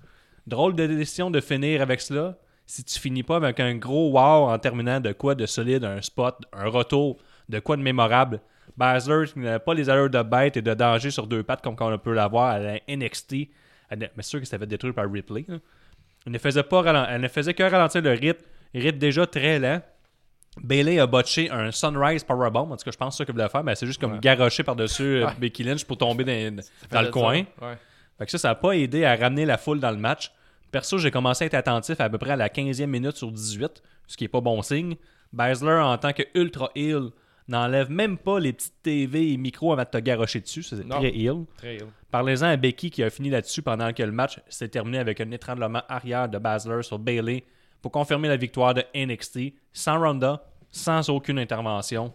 S3: Drôle de décision de finir avec cela. Si tu finis pas avec un gros wow en terminant de quoi de solide, un spot, un retour, de quoi de mémorable, Basler qui n'avait pas les allures de bête et de danger sur deux pattes comme on peut l'avoir à la NXT, elle ne- mais c'est sûr que ça fait détruire par Ripley. là. Elle ne faisait, pas ralen- elle ne faisait que ralentir le rythme, rythme déjà très lent. Bailey a botché un Sunrise Powerbomb, en tout cas je pense ça qu'il voulait faire, mais c'est juste comme garrocher par-dessus euh, Becky Lynch pour tomber dans, dans le coin.
S1: Ouais.
S3: Fait que ça, ça n'a pas aidé à ramener la foule dans le match. Perso, j'ai commencé à être attentif à, peu près à la 15e minute sur 18, ce qui est pas bon signe. Basler, en tant que ultra heel, n'enlève même pas les petites TV et micros avant de te garrocher dessus. ça, C'est
S1: Non.
S3: très heel.
S1: Très ill.
S3: Parlez-en à Becky qui a fini là-dessus pendant que le match s'est terminé avec un étranglement arrière de Basler sur Bailey pour confirmer la victoire de NXT sans Ronda, sans aucune intervention.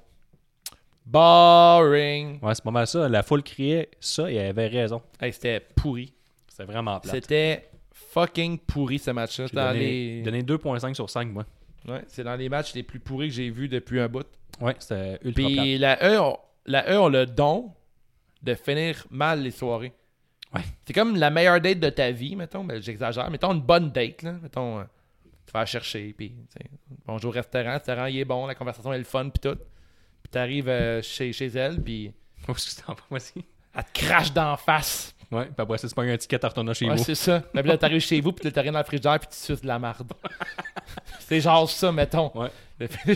S1: Boring.
S3: Ouais, c'est pas mal ça. La foule criait ça et elle avait raison.
S1: Hey, c'était pourri.
S3: C'est vraiment plat.
S1: C'était fucking pourri ce match-là. C'est dans, les...
S3: Donné 2.5 sur 5, moi.
S1: ouais, c'est dans les matchs les plus pourris que j'ai vus depuis un bout.
S3: Ouais, c'était ultra plate.
S1: Puis la E, on- la E, on le don de finir mal les soirées.
S3: Ouais.
S1: C'est comme la meilleure date de ta vie, mettons. Ben, J'exagère. Mettons une bonne date, là. Mettons, euh, te faire chercher, puis tu sais, bonjour au restaurant, le restaurant, il est bon, la conversation est le fun, puis tout. Puis t'arrives euh, chez, chez elle, puis
S3: Où est-ce que t'en vas, voici?
S1: elle te crache d'en face.
S3: Ouais, puis après ça, c'est pas un ticket à retourner chez
S1: Ouais,
S3: vous.
S1: c'est ça. Mais puis là, t'arrives chez vous, puis là, t'as rien dans le frigidaire, puis tu suces de la marde. c'est genre ça, mettons.
S3: Ouais.
S1: C'est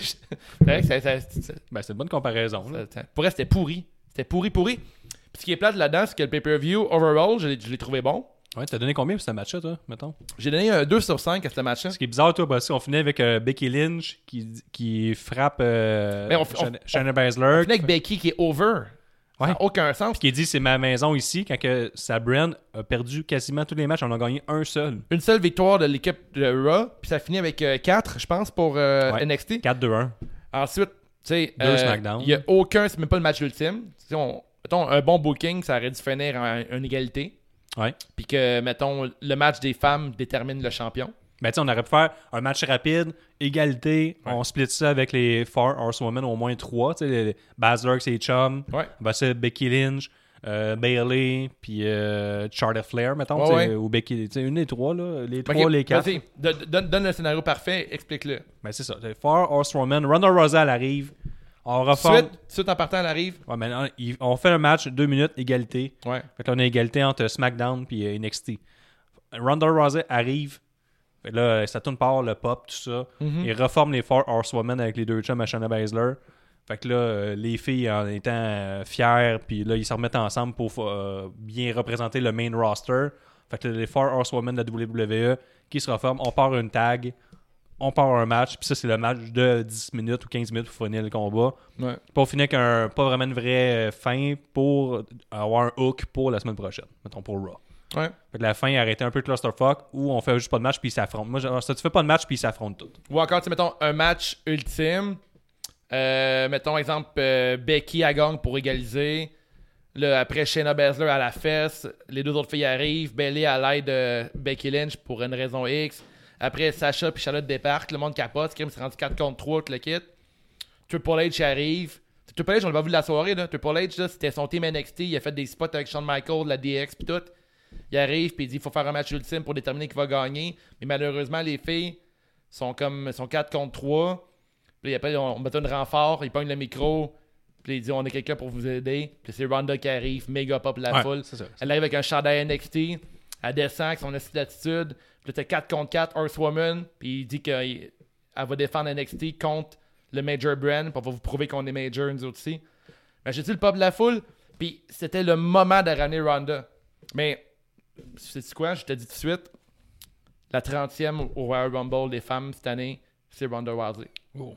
S1: vrai que ça- ça- ça-
S3: Ben, c'est une bonne comparaison. Là.
S1: ça- ça- Pour elle, c'était pourri. C'était pourri, pourri. Puis ce qui est plate là-dedans, c'est que le pay-per-view, overall, je l'ai je l'ai trouvé bon.
S3: Ouais, t'as donné combien pour ce match-là, toi, mettons?
S1: J'ai donné un 2 sur 5 à ce match-là.
S3: Ce qui est bizarre, toi, parce qu'on finit avec euh, Becky Lynch qui, qui frappe euh,
S1: Mais Ben, on fi- on-
S3: Shannon- Shannon
S1: On
S3: Baszler.
S1: finit avec Becky qui est over. Ça
S3: Ouais.
S1: n'a aucun sens.
S3: Qui dit c'est ma maison ici quand que Sabren a perdu quasiment tous les matchs, on en a gagné un seul.
S1: Une seule victoire de l'équipe de Raw, puis ça finit avec 4, je pense, pour euh,
S3: Ouais.
S1: NXT.
S3: 4-2-1.
S1: Ensuite, tu sais, euh,
S3: Deux SmackDown.
S1: il n'y a aucun, c'est même pas le match ultime. Tu sais, on- mettons, un bon booking, ça aurait dû finir en une égalité.
S3: Ouais.
S1: Puis que, mettons, le match des femmes détermine le champion.
S3: Ben tu sais, on aurait pu faire un match rapide, égalité, on split ça avec les Four Horsewomen au moins trois, tu sais, les- les Baszler c'est chum,
S1: Ouais.
S3: ben, c'est Becky Lynch, euh, Bailey, puis euh, Charlotte Flair mettons,
S1: Ouais,
S3: tu sais,
S1: ouais.
S3: ou Becky, tu sais, une des trois là, les
S1: Ok,
S3: trois, les quatre.
S1: vas-y, do- do- donne, donne le scénario parfait, explique-le.
S3: Ben c'est ça, les Four Horsewomen, Ronda Rosa elle arrive, on reforme.
S1: Suite, suite en partant, elle arrive.
S3: Ouais, mais non, il- on fait un match, deux minutes, égalité.
S1: Ouais.
S3: Fait que là, on a égalité entre SmackDown puis euh, NXT. Ronda Rousey arrive. Fait que là, euh, ça tourne par le pop, tout ça. Il reforme les Four Horsewomen avec les deux chums à Shana Baszler. Fait que là, euh, les filles en étant euh, fières, puis là, ils se remettent ensemble pour euh, bien représenter le main roster. Fait que là, les Four Horsewomen de la WWE qui se reforment. On part une tag, on part un match, puis ça, c'est le match de 10 minutes ou 15 minutes pour finir le combat.
S1: Ouais.
S3: Puis on finit avec un, pas vraiment une vraie euh, fin pour avoir un hook pour la semaine prochaine, mettons pour Raw.
S1: Ouais.
S3: Fait que la fin, arrêter un peu clusterfuck où on fait juste pas de match puis ils s'affrontent. Moi, genre, ça, tu fais pas de match puis ils s'affrontent toutes.
S1: Ou encore, tu sais, mettons, un match ultime. Euh, mettons, exemple, euh, Becky à gang pour égaliser. Là, après, Shayna Baszler à la fesse. Les deux autres filles arrivent. Bailey à l'aide de Becky Lynch pour une raison X. Après, Sacha puis Charlotte débarquent. Le monde capote. Scream s'est rendu 4 contre 3, tout le kit. Triple H arrive. Triple H, on l'a vu de la soirée. Là. Triple H, là, c'était son team NXT. Il a fait des spots avec Shawn Michaels, la DX, puis tout. Il arrive, puis il dit il faut faire un match ultime pour déterminer qui va gagner. Mais malheureusement, les filles sont comme sont 4 contre 3. Puis après, on, on met une renfort, il pogne le micro. Puis il dit on a quelqu'un pour vous aider. Puis c'est Ronda qui arrive, méga pop la
S3: Ouais,
S1: foule.
S3: c'est ça.
S1: Elle arrive avec un chandail NXT. Elle descend avec son assis d'attitude. Puis là, t'as 4 contre 4, Horsewoman. Puis il dit qu'elle va défendre NXT contre le Major Brand. Puis on va vous prouver qu'on est Major, nous autres aussi. Mais j'ai dit le pop de la foule. Puis c'était le moment de ramener Ronda. Mais, sais-tu quoi? Je te dis tout de suite. La 30e au Royal Rumble des femmes cette année, c'est Ronda Rousey.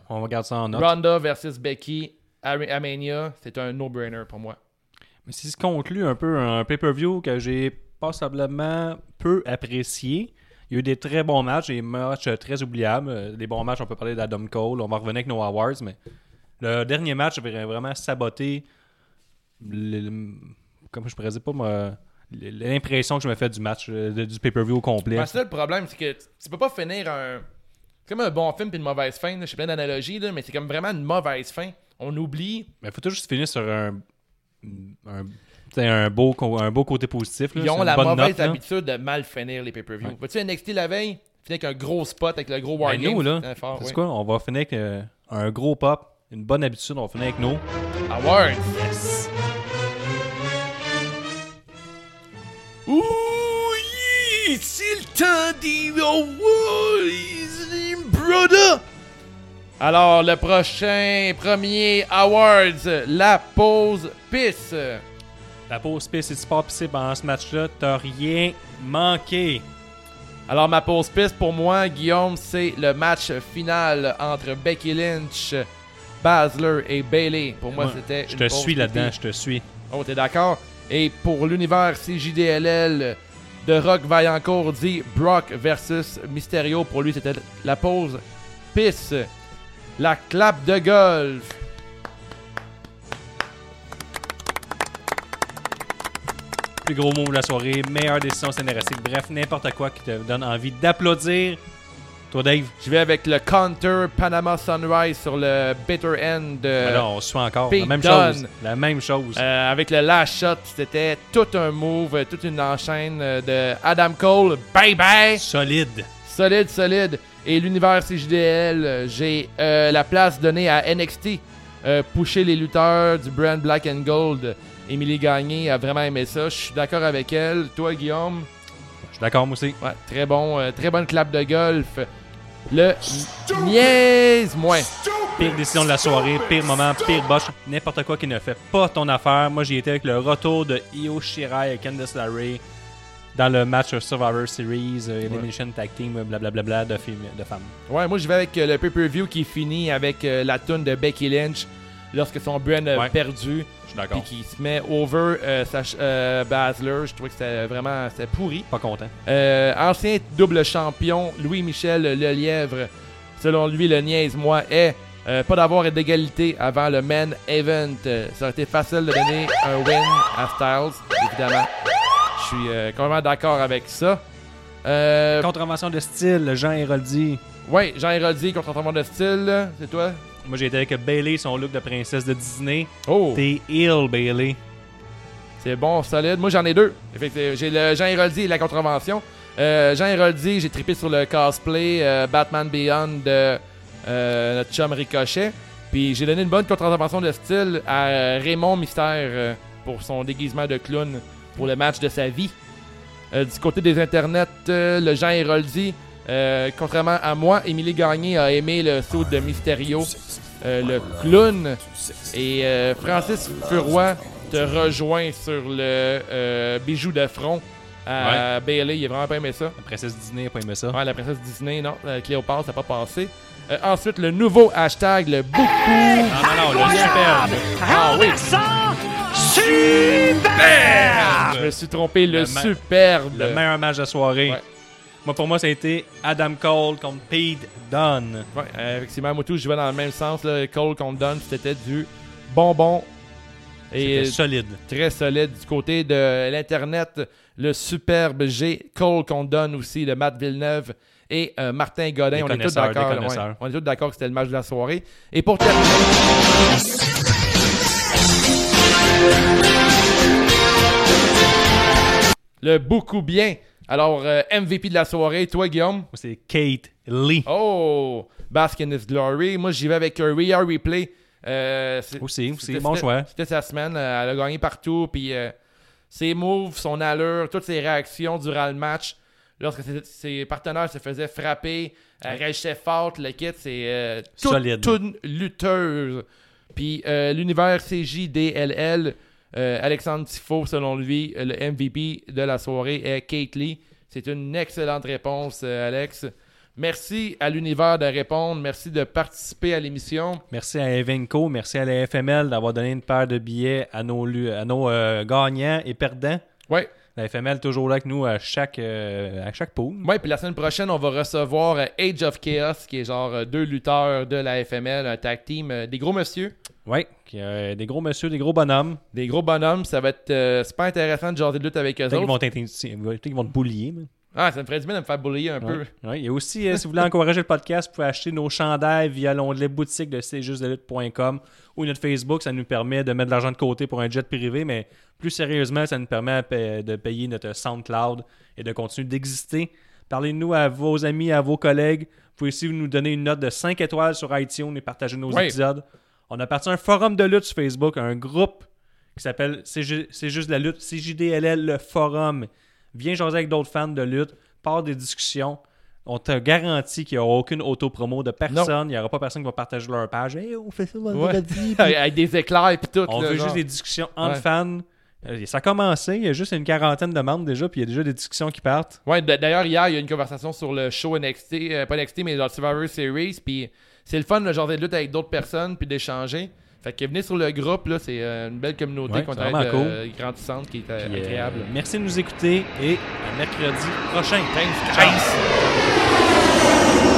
S3: On regarde ça en note.
S1: Ronda versus Becky à Re- à Mania, c'est un no-brainer pour moi.
S3: Mais c'est ce qui conclut un peu un pay-per-view que j'ai passablement peu apprécié. Il y a eu des très bons matchs, des matchs euh, très oubliables. Euh, Les bons matchs, on peut parler d'Adam Cole, on va revenir avec nos awards, mais le dernier match avait vraiment saboté le- le- comment je pourrais dire pas moi, l'impression que je me fais du match, euh, de- du pay-per-view au complet.
S1: Parce que là, le problème, c'est que tu- tu peux pas finir un. C'est comme un bon film puis une mauvaise fin. là. Je suis plein d'analogies, là, mais c'est comme vraiment une mauvaise fin. On oublie.
S3: Mais faut toujours finir sur un, un, t'sais, un beau, co- un beau côté positif. là.
S1: Ils
S3: C'est
S1: ont
S3: une
S1: la
S3: bonne
S1: mauvaise
S3: note, là.
S1: habitude de mal finir les pay-per-views. Vas-tu NXT la veille? Finir avec un gros spot avec le gros
S3: Ben,
S1: wargame.
S3: nous, là,
S1: c'est fort,
S3: c'est
S1: oui.
S3: quoi? On va finir avec euh, un gros pop, une bonne habitude, on va finir avec nous.
S1: Awards.
S6: Ouh, yeah, c'est le temps des
S1: oh,
S6: awards, brother!
S1: Alors, le prochain premier Awards, la pause pisse.
S3: La pause piste, si tu pars pisser pendant ce match-là, t'as rien manqué.
S1: Alors, ma pause piste pour moi, Guillaume, c'est le match final entre Becky Lynch, Basler et Bailey. Pour moi,
S3: Ouais.
S1: c'était.
S3: Je
S1: une
S3: te
S1: pause
S3: suis là-dedans,
S1: pipi.
S3: je te suis.
S1: Oh, t'es d'accord? Et pour l'univers CJDLL de Rock Vaillancourt dit Brock versus Mysterio. Pour lui, c'était la pause pisse. La clap de golf.
S3: Plus gros mot de la soirée, meilleure décision scénaristique, bref, n'importe quoi qui te donne envie d'applaudir. Toi, Dave.
S1: Je vais avec le Counter Panama Sunrise sur le Bitter End. de-
S3: Ah non, on se fait encore.
S1: Euh, Pete
S3: La même
S1: Dunne.
S3: chose. La même chose.
S1: Euh, avec le last shot, c'était tout un move, euh, toute une enchaîne euh, de Adam Cole, bye bye,
S3: Solide.
S1: solide, solide. Et l'univers CJDL, euh, j'ai euh, la place donnée à NXT, euh, pousser les lutteurs du brand Black and Gold. Émilie Gagné a vraiment aimé ça, je suis d'accord avec elle. Toi, Guillaume,
S3: Je suis d'accord, moi aussi.
S1: ouais, très bon, euh, très bonne clap de golf. Le niaise-moi.
S3: Pire décision de la soirée, pire moment, pire boss, n'importe quoi qui ne fait pas ton affaire. Moi, j'y étais avec le retour de Io Shirai et Candice LeRae dans le match Survivor Series, euh, Elimination Tag Team, blablabla de, films- de femmes.
S1: Ouais, moi je vais avec euh, le pay-per-view qui finit avec euh, la tune de Becky Lynch lorsque son brand a
S3: Ouais.
S1: perdu
S3: Je suis
S1: puis
S3: d'accord.
S1: qui se met over euh, Sach- euh, Basler. Je trouvais que c'était vraiment c'était pourri.
S3: Pas content.
S1: Euh, ancien double champion, Louis-Michel Lelièvre, selon lui, le niaise-moi est euh, pas d'avoir d'égalité avant le main event. Euh, ça aurait été facile de donner un win à Styles, évidemment. Je suis euh, complètement d'accord avec ça. Euh,
S3: Contravention de style, Jean Héroldi.
S1: ouais, Jean Héroldi contre un de style, là. c'est toi?
S3: Moi, j'étais avec Bailey, son look de princesse de Disney.
S1: Oh!
S3: T'es ill, Bailey.
S1: C'est bon, solide. Moi, j'en ai deux. Fait que, euh, J'ai le Jean Héroldi et la contravention. Euh, Jean Héroldi, j'ai trippé sur le cosplay euh, Batman Beyond de euh, notre chum Ricochet. Puis j'ai donné une bonne contravention de style à euh, Raymond Mystère euh, pour son déguisement de clown pour le match de sa vie. Euh, du côté des internets, euh, le Jean Héroldi, euh, contrairement à moi, Émilie Gagné a aimé le saut de Mysterio, euh, le clown. Et euh, Francis Furoy te rejoint sur le euh, bijou de front à Bailey. Il a vraiment pas aimé ça.
S3: La princesse Disney, pas aimé ça.
S1: Ouais, la princesse Disney, non. euh, Cléopâtre, ça n'a pas passé. Euh, ensuite, le nouveau hashtag, le beaucoup.
S3: Non, non, non, le superbe.
S1: Ah oui! Superbe! Je me suis trompé, le,
S3: Ah, Le ma-
S1: superbe.
S3: Le meilleur match de la soirée.
S1: Ouais.
S3: Moi, pour moi, ça a été Adam Cole contre Pete Dunne.
S1: Ouais, euh, effectivement, Moutou, je vais dans le même sens. Là. Cole qu'on me donne, c'était du bonbon.
S3: C'était
S1: Et
S3: solide.
S1: très solide du côté de l'Internet. Le superbe G. Cole qu'on donne aussi de Matt Villeneuve et euh, Martin Godin.
S3: Des
S1: on, est tous
S3: connaisseurs, des
S1: d'accord,
S3: connaisseurs.
S1: ouais. on est tous d'accord que c'était le match de la soirée. Et pour terminer. Le beaucoup bien. Alors, euh, MVP de la soirée, toi, Guillaume.
S3: Moi, c'est Kate Lee.
S1: Oh! Bask in His Glory. Moi, j'y vais avec un We Are Replay. Euh, c'est-
S3: Aussi, aussi,
S1: c'était-
S3: bon
S1: c'était-
S3: choix.
S1: C'était sa semaine. euh, Elle a gagné partout. Puis euh, ses moves, son allure, toutes ses réactions durant le match. Lorsque ses, ses partenaires se faisaient frapper, elle réagissait forte, le kit, c'est euh, toute
S3: Solide.
S1: une lutteuse. Puis euh, l'univers CJDLL, euh, Alexandre Tifo, selon lui, euh, le MVP de la soirée est Kate Lee. C'est une excellente réponse, euh, Alex. Merci à l'univers de répondre. Merci de participer à l'émission.
S3: Merci à Evenco, merci à la FML d'avoir donné une paire de billets à nos, lu- à nos euh, gagnants et perdants.
S1: Ouais.
S3: La FML toujours là avec nous à chaque, euh, à chaque pool.
S1: Ouais, puis la semaine prochaine, on va recevoir euh, Age of Chaos, qui est genre euh, deux lutteurs de la FML, un tag team, euh, des gros monsieur,
S3: Ouais. qui, euh, des gros messieurs, des gros bonhommes.
S1: des gros bonhommes. Ça va être euh, super intéressant de jaser de lutte avec eux
S3: Peut-être qu'ils
S1: autres.
S3: vont, t'inti- peut-être qu'ils vont te boulier. mais-
S1: Ah, ça me ferait du bien de me faire boulier un peu.
S3: Ouais, Et aussi, euh, si vous voulez encourager le podcast, vous pouvez acheter nos chandails via l'onglet boutique de cjustdelutte.com ou notre Facebook. Ça nous permet de mettre de l'argent de côté pour un jet privé, mais plus sérieusement, ça nous permet à pa- de payer notre SoundCloud et de continuer d'exister. Parlez-nous à vos amis, à vos collègues. Vous pouvez aussi nous donner une note de 5 étoiles sur iTunes et partager nos
S1: Ouais.
S3: épisodes. On appartient à un forum de lutte sur Facebook, un groupe qui s'appelle C'est ju- C'est juste la lutte, CJDLL, le forum. Viens jaser avec d'autres fans de lutte, part des discussions. On te garantit qu'il n'y aura aucune autopromo de personne. Il n'y aura pas personne qui va partager leur page. Hey, on fait ça vendredi. Puis-
S1: avec des éclairs puis tout.
S3: On
S1: là,
S3: veut
S1: genre.
S3: juste des discussions entre
S1: Ouais.
S3: fans. Euh, Ça a commencé. Il y a juste une quarantaine de membres déjà, puis il y a déjà des discussions qui partent.
S1: Ouais, d- d'ailleurs, hier, il y a eu une conversation sur le show NXT, euh, pas NXT, mais dans le Survivor Series. Puis c'est le fun de jaser de lutte avec d'autres personnes puis d'échanger. Fait que venez sur le groupe, là, c'est euh, une belle communauté
S3: Ouais,
S1: qu'on
S3: c'est
S1: traite
S3: vraiment
S1: euh, grandissante qui est euh,
S3: Puis, euh,
S1: agréable.
S3: merci de nous écouter et à mercredi prochain.
S1: Thanks,
S3: Ciao.
S1: guys.